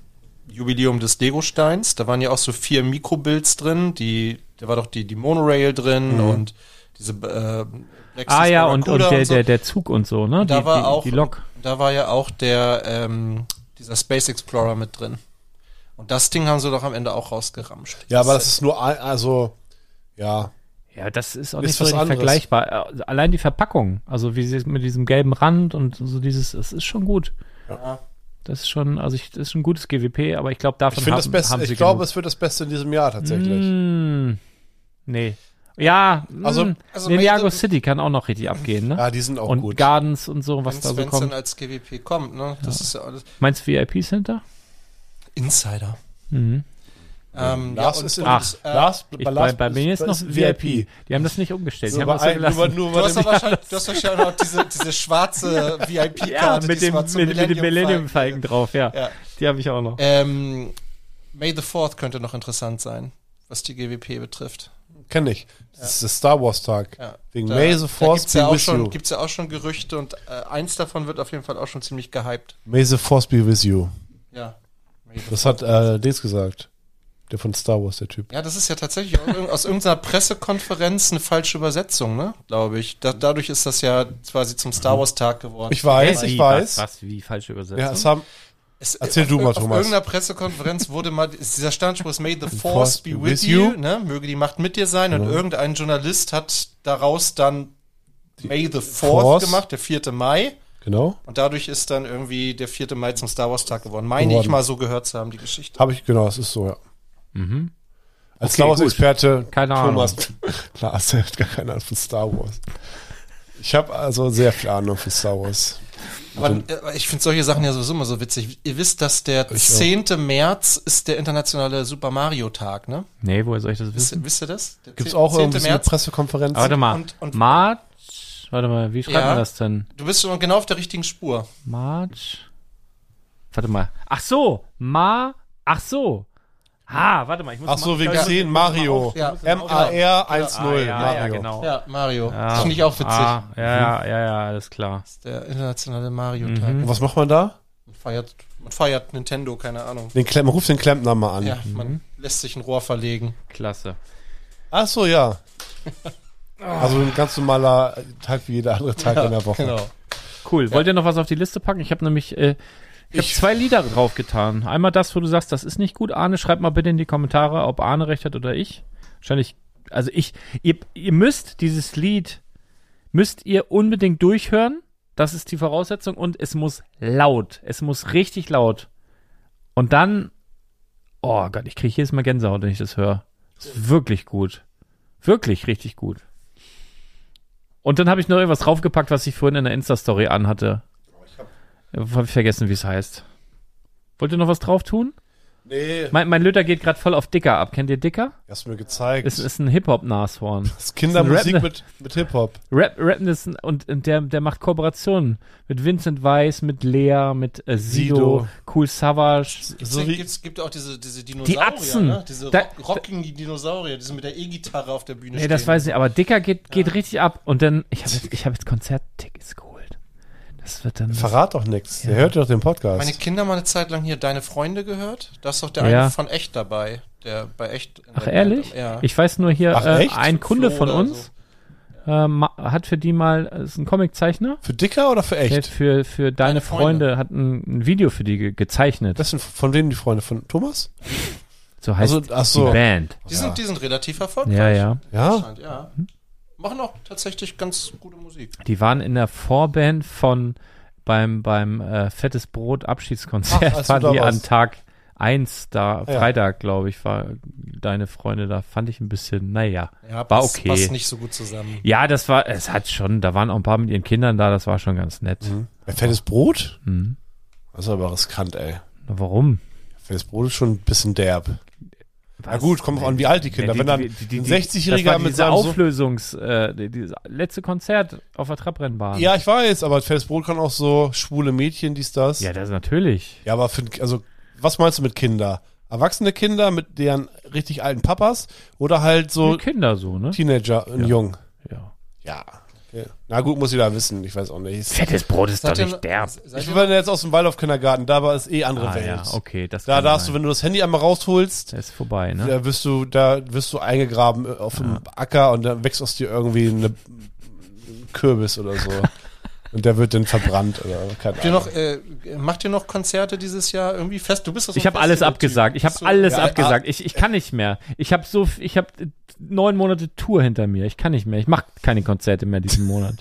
[SPEAKER 5] Jubiläum des Lego-Steins. Da waren ja auch so vier Mikrobuilds drin. Die, da war doch die, die Monorail drin und diese äh, Lexus
[SPEAKER 4] Mhm. ah ja, und, und,
[SPEAKER 5] Barracuda
[SPEAKER 4] der,
[SPEAKER 5] so.
[SPEAKER 4] der, der Zug und so, ne?
[SPEAKER 5] da
[SPEAKER 4] die,
[SPEAKER 5] war
[SPEAKER 4] die,
[SPEAKER 5] auch
[SPEAKER 4] die Lok.
[SPEAKER 5] Da war ja auch der ähm, dieser Space Explorer mit drin. Und das Ding haben sie doch am Ende auch rausgeramscht.
[SPEAKER 3] Ja, aber das ist nur ein, also, ja.
[SPEAKER 4] Ja, das ist auch
[SPEAKER 3] Ist
[SPEAKER 4] nicht so
[SPEAKER 3] was
[SPEAKER 4] richtig
[SPEAKER 3] anderes.
[SPEAKER 4] vergleichbar. Äh, Allein die Verpackung, also wie sie es mit diesem gelben Rand und so dieses, das ist schon gut. Das ist schon, also ich, das ist ein gutes GWP, aber ich glaube, davon
[SPEAKER 3] Ich finde
[SPEAKER 4] haben,
[SPEAKER 3] das Beste,
[SPEAKER 4] haben sie
[SPEAKER 3] ich glaube,
[SPEAKER 4] genug.
[SPEAKER 3] es wird das Beste in diesem Jahr tatsächlich.
[SPEAKER 4] Mm, nee. Ja,
[SPEAKER 3] Also-
[SPEAKER 4] also,
[SPEAKER 5] also
[SPEAKER 4] Ninjago
[SPEAKER 5] welche-
[SPEAKER 4] City kann auch noch richtig abgehen, ne?
[SPEAKER 3] Ja, die sind auch
[SPEAKER 4] und
[SPEAKER 3] gut.
[SPEAKER 4] Gardens und so, was
[SPEAKER 5] Wenn's,
[SPEAKER 4] da so
[SPEAKER 5] wenn's dann
[SPEAKER 4] kommt.
[SPEAKER 5] als GWP kommt, ne? Das ist ja alles
[SPEAKER 4] Meinst du VIP Center?
[SPEAKER 5] Insider.
[SPEAKER 4] Mhm.
[SPEAKER 5] Ähm,
[SPEAKER 3] Lars
[SPEAKER 5] und-
[SPEAKER 3] ist
[SPEAKER 5] und,
[SPEAKER 3] im-
[SPEAKER 4] Ach,
[SPEAKER 5] äh,
[SPEAKER 3] Lars,
[SPEAKER 4] Ich,
[SPEAKER 3] bei
[SPEAKER 4] bei,
[SPEAKER 3] Lars
[SPEAKER 4] bei mir ist noch VIP. Die haben das nicht umgestellt. Die
[SPEAKER 3] Nur
[SPEAKER 4] haben
[SPEAKER 3] bei
[SPEAKER 4] das so
[SPEAKER 3] einem, nur, nur
[SPEAKER 5] Du
[SPEAKER 4] gelassen.
[SPEAKER 3] bei
[SPEAKER 5] hast,
[SPEAKER 3] dem
[SPEAKER 5] aber wahrscheinlich, du hast wahrscheinlich auch noch diese, diese
[SPEAKER 4] <laughs>
[SPEAKER 5] schwarze VIP-Karte.
[SPEAKER 4] Ja,
[SPEAKER 5] die
[SPEAKER 4] mit
[SPEAKER 5] es
[SPEAKER 4] dem,
[SPEAKER 5] war
[SPEAKER 4] mit,
[SPEAKER 5] zum
[SPEAKER 4] mit dem
[SPEAKER 5] Millennium-Falken.
[SPEAKER 4] Millennium-Falken drauf, ja.
[SPEAKER 5] Ja.
[SPEAKER 4] Die habe ich auch noch.
[SPEAKER 5] Ähm, May the 4th könnte noch interessant sein, was die GWP betrifft.
[SPEAKER 3] Kenn ich. Das ist der Star Wars Tag.
[SPEAKER 5] Ja.
[SPEAKER 3] Wegen
[SPEAKER 5] Da-
[SPEAKER 3] May the
[SPEAKER 5] Da
[SPEAKER 3] Force
[SPEAKER 5] gibt's ja
[SPEAKER 3] be
[SPEAKER 5] auch
[SPEAKER 3] with
[SPEAKER 5] schon,
[SPEAKER 3] you.
[SPEAKER 5] gibt's ja auch schon Gerüchte und äh, eins davon wird auf jeden Fall auch schon ziemlich gehypt.
[SPEAKER 3] May the Force be with you.
[SPEAKER 5] Ja.
[SPEAKER 3] Das hat äh, Dings gesagt. Der von Star Wars, der Typ.
[SPEAKER 5] Ja, das ist ja tatsächlich auch irg- aus irgendeiner Pressekonferenz eine falsche Übersetzung, ne? Glaube ich. Da, dadurch ist das ja quasi zum Star Wars Tag geworden.
[SPEAKER 3] Mhm. Ich weiß, ich
[SPEAKER 4] Wie,
[SPEAKER 3] weiß.
[SPEAKER 4] Was, was, wie falsche
[SPEAKER 3] Ja, es
[SPEAKER 4] Übersetzung?
[SPEAKER 3] haben,
[SPEAKER 5] Es-
[SPEAKER 3] Erzähl
[SPEAKER 5] auf,
[SPEAKER 3] du mal,
[SPEAKER 5] auf
[SPEAKER 3] Thomas.
[SPEAKER 5] Auf irgendeiner Pressekonferenz wurde mal ist dieser Standspruch May the Force be with you, ne? Möge die Macht mit dir sein.
[SPEAKER 3] Genau.
[SPEAKER 5] Und irgendein Journalist hat daraus dann May the Fourth
[SPEAKER 3] Force.
[SPEAKER 5] gemacht, der 4. Mai.
[SPEAKER 3] genau.
[SPEAKER 5] Und dadurch ist dann irgendwie der 4. Mai zum Star Wars Tag geworden. Meine ich
[SPEAKER 3] Geworden.
[SPEAKER 5] mal so gehört zu haben, die Geschichte.
[SPEAKER 3] Habe ich, genau, es ist so, ja. Als Star Wars-Experte
[SPEAKER 4] Mhm. Keine
[SPEAKER 3] Thomas <laughs> Lars der hat gar keine Ahnung von Star Wars. Ich habe also sehr viel Ahnung von Star Wars.
[SPEAKER 5] Aber äh, ich finde solche Sachen ja sowieso immer so witzig. Ihr wisst, dass der 10. März ist der internationale Super Mario Tag, ne?
[SPEAKER 4] Nee, woher soll ich das wissen?
[SPEAKER 5] Wisst, wisst ihr das? Der
[SPEAKER 3] Gibt es
[SPEAKER 5] 10.
[SPEAKER 3] Mhm. auch irgendwie so eine
[SPEAKER 5] März.
[SPEAKER 3] Pressekonferenz?
[SPEAKER 4] Warte mal.
[SPEAKER 5] Und- und-
[SPEAKER 4] March. Warte mal, wie schreibt
[SPEAKER 5] Ja.
[SPEAKER 4] man das denn?
[SPEAKER 5] Du bist schon genau auf der richtigen Spur.
[SPEAKER 4] March. Warte mal. Ach so. Ma. Ach so. Ha, warte mal. Ich muss
[SPEAKER 3] Ach so,
[SPEAKER 4] mal-
[SPEAKER 3] wegen
[SPEAKER 4] ich-
[SPEAKER 3] 10 Mario.
[SPEAKER 5] Ja.
[SPEAKER 3] MAR 1-0
[SPEAKER 4] Ah, ja,
[SPEAKER 3] Mario.
[SPEAKER 4] ja, genau.
[SPEAKER 5] Ja, Mario.
[SPEAKER 4] Ja.
[SPEAKER 5] Das finde ich auch witzig.
[SPEAKER 4] Ah, ja, ja, ja, ja, alles klar.
[SPEAKER 5] Der internationale Mario-Tag.
[SPEAKER 3] Und was macht man da?
[SPEAKER 5] Man, feiert, man feiert Nintendo, keine Ahnung.
[SPEAKER 3] Den Klem man ruft den Klempner mal an.
[SPEAKER 5] Ja, man lässt sich ein Rohr verlegen.
[SPEAKER 4] Klasse.
[SPEAKER 3] Ach so, ja. Also ein ganz normaler Tag wie jeder andere Tag in der Woche.
[SPEAKER 5] Genau.
[SPEAKER 4] Cool. Wollt ihr noch was auf die Liste packen? Ich habe nämlich äh, ich hab zwei Lieder draufgetan. Einmal das, wo du sagst, das ist nicht gut. Arne, schreibt mal bitte in die Kommentare, ob Arne recht hat oder ich. Wahrscheinlich, also ich, ihr, ihr müsst dieses Lied, müsst ihr unbedingt durchhören. Das ist die Voraussetzung. Und es muss laut. Es muss richtig laut. Und dann, oh Gott, ich kriege jedes Mal Gänsehaut, wenn ich das höre. Ist wirklich gut. Wirklich richtig gut. Und dann habe ich noch irgendwas draufgepackt, was ich vorhin in der Insta-Story anhatte. Habe ich vergessen, wie es heißt. Wollt ihr noch was drauf tun?
[SPEAKER 3] Nee.
[SPEAKER 4] Mein, mein Lütter geht gerade voll auf Dicker ab. Kennt ihr Dicker?
[SPEAKER 3] Hast du mir gezeigt.
[SPEAKER 4] Ist, ist ein <laughs> Hip-Hop-Nashorn.
[SPEAKER 3] das ist Kindermusik
[SPEAKER 4] Rap- ne?
[SPEAKER 3] mit, mit Hip-Hop.
[SPEAKER 4] Rap, Rappen ist ein- und, und der, der macht Kooperationen mit Vincent Weiss, mit Lea, mit äh, Sido,
[SPEAKER 3] Sido.
[SPEAKER 4] Cool Savage.
[SPEAKER 5] Es
[SPEAKER 3] So wie-
[SPEAKER 5] gibt, gibt auch diese, diese Dinosaurier,
[SPEAKER 4] Atzen.
[SPEAKER 5] ne? Diese
[SPEAKER 4] Da-
[SPEAKER 5] rock- rockigen Dinosaurier, die sind mit der E-Gitarre auf der Bühne
[SPEAKER 4] Nee, das
[SPEAKER 5] stehen.
[SPEAKER 4] weiß ich nicht, aber Dicker geht, geht richtig ab. Und dann, ich habe jetzt, ich hab jetzt Konzerttickets geholt. Das wird dann.
[SPEAKER 3] Verrat doch nichts.
[SPEAKER 4] Ja.
[SPEAKER 3] Der hört doch den Podcast.
[SPEAKER 5] Meine Kinder mal eine Zeit lang hier deine Freunde gehört. Da ist doch der
[SPEAKER 4] Ja.
[SPEAKER 5] eine von echt dabei, der bei echt. in
[SPEAKER 4] Ach,
[SPEAKER 5] der
[SPEAKER 4] ehrlich?
[SPEAKER 5] Band- Ja.
[SPEAKER 4] Ich weiß nur hier,
[SPEAKER 3] Ach,
[SPEAKER 4] äh,
[SPEAKER 3] echt?
[SPEAKER 4] ein Kunde
[SPEAKER 5] Flo
[SPEAKER 4] von
[SPEAKER 5] oder
[SPEAKER 4] uns äh, ma- hat für die mal, äh, ist ein Comiczeichner,
[SPEAKER 3] für Dicker oder für
[SPEAKER 4] der
[SPEAKER 3] echt?
[SPEAKER 4] hat für, für
[SPEAKER 5] Deine
[SPEAKER 4] deine
[SPEAKER 5] Freunde.
[SPEAKER 4] Freunde hat ein, ein Video für die ge gezeichnet.
[SPEAKER 3] Das sind von wem die Freunde? Von Thomas?
[SPEAKER 4] so heißt
[SPEAKER 3] also, ach so.
[SPEAKER 4] die Band.
[SPEAKER 5] die, sind, die sind relativ erfolgreich.
[SPEAKER 4] Ja, Oh. ja.
[SPEAKER 3] Ja?
[SPEAKER 5] Anscheinend, ja. Machen auch tatsächlich ganz gute Musik.
[SPEAKER 4] Die waren in der Vorband von beim, beim äh, Fettes Brot Abschiedskonzert,
[SPEAKER 3] Ach, als du
[SPEAKER 4] <laughs> waren
[SPEAKER 3] da
[SPEAKER 4] die an
[SPEAKER 3] warst.
[SPEAKER 4] Tag 1 da,
[SPEAKER 3] Ja.
[SPEAKER 4] Freitag, glaube ich, war deine Freunde da, fand ich ein bisschen, naja,
[SPEAKER 5] Ja,
[SPEAKER 4] war
[SPEAKER 5] passt-
[SPEAKER 4] okay.
[SPEAKER 5] Passt nicht so gut zusammen.
[SPEAKER 4] Ja, das war, es hat schon, da waren auch ein paar mit ihren Kindern da, das war schon ganz nett.
[SPEAKER 3] Ein fettes Brot?
[SPEAKER 4] Mhm.
[SPEAKER 3] Das ist aber riskant, ey.
[SPEAKER 4] Na, Warum?
[SPEAKER 3] Fettes Brot ist schon ein bisschen derb. Na
[SPEAKER 4] Was?
[SPEAKER 3] gut, kommt drauf an, wie alt die
[SPEAKER 4] Ja,
[SPEAKER 3] Kinder.
[SPEAKER 4] die-
[SPEAKER 3] Wenn dann
[SPEAKER 4] die- die- die-
[SPEAKER 3] ein
[SPEAKER 4] das
[SPEAKER 3] 60-Jähriger
[SPEAKER 4] war
[SPEAKER 3] mit
[SPEAKER 4] diese
[SPEAKER 3] seinem Sohn-
[SPEAKER 4] Auflösungs, äh, die- dieses letzte Konzert auf der Trabrennbahn.
[SPEAKER 3] Ja, ich weiß, aber fettes Brot kann auch so schwule Mädchen, dies, das.
[SPEAKER 4] ja, das natürlich.
[SPEAKER 3] Ja, aber für, also, was meinst du mit Kinder? Erwachsene Kinder mit deren richtig alten Papas oder halt so
[SPEAKER 4] Für Kinder so, ne?
[SPEAKER 3] Teenager und jung?
[SPEAKER 4] Ja.
[SPEAKER 3] Ja. Okay. Na gut, muss jeder wissen, ich weiß auch nicht.
[SPEAKER 4] Fettes Brot ist doch
[SPEAKER 5] Seid ihr-
[SPEAKER 4] nicht derb.
[SPEAKER 5] seid
[SPEAKER 3] Ich
[SPEAKER 5] ihr,
[SPEAKER 3] bin jetzt aus dem Waldorf-Kindergarten, da war es eh andere
[SPEAKER 4] Ah,
[SPEAKER 3] Welt.
[SPEAKER 4] ja, okay, das
[SPEAKER 3] Da
[SPEAKER 4] kann
[SPEAKER 3] darfst
[SPEAKER 4] sein.
[SPEAKER 3] du, wenn du das Handy einmal rausholst,
[SPEAKER 4] Das ist vorbei, ne?
[SPEAKER 3] da wirst du, da wirst du eingegraben äh, auf dem Acker und dann wächst aus dir irgendwie eine ein Kürbis oder
[SPEAKER 4] <laughs>
[SPEAKER 3] so. und der wird dann verbrannt oder keine
[SPEAKER 5] habt ihr
[SPEAKER 3] Ahnung.
[SPEAKER 5] noch, äh, macht ihr noch Konzerte dieses Jahr irgendwie fest? Du bist doch so
[SPEAKER 4] Ich habe alles abgesagt. Ich habe alles
[SPEAKER 3] Ja, ah.
[SPEAKER 4] abgesagt. Ich, ich kann nicht mehr. Ich habe so, f- ich habe neun Monate Tour hinter mir. Ich kann nicht mehr. Ich mache keine Konzerte mehr
[SPEAKER 3] <laughs>
[SPEAKER 4] diesen Monat.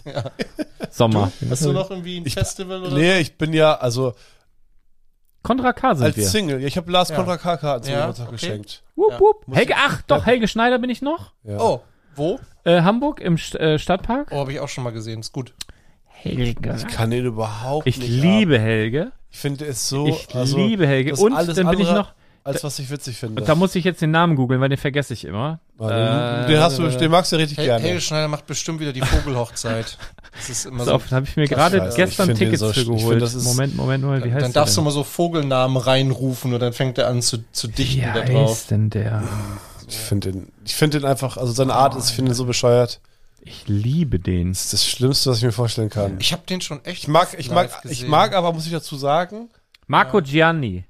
[SPEAKER 4] Sommer.
[SPEAKER 5] Hast du noch irgendwie ein Festival oder
[SPEAKER 3] Nee, ich bin ja, also
[SPEAKER 4] Contra K sind
[SPEAKER 3] als
[SPEAKER 4] wir.
[SPEAKER 3] Single. Ja, ich habe Lars
[SPEAKER 5] Ja.
[SPEAKER 3] Contra K. Karten zum
[SPEAKER 5] Ja,
[SPEAKER 3] Geburtstag
[SPEAKER 5] okay.
[SPEAKER 3] geschenkt.
[SPEAKER 4] Wupp,
[SPEAKER 5] Ja.
[SPEAKER 4] wupp. Helge, ach, doch, Helge Schneider bin ich noch.
[SPEAKER 3] Ja.
[SPEAKER 5] Oh, wo?
[SPEAKER 4] Äh, Hamburg im St äh, Stadtpark.
[SPEAKER 5] Oh, habe ich auch schon mal gesehen. Ist gut.
[SPEAKER 4] Helge.
[SPEAKER 3] Ich kann den überhaupt
[SPEAKER 4] Ich
[SPEAKER 3] nicht.
[SPEAKER 4] liebe Helge.
[SPEAKER 3] ab. Ich finde es so.
[SPEAKER 4] Ich
[SPEAKER 3] also,
[SPEAKER 4] liebe Helge.
[SPEAKER 3] das
[SPEAKER 4] Und
[SPEAKER 3] alles
[SPEAKER 4] dann bin ich
[SPEAKER 3] andere,
[SPEAKER 4] noch.
[SPEAKER 3] Als was ich witzig finde.
[SPEAKER 4] Da muss ich jetzt den Namen googeln, weil den vergesse ich immer.
[SPEAKER 3] Mann, den, den, hast
[SPEAKER 4] Äh,
[SPEAKER 3] du, den magst du richtig
[SPEAKER 5] Hel
[SPEAKER 3] gerne.
[SPEAKER 5] Helge Schneider macht bestimmt wieder die
[SPEAKER 4] <laughs>
[SPEAKER 5] Vogelhochzeit. Das ist immer
[SPEAKER 4] Pass
[SPEAKER 5] so.
[SPEAKER 4] auf, da habe ich mir
[SPEAKER 3] Also, Das
[SPEAKER 4] gerade
[SPEAKER 3] weiß ich. Ich
[SPEAKER 4] gestern
[SPEAKER 3] find den
[SPEAKER 4] Tickets
[SPEAKER 3] so sch-
[SPEAKER 4] für
[SPEAKER 3] ich find,
[SPEAKER 4] geholt.
[SPEAKER 3] das ist-
[SPEAKER 4] Moment, Moment, Moment, wie heißt
[SPEAKER 5] Dann
[SPEAKER 4] der
[SPEAKER 5] darfst du
[SPEAKER 4] denn?
[SPEAKER 5] mal so Vogelnamen reinrufen und dann fängt er an zu, zu dichten
[SPEAKER 4] Wie
[SPEAKER 5] da drauf.
[SPEAKER 4] heißt denn der?
[SPEAKER 3] Ich finde den, ich find den einfach, also seine
[SPEAKER 4] Ah,
[SPEAKER 3] Art ist, ich finde ihn so bescheuert.
[SPEAKER 4] Ich liebe den.
[SPEAKER 3] Das ist das Schlimmste, was ich mir vorstellen kann.
[SPEAKER 5] Ich habe den schon echt.
[SPEAKER 3] Ich mag, ich mag,
[SPEAKER 5] live
[SPEAKER 3] ich
[SPEAKER 5] gesehen.
[SPEAKER 3] mag aber, muss ich dazu sagen.
[SPEAKER 4] Marco Gianni.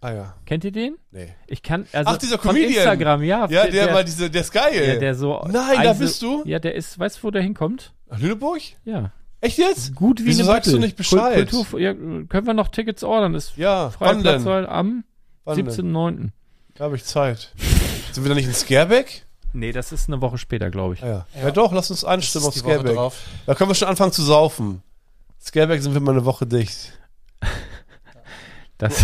[SPEAKER 3] Ah ja.
[SPEAKER 4] Kennt ihr den?
[SPEAKER 3] Nee.
[SPEAKER 4] Ich kann, also
[SPEAKER 3] Ach, dieser
[SPEAKER 4] von
[SPEAKER 3] Comedian.
[SPEAKER 4] Instagram, ja.
[SPEAKER 3] Ja, der, war diese, der ist geil.
[SPEAKER 4] der, der so
[SPEAKER 3] Nein, da bist du?
[SPEAKER 4] Ja, der ist, weißt du, wo der hinkommt?
[SPEAKER 3] Nach Lüneburg?
[SPEAKER 4] Ja.
[SPEAKER 3] Echt jetzt?
[SPEAKER 4] Gut wie
[SPEAKER 3] Wieso
[SPEAKER 4] eine
[SPEAKER 3] sagst du
[SPEAKER 4] Büttel.
[SPEAKER 3] nicht Bescheid?
[SPEAKER 4] Kultur, ja, können wir noch Tickets ordern? Ist
[SPEAKER 3] Ja,
[SPEAKER 4] freier
[SPEAKER 3] wann denn?
[SPEAKER 4] Platzwahl am
[SPEAKER 3] Wann denn?
[SPEAKER 4] 17.09.
[SPEAKER 3] Da habe ich Zeit. Sind wir da nicht in Scareback?
[SPEAKER 4] Nee, das ist eine Woche später, glaube ich.
[SPEAKER 3] Ah, ja. ja. doch, lass uns
[SPEAKER 5] Das
[SPEAKER 3] einstimmen
[SPEAKER 5] ist
[SPEAKER 3] auf
[SPEAKER 5] die Woche
[SPEAKER 3] Scareback.
[SPEAKER 5] drauf.
[SPEAKER 3] Da können wir schon anfangen zu saufen. Scareback sind wir mal eine Woche dicht.
[SPEAKER 4] <laughs> Das,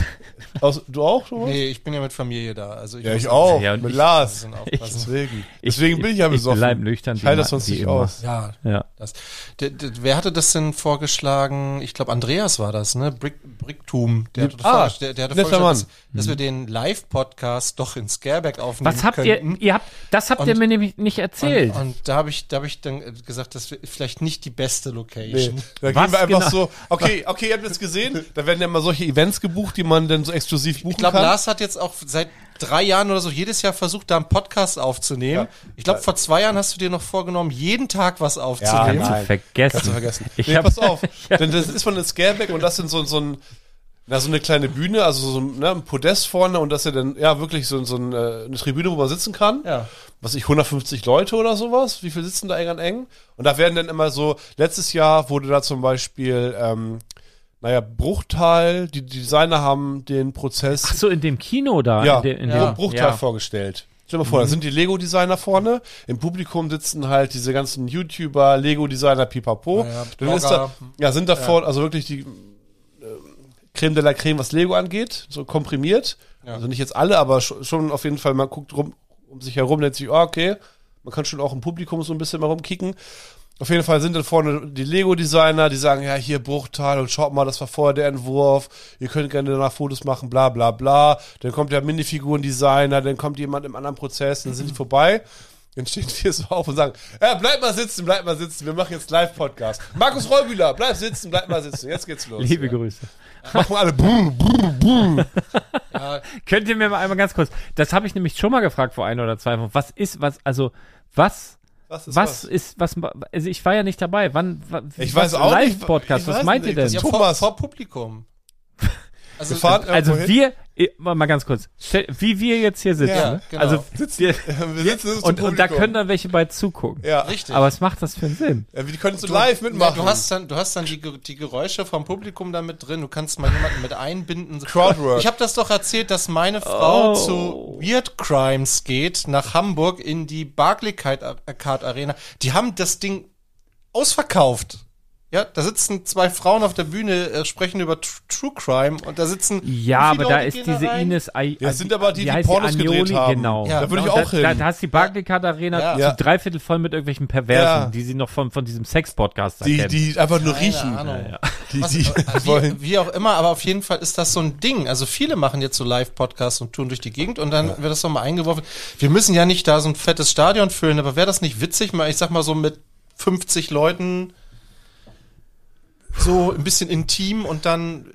[SPEAKER 3] Aus, du auch, Thomas?
[SPEAKER 5] Nee, ich bin ja mit Familie da. Also ich
[SPEAKER 3] Ja,
[SPEAKER 5] muss
[SPEAKER 3] ich auch.
[SPEAKER 4] Ja, und
[SPEAKER 3] mit
[SPEAKER 4] ich-
[SPEAKER 3] Lars.
[SPEAKER 5] aufpassen, aufpassen.
[SPEAKER 3] Deswegen. Deswegen bin ich ja besoffen.
[SPEAKER 4] Ich bleib nüchtern.
[SPEAKER 3] Ich halte
[SPEAKER 4] wie
[SPEAKER 3] das
[SPEAKER 4] ma-
[SPEAKER 3] sonst
[SPEAKER 4] wie
[SPEAKER 3] nicht
[SPEAKER 4] immer.
[SPEAKER 3] aus.
[SPEAKER 5] Ja,
[SPEAKER 4] Ja.
[SPEAKER 5] das. Der, der, wer hatte das denn vorgeschlagen? Ich glaube, Andreas war das, ne? Brick, Bricktum. Der hatte,
[SPEAKER 3] Ah,
[SPEAKER 5] vorgeschlagen- der, der hatte
[SPEAKER 3] netter
[SPEAKER 5] vorgeschlagen, dass,
[SPEAKER 3] Mann.
[SPEAKER 5] dass wir den Live-Podcast doch in Scareback aufnehmen
[SPEAKER 4] Was habt ihr,
[SPEAKER 5] könnten.
[SPEAKER 4] ihr habt, das habt ihr
[SPEAKER 5] Und-
[SPEAKER 4] mir nämlich nicht erzählt.
[SPEAKER 5] Und, und da habe ich, da hab ich dann äh, gesagt, das ist vielleicht nicht die beste
[SPEAKER 3] Nee.
[SPEAKER 5] Location.
[SPEAKER 3] Da
[SPEAKER 4] Was
[SPEAKER 3] gehen wir einfach
[SPEAKER 4] genau?
[SPEAKER 3] so, okay, okay, ihr habt es
[SPEAKER 4] <laughs>
[SPEAKER 3] gesehen, da werden ja immer solche Events gebucht, die man dann so exklusiv buchen
[SPEAKER 5] Ich glaube,
[SPEAKER 3] kann.
[SPEAKER 5] Lars hat jetzt auch seit drei Jahren oder so jedes Jahr versucht, da einen Podcast aufzunehmen. Ich glaube, vor zwei Jahren hast du dir noch vorgenommen, jeden Tag was aufzunehmen.
[SPEAKER 4] Kannst
[SPEAKER 3] nein.
[SPEAKER 4] du vergessen.
[SPEAKER 3] Kannst du vergessen.
[SPEAKER 4] Ich
[SPEAKER 3] nee,
[SPEAKER 4] hab-
[SPEAKER 3] pass
[SPEAKER 4] <laughs>
[SPEAKER 3] auf. Denn das ist von den Scareback und das sind so, so ein, na, so eine kleine Bühne, also so ein, ne, ein Podest vorne und das ist ja dann, ja, wirklich so, so ein, äh, eine Tribüne, wo man sitzen kann.
[SPEAKER 5] Ja.
[SPEAKER 3] Was ich, 150 Leute oder sowas? Wie viel sitzen da eng an eng? Und da werden dann immer so, letztes Jahr wurde da zum Beispiel, ähm, naja, Bruchtal, die Designer haben den Prozess.
[SPEAKER 4] Ach so, in dem Kino da.
[SPEAKER 3] Ja,
[SPEAKER 4] in dem, in
[SPEAKER 3] ja.
[SPEAKER 4] dem,
[SPEAKER 3] Bruchteil vorgestellt. Stell dir mal vor, da sind die Lego-Designer vorne, im Publikum sitzen halt diese ganzen YouTuber, Lego-Designer, pipapo.
[SPEAKER 5] Ja, ja,
[SPEAKER 3] Dann ist da,
[SPEAKER 5] Blogger.
[SPEAKER 3] ja, sind da vorne, also wirklich die äh, Creme de la Creme, was Lego angeht, so komprimiert. Also nicht jetzt alle, aber schon, schon auf jeden Fall, man guckt rum, um sich herum, denkt sich, oh, okay, man kann schon auch im Publikum so ein bisschen mal rumkicken. Auf jeden Fall sind da vorne die Lego-Designer, die sagen, ja, hier Bruchteil und schaut mal, das war vorher der Entwurf, ihr könnt gerne danach Fotos machen, bla bla bla. Dann kommt der Minifiguren-Designer, dann kommt jemand im anderen Prozess, dann sind die vorbei. Dann stehen wir so auf und sagen, ja, bleib mal sitzen, bleib mal sitzen, wir machen jetzt Live-Podcast. Markus Reubühler, bleib sitzen, bleib mal sitzen, jetzt geht's los.
[SPEAKER 4] Liebe
[SPEAKER 3] ja.
[SPEAKER 4] Grüße.
[SPEAKER 3] Machen alle brr, brr, brr.
[SPEAKER 4] Könnt ihr mir mal einmal ganz kurz, das habe ich nämlich schon mal gefragt vor ein oder zwei Wochen. Was ist, was, also, was,
[SPEAKER 3] Was ist
[SPEAKER 4] was ist, was, also ich war ja nicht dabei. Wann, wa-
[SPEAKER 3] Ich
[SPEAKER 4] was,
[SPEAKER 3] weiß auch nicht,
[SPEAKER 4] Live-Podcast,
[SPEAKER 5] Ich
[SPEAKER 4] was
[SPEAKER 5] weiß
[SPEAKER 4] meint ihr
[SPEAKER 5] nicht,
[SPEAKER 4] denn?
[SPEAKER 5] das ist Ja,
[SPEAKER 3] Thomas.
[SPEAKER 5] Thomas. Vor, vor Publikum. Also,
[SPEAKER 3] Wir fahren
[SPEAKER 4] Also
[SPEAKER 3] irgendwo hin.
[SPEAKER 4] wir, eh, mal mal ganz kurz, stell- wie wir jetzt hier sitzen.
[SPEAKER 5] Ja,
[SPEAKER 4] ne?
[SPEAKER 5] genau.
[SPEAKER 4] Also
[SPEAKER 3] Sitzen.
[SPEAKER 4] wir,
[SPEAKER 3] <laughs> Wir sitzen zum
[SPEAKER 4] und, und da
[SPEAKER 3] Publikum.
[SPEAKER 4] können dann welche bei zugucken.
[SPEAKER 3] ja.
[SPEAKER 5] richtig.
[SPEAKER 4] Aber was macht das für einen Sinn?
[SPEAKER 3] ja, wir können so live mitmachen.
[SPEAKER 5] Ja, du hast dann, du hast dann die, Ge- die Geräusche vom Publikum da mit drin. Du kannst mal jemanden mit einbinden.
[SPEAKER 3] Crowdwork.
[SPEAKER 5] Ich habe das doch erzählt, dass meine Frau
[SPEAKER 4] Oh.
[SPEAKER 5] zu Weird Crimes geht nach Hamburg in die Barclaycard Arena. Die haben das Ding ausverkauft. Ja, da sitzen zwei Frauen auf der Bühne, äh, sprechen über Tr True Crime und da sitzen.
[SPEAKER 4] Ja,
[SPEAKER 5] wie
[SPEAKER 4] aber
[SPEAKER 5] viele
[SPEAKER 4] da
[SPEAKER 5] Leute
[SPEAKER 4] ist
[SPEAKER 5] gehen da
[SPEAKER 4] diese
[SPEAKER 5] rein?
[SPEAKER 4] Ines. I,
[SPEAKER 3] Ja, es sind aber die,
[SPEAKER 4] wie
[SPEAKER 3] die
[SPEAKER 4] heißt
[SPEAKER 3] Pornos gedreht haben.
[SPEAKER 4] Genau.
[SPEAKER 5] Ja.
[SPEAKER 3] Da würde ich
[SPEAKER 4] Genau,
[SPEAKER 3] auch
[SPEAKER 4] da,
[SPEAKER 3] hin.
[SPEAKER 4] Da, da hast du die Barclaycard Arena
[SPEAKER 5] Ja.
[SPEAKER 4] zu
[SPEAKER 3] Ja.
[SPEAKER 4] dreiviertel voll mit irgendwelchen Perversen,
[SPEAKER 3] Ja.
[SPEAKER 4] die sie noch von, von diesem Sex-Podcast da
[SPEAKER 3] die,
[SPEAKER 4] kennen.
[SPEAKER 3] die einfach nur
[SPEAKER 5] Keine
[SPEAKER 3] riechen.
[SPEAKER 5] Ahnung.
[SPEAKER 3] Die,
[SPEAKER 5] <laughs> Was,
[SPEAKER 3] die
[SPEAKER 5] äh,
[SPEAKER 3] <laughs> wollen.
[SPEAKER 5] wie, wie auch immer, aber auf jeden Fall ist das so ein Ding. Also viele machen jetzt so Live-Podcasts und touren durch die Gegend und dann wird das nochmal eingeworfen. Wir müssen ja nicht da so ein fettes Stadion füllen, aber wäre das nicht witzig, mal, ich sag mal so mit 50 Leuten so ein bisschen intim und dann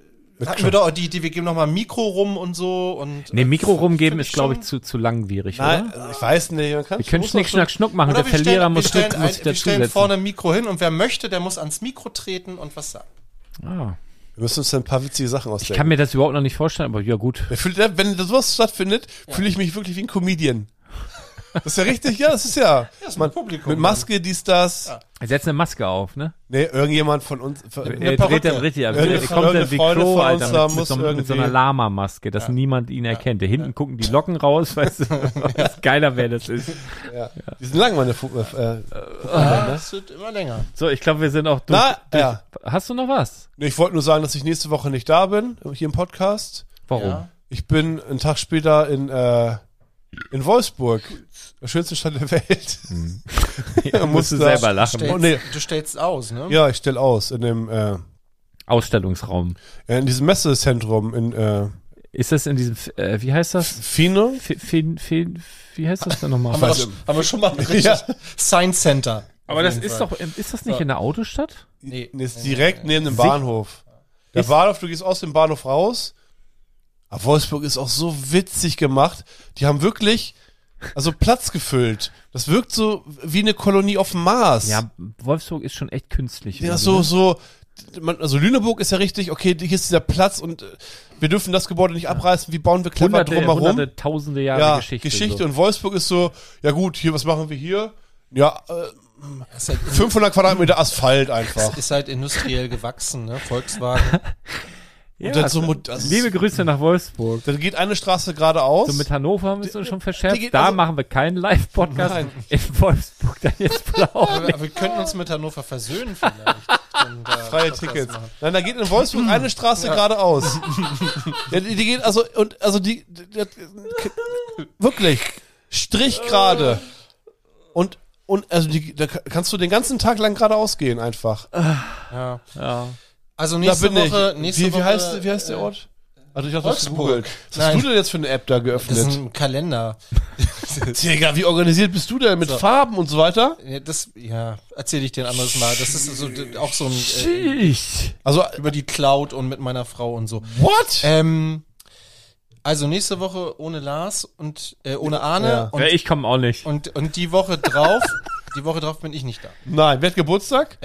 [SPEAKER 5] hatten wir doch die, die, wir geben nochmal ein Mikro rum und so und. äh,
[SPEAKER 4] Nee, Mikro rumgeben ist, glaube ich,
[SPEAKER 5] schon-
[SPEAKER 4] zu, zu langwierig,
[SPEAKER 3] Nein, also
[SPEAKER 4] oder?
[SPEAKER 3] ich weiß nicht. Man kann
[SPEAKER 4] Wir können Schnick, Schnack, Schnuck machen.
[SPEAKER 5] Oder
[SPEAKER 4] Der Verlierer
[SPEAKER 5] stellen-
[SPEAKER 4] muss,
[SPEAKER 5] wir stellen,
[SPEAKER 4] muss
[SPEAKER 5] ein,
[SPEAKER 4] sich
[SPEAKER 5] wir stellen
[SPEAKER 4] dazusetzen.
[SPEAKER 5] vorne ein Mikro hin und wer möchte, der muss ans Mikro treten und was sagen.
[SPEAKER 4] Ah,
[SPEAKER 3] Wir müssen uns dann ein paar witzige Sachen
[SPEAKER 4] ich kann
[SPEAKER 3] ausdenken.
[SPEAKER 4] mir das überhaupt noch nicht vorstellen, aber ja gut.
[SPEAKER 3] Ich fühl, wenn sowas stattfindet, fühle ich mich wirklich wie ein Comedian. Das ist ja richtig, ja, das ist ja.
[SPEAKER 5] ist
[SPEAKER 3] Man-
[SPEAKER 5] mit Publikum
[SPEAKER 3] mit
[SPEAKER 5] dann.
[SPEAKER 3] Maske, dies, das.
[SPEAKER 4] Er setzt eine Maske auf, ne?
[SPEAKER 3] Nee, irgendjemand von uns.
[SPEAKER 4] Er dreht dann richtig ab. Er
[SPEAKER 3] Irgendeine
[SPEAKER 4] kommt dann wie
[SPEAKER 3] Freundin
[SPEAKER 4] Crow,
[SPEAKER 3] von
[SPEAKER 4] Alter,
[SPEAKER 3] uns
[SPEAKER 4] mit,
[SPEAKER 3] da
[SPEAKER 4] mit,
[SPEAKER 3] muss
[SPEAKER 4] so, einem- mit so einer
[SPEAKER 3] irgendwie-
[SPEAKER 4] Lama-Maske, dass niemand ihn erkennt. Da hinten gucken die Locken
[SPEAKER 3] <laughs>
[SPEAKER 4] raus, weißt du, was geiler wäre das ist.
[SPEAKER 3] Ja. Die sind lang, meine Fu äh,
[SPEAKER 5] Das wird immer länger.
[SPEAKER 4] So, ich glaube, wir sind auch durch.
[SPEAKER 3] Na, ja.
[SPEAKER 4] Hast du noch was?
[SPEAKER 3] Ich wollte nur sagen, dass ich nächste Woche nicht da bin, hier im Podcast.
[SPEAKER 4] Warum?
[SPEAKER 5] Ja.
[SPEAKER 3] Ich bin einen Tag später in, äh, in Wolfsburg, der schönsten Stadt der Welt.
[SPEAKER 4] Hm.
[SPEAKER 3] <laughs>
[SPEAKER 4] Ja, musst du
[SPEAKER 3] Muss da-
[SPEAKER 4] selber lachen.
[SPEAKER 5] Stellst,
[SPEAKER 3] Oh, nee.
[SPEAKER 5] Du stellst aus, ne?
[SPEAKER 3] Ja, ich stell aus in dem äh,
[SPEAKER 4] Ausstellungsraum.
[SPEAKER 3] in diesem Messezentrum in äh,
[SPEAKER 4] Ist das in diesem, F- äh, wie heißt das?
[SPEAKER 3] Fino.
[SPEAKER 4] F Fin, Fin, wie heißt das denn nochmal?
[SPEAKER 5] Haben wir,
[SPEAKER 3] Weiß
[SPEAKER 5] doch, haben wir schon mal richtig.
[SPEAKER 3] Ja.
[SPEAKER 5] Science Center.
[SPEAKER 4] Aber
[SPEAKER 5] Auf
[SPEAKER 4] das
[SPEAKER 5] jeden
[SPEAKER 4] ist
[SPEAKER 5] Fall.
[SPEAKER 4] doch, ist das nicht in der Autostadt?
[SPEAKER 5] Nee.
[SPEAKER 3] Nee, ist direkt neben dem
[SPEAKER 4] Sich-
[SPEAKER 3] Bahnhof. Der
[SPEAKER 4] Äh, Ist-
[SPEAKER 3] Bahnhof, du gehst aus dem Bahnhof raus. Aber Wolfsburg ist auch so witzig gemacht. Die haben wirklich also Platz gefüllt. Das wirkt so wie eine Kolonie auf dem Mars.
[SPEAKER 4] Ja, Wolfsburg ist schon echt künstlich.
[SPEAKER 3] Ja,
[SPEAKER 4] irgendwie,
[SPEAKER 3] so,
[SPEAKER 4] ne?
[SPEAKER 3] so. Man, also Lüneburg ist ja richtig, okay, hier ist dieser Platz und äh, wir dürfen das Gebäude nicht abreißen, wie bauen wir clever
[SPEAKER 4] hunderte,
[SPEAKER 3] drumherum?
[SPEAKER 4] hunderte, tausende Jahre
[SPEAKER 3] ja,
[SPEAKER 4] Geschichte. so.
[SPEAKER 3] und Wolfsburg ist so, ja gut, hier, was machen wir hier? Ja, äh,
[SPEAKER 5] Ist halt,
[SPEAKER 3] 500 Quadratmeter Asphalt einfach.
[SPEAKER 5] ist halt industriell gewachsen, ne?
[SPEAKER 3] <laughs>
[SPEAKER 5] Volkswagen.
[SPEAKER 4] ja,
[SPEAKER 3] und dann so, mod- also,
[SPEAKER 4] Liebe Grüße nach Wolfsburg.
[SPEAKER 3] dann geht eine Straße geradeaus.
[SPEAKER 4] So mit Hannover haben wir es uns schon
[SPEAKER 3] die
[SPEAKER 4] verschärft.
[SPEAKER 3] geht-
[SPEAKER 4] Da
[SPEAKER 3] also-
[SPEAKER 4] machen wir keinen Live-Podcast.
[SPEAKER 3] Nein.
[SPEAKER 4] In Wolfsburg dann jetzt wohl auch <laughs>
[SPEAKER 5] Aber
[SPEAKER 4] nicht.
[SPEAKER 5] wir könnten uns mit Hannover versöhnen vielleicht. Und, äh,
[SPEAKER 3] <laughs> Freie
[SPEAKER 5] Podcast
[SPEAKER 3] Tickets.
[SPEAKER 5] machen.
[SPEAKER 3] Nein, da geht in Wolfsburg eine Straße geradeaus.
[SPEAKER 5] <laughs>
[SPEAKER 3] ja, die, die geht also und also die, die, die wirklich Strich gerade und und also die, da ka- kannst du den ganzen Tag lang geradeaus gehen einfach.
[SPEAKER 5] Ja.
[SPEAKER 4] Ja.
[SPEAKER 5] Also
[SPEAKER 3] Da
[SPEAKER 5] nächste
[SPEAKER 3] bin
[SPEAKER 5] Woche,
[SPEAKER 3] ich.
[SPEAKER 5] nächste
[SPEAKER 3] wie, wie
[SPEAKER 5] Woche.
[SPEAKER 3] heißt wie heißt der Ort? Also ich dachte, das ist
[SPEAKER 5] Wolfsburg.
[SPEAKER 3] Google. Was hast
[SPEAKER 5] Nein.
[SPEAKER 3] du denn jetzt für eine App da
[SPEAKER 5] Das ist
[SPEAKER 3] geöffnet?
[SPEAKER 5] ein Kalender.
[SPEAKER 3] Digga, wie organisiert bist du denn mit Farben und so weiter?
[SPEAKER 5] Ja, Das, ja, erzähle ich dir ein anderes Mal. Das ist so, auch so ein, äh,
[SPEAKER 4] Ich.
[SPEAKER 3] Also
[SPEAKER 5] über die Cloud und mit meiner Frau und so.
[SPEAKER 3] what?
[SPEAKER 4] Äh.
[SPEAKER 5] Ähm, also nächste Woche ohne Lars und äh, ohne Arne
[SPEAKER 3] Ja.
[SPEAKER 5] und,
[SPEAKER 4] ich komme auch nicht.
[SPEAKER 5] und und die Woche drauf, <laughs> die Woche drauf bin ich nicht da.
[SPEAKER 3] Nein, wer hat Geburtstag?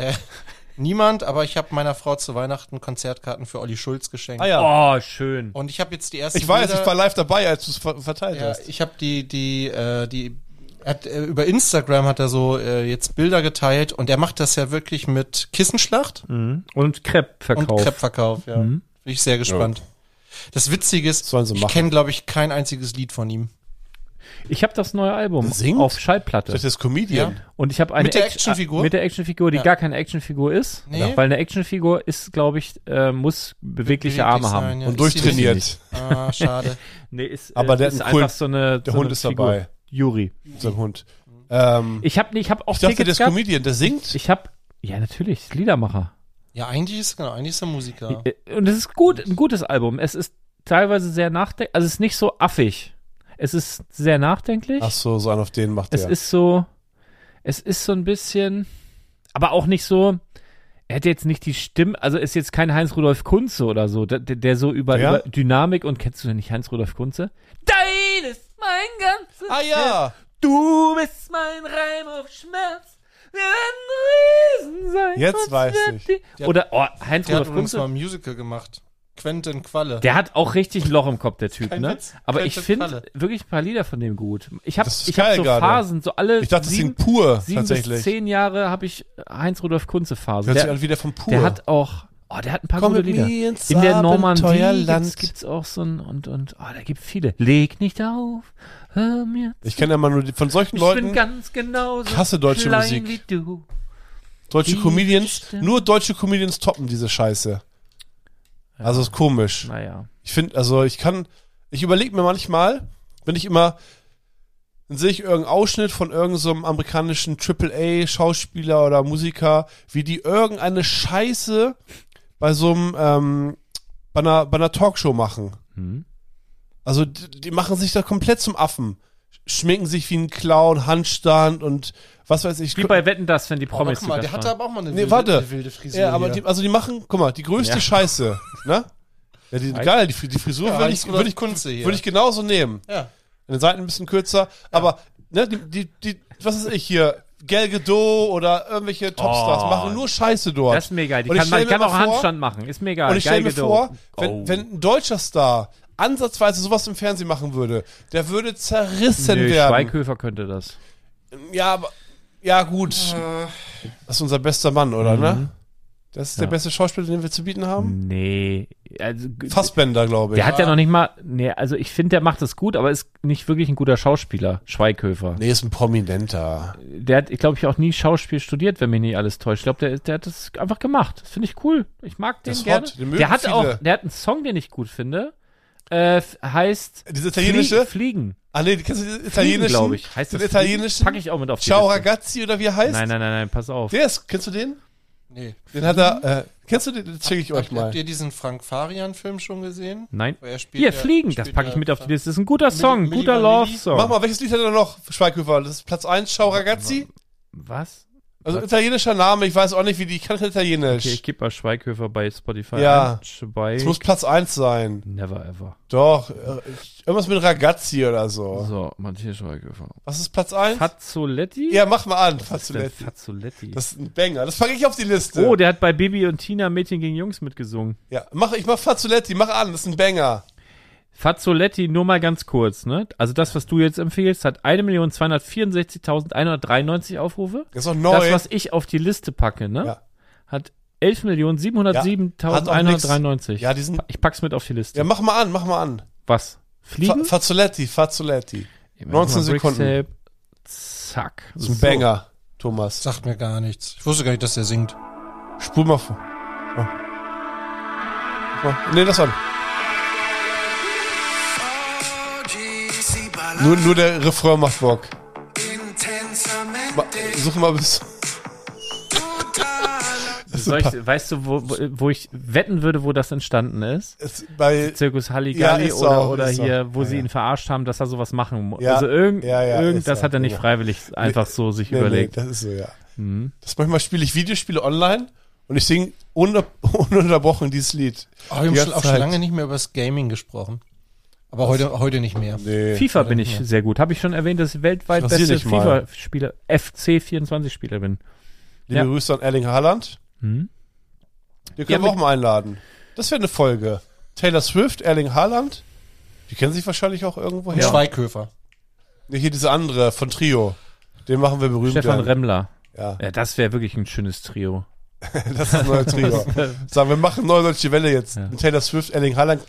[SPEAKER 5] Niemand, aber ich habe meiner Frau zu Weihnachten Konzertkarten für Olli Schulz geschenkt.
[SPEAKER 3] Ah ja.
[SPEAKER 4] Oh, schön.
[SPEAKER 5] Und ich habe jetzt die ersten
[SPEAKER 3] ich weiß,
[SPEAKER 5] Bilder,
[SPEAKER 3] ich war live dabei, als du es ver verteilt
[SPEAKER 5] ja,
[SPEAKER 3] hast.
[SPEAKER 5] ich habe die die äh, die er hat, äh, über Instagram hat er so äh, jetzt Bilder geteilt und er macht das ja wirklich mit Kissenschlacht.
[SPEAKER 4] Und Crepe-Verkauf.
[SPEAKER 5] Und Kreppverkauf, ja.
[SPEAKER 4] Mhm.
[SPEAKER 5] Bin ich sehr gespannt. Das Witzige ist,
[SPEAKER 3] Sollen sie
[SPEAKER 5] ich
[SPEAKER 3] machen.
[SPEAKER 5] kenne, glaube ich, kein einziges Lied von ihm.
[SPEAKER 4] Ich habe das neue Album
[SPEAKER 3] Singt?
[SPEAKER 4] auf Schallplatte.
[SPEAKER 3] Das ist Comedian.
[SPEAKER 4] Und ich habe eine
[SPEAKER 5] Mit der
[SPEAKER 4] Act-
[SPEAKER 5] Actionfigur?
[SPEAKER 4] äh, Mit der Actionfigur, die
[SPEAKER 5] Ja.
[SPEAKER 4] gar keine Actionfigur ist,
[SPEAKER 5] Nee.
[SPEAKER 4] Genau. weil eine Actionfigur ist, glaube ich, äh, muss bewegliche Arme
[SPEAKER 5] Beweglich sein,
[SPEAKER 4] haben.
[SPEAKER 5] ja.
[SPEAKER 3] Und
[SPEAKER 5] Ist sie
[SPEAKER 3] durchtrainiert.
[SPEAKER 5] nicht. Ah, schade.
[SPEAKER 4] Nee, ist,
[SPEAKER 3] Aber
[SPEAKER 4] äh,
[SPEAKER 3] der hat
[SPEAKER 4] ist
[SPEAKER 3] einen coolen-
[SPEAKER 4] einfach so eine
[SPEAKER 3] der
[SPEAKER 4] so
[SPEAKER 3] Hund
[SPEAKER 4] eine
[SPEAKER 3] ist dabei.
[SPEAKER 4] Juri.
[SPEAKER 3] unserem Hund. Äh, Ähm,
[SPEAKER 4] Ich habe ich hab auch
[SPEAKER 3] ich dachte, der
[SPEAKER 4] Tickets
[SPEAKER 3] ist
[SPEAKER 4] gehabt.
[SPEAKER 3] Comedian, der singt.
[SPEAKER 4] Ich habe, ja natürlich, Liedermacher.
[SPEAKER 5] Ja, eigentlich ist, genau, eigentlich ist er Musiker.
[SPEAKER 4] Äh, Und es ist gut, ein gutes Album. Es ist teilweise sehr nachdenklich, also es ist nicht so affig. Es ist sehr nachdenklich.
[SPEAKER 3] Ach so, so einen auf den macht
[SPEAKER 4] es
[SPEAKER 3] der.
[SPEAKER 4] ist so, es ist so ein bisschen, aber auch nicht so, er hätte jetzt nicht die Stimme, also ist jetzt kein Heinz-Rudolf Kunze oder so, der, der der so über,
[SPEAKER 3] Ja?
[SPEAKER 4] über Dynamik und kennst du denn nicht Heinz-Rudolf Kunze? Dein ist mein ganzes
[SPEAKER 5] Ah ja,
[SPEAKER 4] Du bist mein Reim auf Schmerz. Wir werden Riesen sein.
[SPEAKER 3] Jetzt
[SPEAKER 4] uns
[SPEAKER 3] weiß
[SPEAKER 4] wird
[SPEAKER 3] ich.
[SPEAKER 4] die-
[SPEAKER 5] Der-
[SPEAKER 4] Oder oh, Heinz
[SPEAKER 5] der hat
[SPEAKER 4] Rudolf
[SPEAKER 5] übrigens mal ein
[SPEAKER 4] Kunze.
[SPEAKER 5] Musical gemacht. Quentin Qualle.
[SPEAKER 4] Der hat auch richtig ein Loch im Kopf, der Typ,
[SPEAKER 5] Kein
[SPEAKER 4] ne?
[SPEAKER 5] Witz,
[SPEAKER 4] Aber
[SPEAKER 5] kein
[SPEAKER 4] ich
[SPEAKER 5] Witz,
[SPEAKER 4] finde
[SPEAKER 5] alle.
[SPEAKER 4] wirklich ein paar Lieder von dem gut. Ich habe
[SPEAKER 3] Das ist
[SPEAKER 4] ich hab
[SPEAKER 3] geil
[SPEAKER 4] so
[SPEAKER 3] gerade.
[SPEAKER 4] Phasen, so alle
[SPEAKER 3] Ich dachte, das
[SPEAKER 4] sieben,
[SPEAKER 3] singt pur,
[SPEAKER 4] sieben bis
[SPEAKER 3] tatsächlich.
[SPEAKER 4] zehn Jahre habe ich Heinz Rudolf Kunze Phase.
[SPEAKER 3] Hört sich
[SPEAKER 4] Der,
[SPEAKER 3] an wie der von pur.
[SPEAKER 4] der hat auch Oh, der hat ein paar
[SPEAKER 3] Komm
[SPEAKER 4] gute
[SPEAKER 3] mit
[SPEAKER 4] Lieder.
[SPEAKER 3] mir ins
[SPEAKER 4] In der Normandie gibt's,
[SPEAKER 3] Abenteuerland.
[SPEAKER 4] gibt's auch so ein und und oh, da gibt viele. Leg nicht auf, hör mir
[SPEAKER 3] ich kenne ja mal nur die, von solchen
[SPEAKER 4] ich bin
[SPEAKER 3] Leuten,
[SPEAKER 4] ganz genauso
[SPEAKER 3] Ich hasse deutsche
[SPEAKER 4] klein
[SPEAKER 3] Musik.
[SPEAKER 4] wie du.
[SPEAKER 3] deutsche
[SPEAKER 4] die
[SPEAKER 3] Comedians,
[SPEAKER 4] Stimme.
[SPEAKER 3] nur deutsche Comedians toppen diese Scheiße. Also ist komisch.
[SPEAKER 4] Naja.
[SPEAKER 3] Ich finde, also ich kann, ich überlege mir manchmal, wenn ich immer, dann sehe ich irgendeinen Ausschnitt von irgendeinem so einem amerikanischen AAA-Schauspieler oder Musiker, wie die irgendeine Scheiße bei so einem, ähm, bei einer, bei einer Talkshow machen.
[SPEAKER 4] Hm.
[SPEAKER 3] Also die, die machen sich da komplett zum Affen. Schminken sich wie ein Clown, Handstand und was weiß ich.
[SPEAKER 4] Wie bei Wetten das, wenn die
[SPEAKER 5] aber
[SPEAKER 4] Promis
[SPEAKER 5] guck mal,
[SPEAKER 4] zu
[SPEAKER 5] der
[SPEAKER 4] Gast
[SPEAKER 5] hatte
[SPEAKER 4] waren.
[SPEAKER 5] aber auch mal eine
[SPEAKER 3] Nee,
[SPEAKER 5] wilde,
[SPEAKER 3] warte.
[SPEAKER 5] eine wilde Frisur.
[SPEAKER 3] ja, aber
[SPEAKER 5] hier.
[SPEAKER 3] die, also die machen, guck mal, die größte Scheiße, ne? Ja, die, geil, die, die Frisur
[SPEAKER 5] Ja,
[SPEAKER 3] würde
[SPEAKER 5] Heinz
[SPEAKER 3] ich,
[SPEAKER 5] Rudolf
[SPEAKER 3] würde ich,
[SPEAKER 5] Kunze hier.
[SPEAKER 3] würde ich genauso nehmen.
[SPEAKER 5] ja.
[SPEAKER 3] An den Seiten ein bisschen kürzer, aber ne, die, die, die, was weiß ich hier, Gal Gadot oder irgendwelche Topstars
[SPEAKER 4] Oh.
[SPEAKER 3] machen nur Scheiße dort.
[SPEAKER 4] Das ist mega. Die
[SPEAKER 3] Und ich
[SPEAKER 4] kann, man,
[SPEAKER 3] stell
[SPEAKER 4] die kann
[SPEAKER 3] mir
[SPEAKER 4] auch
[SPEAKER 3] mal vor-
[SPEAKER 4] Handstand machen. Ist mega.
[SPEAKER 3] Und ich stelle
[SPEAKER 4] Geil
[SPEAKER 3] mir
[SPEAKER 4] gedo.
[SPEAKER 3] vor, wenn,
[SPEAKER 4] Oh.
[SPEAKER 3] wenn ein deutscher Star ansatzweise sowas im Fernsehen machen würde, der würde zerrissen
[SPEAKER 4] Nö,
[SPEAKER 3] werden.
[SPEAKER 4] Schweighöfer könnte das.
[SPEAKER 3] Ja, aber, ja gut. Das ist unser bester Mann, oder, ne? Das ist
[SPEAKER 4] Mhm. Ja.
[SPEAKER 3] der beste Schauspieler, den wir zu bieten haben?
[SPEAKER 4] Nee. Also, g-
[SPEAKER 3] Fassbender, glaube ich.
[SPEAKER 4] der hat ja noch nicht mal. Nee, also ich finde, der macht das gut, aber ist nicht wirklich ein guter Schauspieler. Schweighöfer.
[SPEAKER 3] Nee, ist ein Prominenter.
[SPEAKER 4] Der hat, glaube ich, auch nie Schauspiel studiert, wenn mich nicht alles täuscht. Ich glaube, der, der hat das einfach gemacht. Das finde ich cool. Ich mag den
[SPEAKER 3] Das ist
[SPEAKER 4] gerne.
[SPEAKER 3] hot. Den mögen
[SPEAKER 4] der hat
[SPEAKER 3] viele.
[SPEAKER 4] auch, der hat einen Song, den ich gut finde. Äh, f- heißt
[SPEAKER 3] Diese italienische?
[SPEAKER 4] Flie- Fliegen.
[SPEAKER 3] Ah, nee, kennst du den
[SPEAKER 4] Fliegen,
[SPEAKER 3] italienischen?
[SPEAKER 4] glaube ich. Heißt
[SPEAKER 3] den
[SPEAKER 4] das
[SPEAKER 3] italienischen?
[SPEAKER 4] Packe ich auch mit auf die
[SPEAKER 3] Ciao
[SPEAKER 4] Liste.
[SPEAKER 3] Ragazzi oder wie er heißt?
[SPEAKER 4] Nein, nein, nein, nein, pass auf.
[SPEAKER 3] Der ist, kennst du den?
[SPEAKER 5] Nee.
[SPEAKER 3] Den hat
[SPEAKER 4] Mhm.
[SPEAKER 3] er, äh, kennst du den? Den schicke ich euch
[SPEAKER 5] Habt,
[SPEAKER 3] mal.
[SPEAKER 5] habt ihr diesen Frank Farian-Film schon gesehen?
[SPEAKER 4] Nein.
[SPEAKER 5] Wo er spielt
[SPEAKER 4] Hier,
[SPEAKER 5] ja-
[SPEAKER 4] Fliegen, das
[SPEAKER 5] spielt
[SPEAKER 4] packe
[SPEAKER 5] ja
[SPEAKER 4] ich mit auf die
[SPEAKER 5] Frank-
[SPEAKER 4] Liste. Das ist ein guter
[SPEAKER 5] Milli-
[SPEAKER 4] Song,
[SPEAKER 5] Milli
[SPEAKER 4] guter
[SPEAKER 5] Vanilli.
[SPEAKER 4] Love-Song.
[SPEAKER 3] Mach mal, welches Lied hat er noch, Schweighöfer? Das ist Platz 1, Ciao Ragazzi.
[SPEAKER 4] Was?
[SPEAKER 3] Also italienischer Name, ich weiß auch nicht, wie die, ich kann kein Italienisch.
[SPEAKER 4] Okay, ich gebe mal Schweighöfer bei Spotify.
[SPEAKER 3] Ja.
[SPEAKER 4] ein. Schweig.
[SPEAKER 3] Es muss Platz 1 sein.
[SPEAKER 4] Never ever.
[SPEAKER 3] Doch, äh, irgendwas mit Ragazzi oder so.
[SPEAKER 4] So, Matthias Schweighöfer.
[SPEAKER 3] Was ist Platz 1?
[SPEAKER 4] Fazzoletti?
[SPEAKER 3] ja, mach mal an,
[SPEAKER 4] Was ist denn
[SPEAKER 3] Fazzoletti.
[SPEAKER 4] Fazzoletti.
[SPEAKER 3] Das äh, ist ein Banger, das packe ich auf die Liste.
[SPEAKER 4] Oh, der hat bei Bibi und Tina Mädchen gegen Jungs mitgesungen.
[SPEAKER 3] ja, mach, ich mach Fazzoletti, mach an, das ist ein Banger.
[SPEAKER 4] Fazzoletti, nur mal ganz kurz, ne? Also das, was du jetzt empfiehlst, hat 1.264.193 Aufrufe.
[SPEAKER 3] Das ist auch
[SPEAKER 4] Das,
[SPEAKER 3] neu.
[SPEAKER 4] was ich auf die Liste packe, ne?
[SPEAKER 3] Ja. hat
[SPEAKER 4] Hat
[SPEAKER 3] auch nix.
[SPEAKER 4] 11.707.193.
[SPEAKER 3] ja, diesen,
[SPEAKER 4] Ich pack's mit auf die Liste.
[SPEAKER 3] ja, mach mal an, mach mal an.
[SPEAKER 4] Was?
[SPEAKER 3] Fa
[SPEAKER 4] Fliegen?
[SPEAKER 3] Fazzoletti, Fazzoletti. 19 Sekunden.
[SPEAKER 4] Bricktape. Zack.
[SPEAKER 3] Das ist ein Banger, Thomas.
[SPEAKER 5] Sagt mir gar nichts. Ich wusste gar nicht, dass der singt.
[SPEAKER 3] Spul mal vor. Oh. Oh. Nee, das an. Nur, nur der Refrain macht Bock. Ma such mal bis.
[SPEAKER 4] Soll ich, weißt du, wo, wo- wo ich wetten würde, wo das entstanden ist?
[SPEAKER 3] Es, bei,
[SPEAKER 4] Zirkus Halligalli
[SPEAKER 3] Ja, ist so,
[SPEAKER 4] oder, oder
[SPEAKER 3] ist so.
[SPEAKER 4] hier, wo
[SPEAKER 3] Ja,
[SPEAKER 4] sie
[SPEAKER 3] ja.
[SPEAKER 4] ihn verarscht haben, dass er sowas machen muss.
[SPEAKER 3] Ja,
[SPEAKER 4] also irgend,
[SPEAKER 3] ja, ja,
[SPEAKER 4] irgend
[SPEAKER 3] ist
[SPEAKER 4] das
[SPEAKER 3] so,
[SPEAKER 4] hat er nicht
[SPEAKER 3] genau.
[SPEAKER 4] freiwillig einfach so sich überlegt.
[SPEAKER 3] das ist so, ja.
[SPEAKER 5] Mhm.
[SPEAKER 3] Das manchmal spiele ich Videospiele online und ich singe ohne, ununterbrochen dieses Lied.
[SPEAKER 5] Oh, wir haben
[SPEAKER 3] Die
[SPEAKER 5] schon,
[SPEAKER 3] ganze
[SPEAKER 5] auch schon
[SPEAKER 3] Zeit.
[SPEAKER 5] lange nicht mehr über das Gaming gesprochen. Aber heute, heute nicht mehr.
[SPEAKER 3] Nee.
[SPEAKER 4] FIFA bin ich sehr gut. Habe ich schon erwähnt, dass ich weltweit
[SPEAKER 3] Interessiert
[SPEAKER 4] beste
[SPEAKER 3] dich mal.
[SPEAKER 4] FIFA-Spieler, FC24-Spieler bin.
[SPEAKER 3] Liebe
[SPEAKER 4] Ja.
[SPEAKER 3] Grüße an Erling Haaland. Den
[SPEAKER 4] Hm? Ja,
[SPEAKER 3] können wir auch
[SPEAKER 4] mit-
[SPEAKER 3] mal einladen. Das wäre eine Folge. Taylor Swift, Erling Haaland. Die kennen sich wahrscheinlich auch irgendwo
[SPEAKER 5] Und
[SPEAKER 3] her.
[SPEAKER 5] Schweighöfer.
[SPEAKER 3] Nee, hier diese andere von Trio. Den machen wir berühmt.
[SPEAKER 4] Stefan
[SPEAKER 3] dann.
[SPEAKER 4] Remmler.
[SPEAKER 3] Ja, <laughs>
[SPEAKER 4] Ja, das wäre wirklich ein schönes Trio.
[SPEAKER 3] das ist ein neuer
[SPEAKER 4] <laughs>
[SPEAKER 3] Trio. Sagen wir machen neue deutsche Welle jetzt. Mit Taylor Swift, Erling Haaland,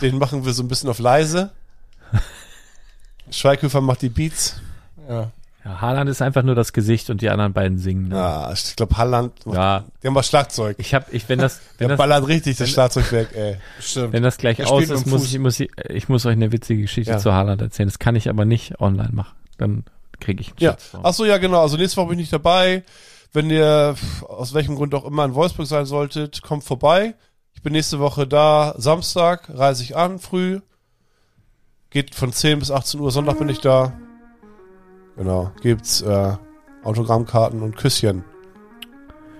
[SPEAKER 3] den machen wir so ein bisschen auf leise. Schweighöfer macht die Beats.
[SPEAKER 5] Ja.
[SPEAKER 4] Ja, Haaland ist einfach nur das Gesicht und die anderen beiden singen. Ne?
[SPEAKER 3] Ja, Ah, ich glaube Haaland, macht,
[SPEAKER 4] Ja.
[SPEAKER 3] der macht Schlagzeug.
[SPEAKER 4] Ich habe, ich wenn das, wenn
[SPEAKER 3] Der
[SPEAKER 4] das,
[SPEAKER 3] ballert richtig das Schlagzeug weg, ey.
[SPEAKER 5] Stimmt.
[SPEAKER 4] wenn das gleich
[SPEAKER 5] Er
[SPEAKER 4] aus
[SPEAKER 5] spielt mit
[SPEAKER 4] ist,
[SPEAKER 5] dem
[SPEAKER 4] muss
[SPEAKER 5] Fuß.
[SPEAKER 4] ich, muss ich, ich muss euch eine witzige Geschichte
[SPEAKER 3] Ja.
[SPEAKER 4] zu Haaland erzählen. Das kann ich aber nicht online machen. Dann kriege ich einen
[SPEAKER 3] Ja.
[SPEAKER 4] Shitstorm.
[SPEAKER 3] Ach so, ja, genau. Also nächste Woche bin ich nicht dabei. Wenn ihr pf, aus welchem Grund auch immer in Wolfsburg sein solltet, kommt vorbei. Ich bin nächste Woche da. Samstag reise ich an, früh. Geht von 10 bis 18 Uhr. Sonntag bin ich da. Genau. Gibt's äh, Autogrammkarten und Küsschen.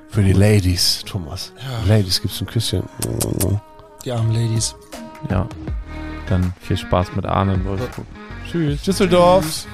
[SPEAKER 3] Für die Ladies, Thomas. Ladies gibt's ein Küsschen.
[SPEAKER 5] Die armen Ladies.
[SPEAKER 4] Ja. Dann viel Spaß mit Arne in Wolfsburg. Tschüss.
[SPEAKER 3] Düsseldorf.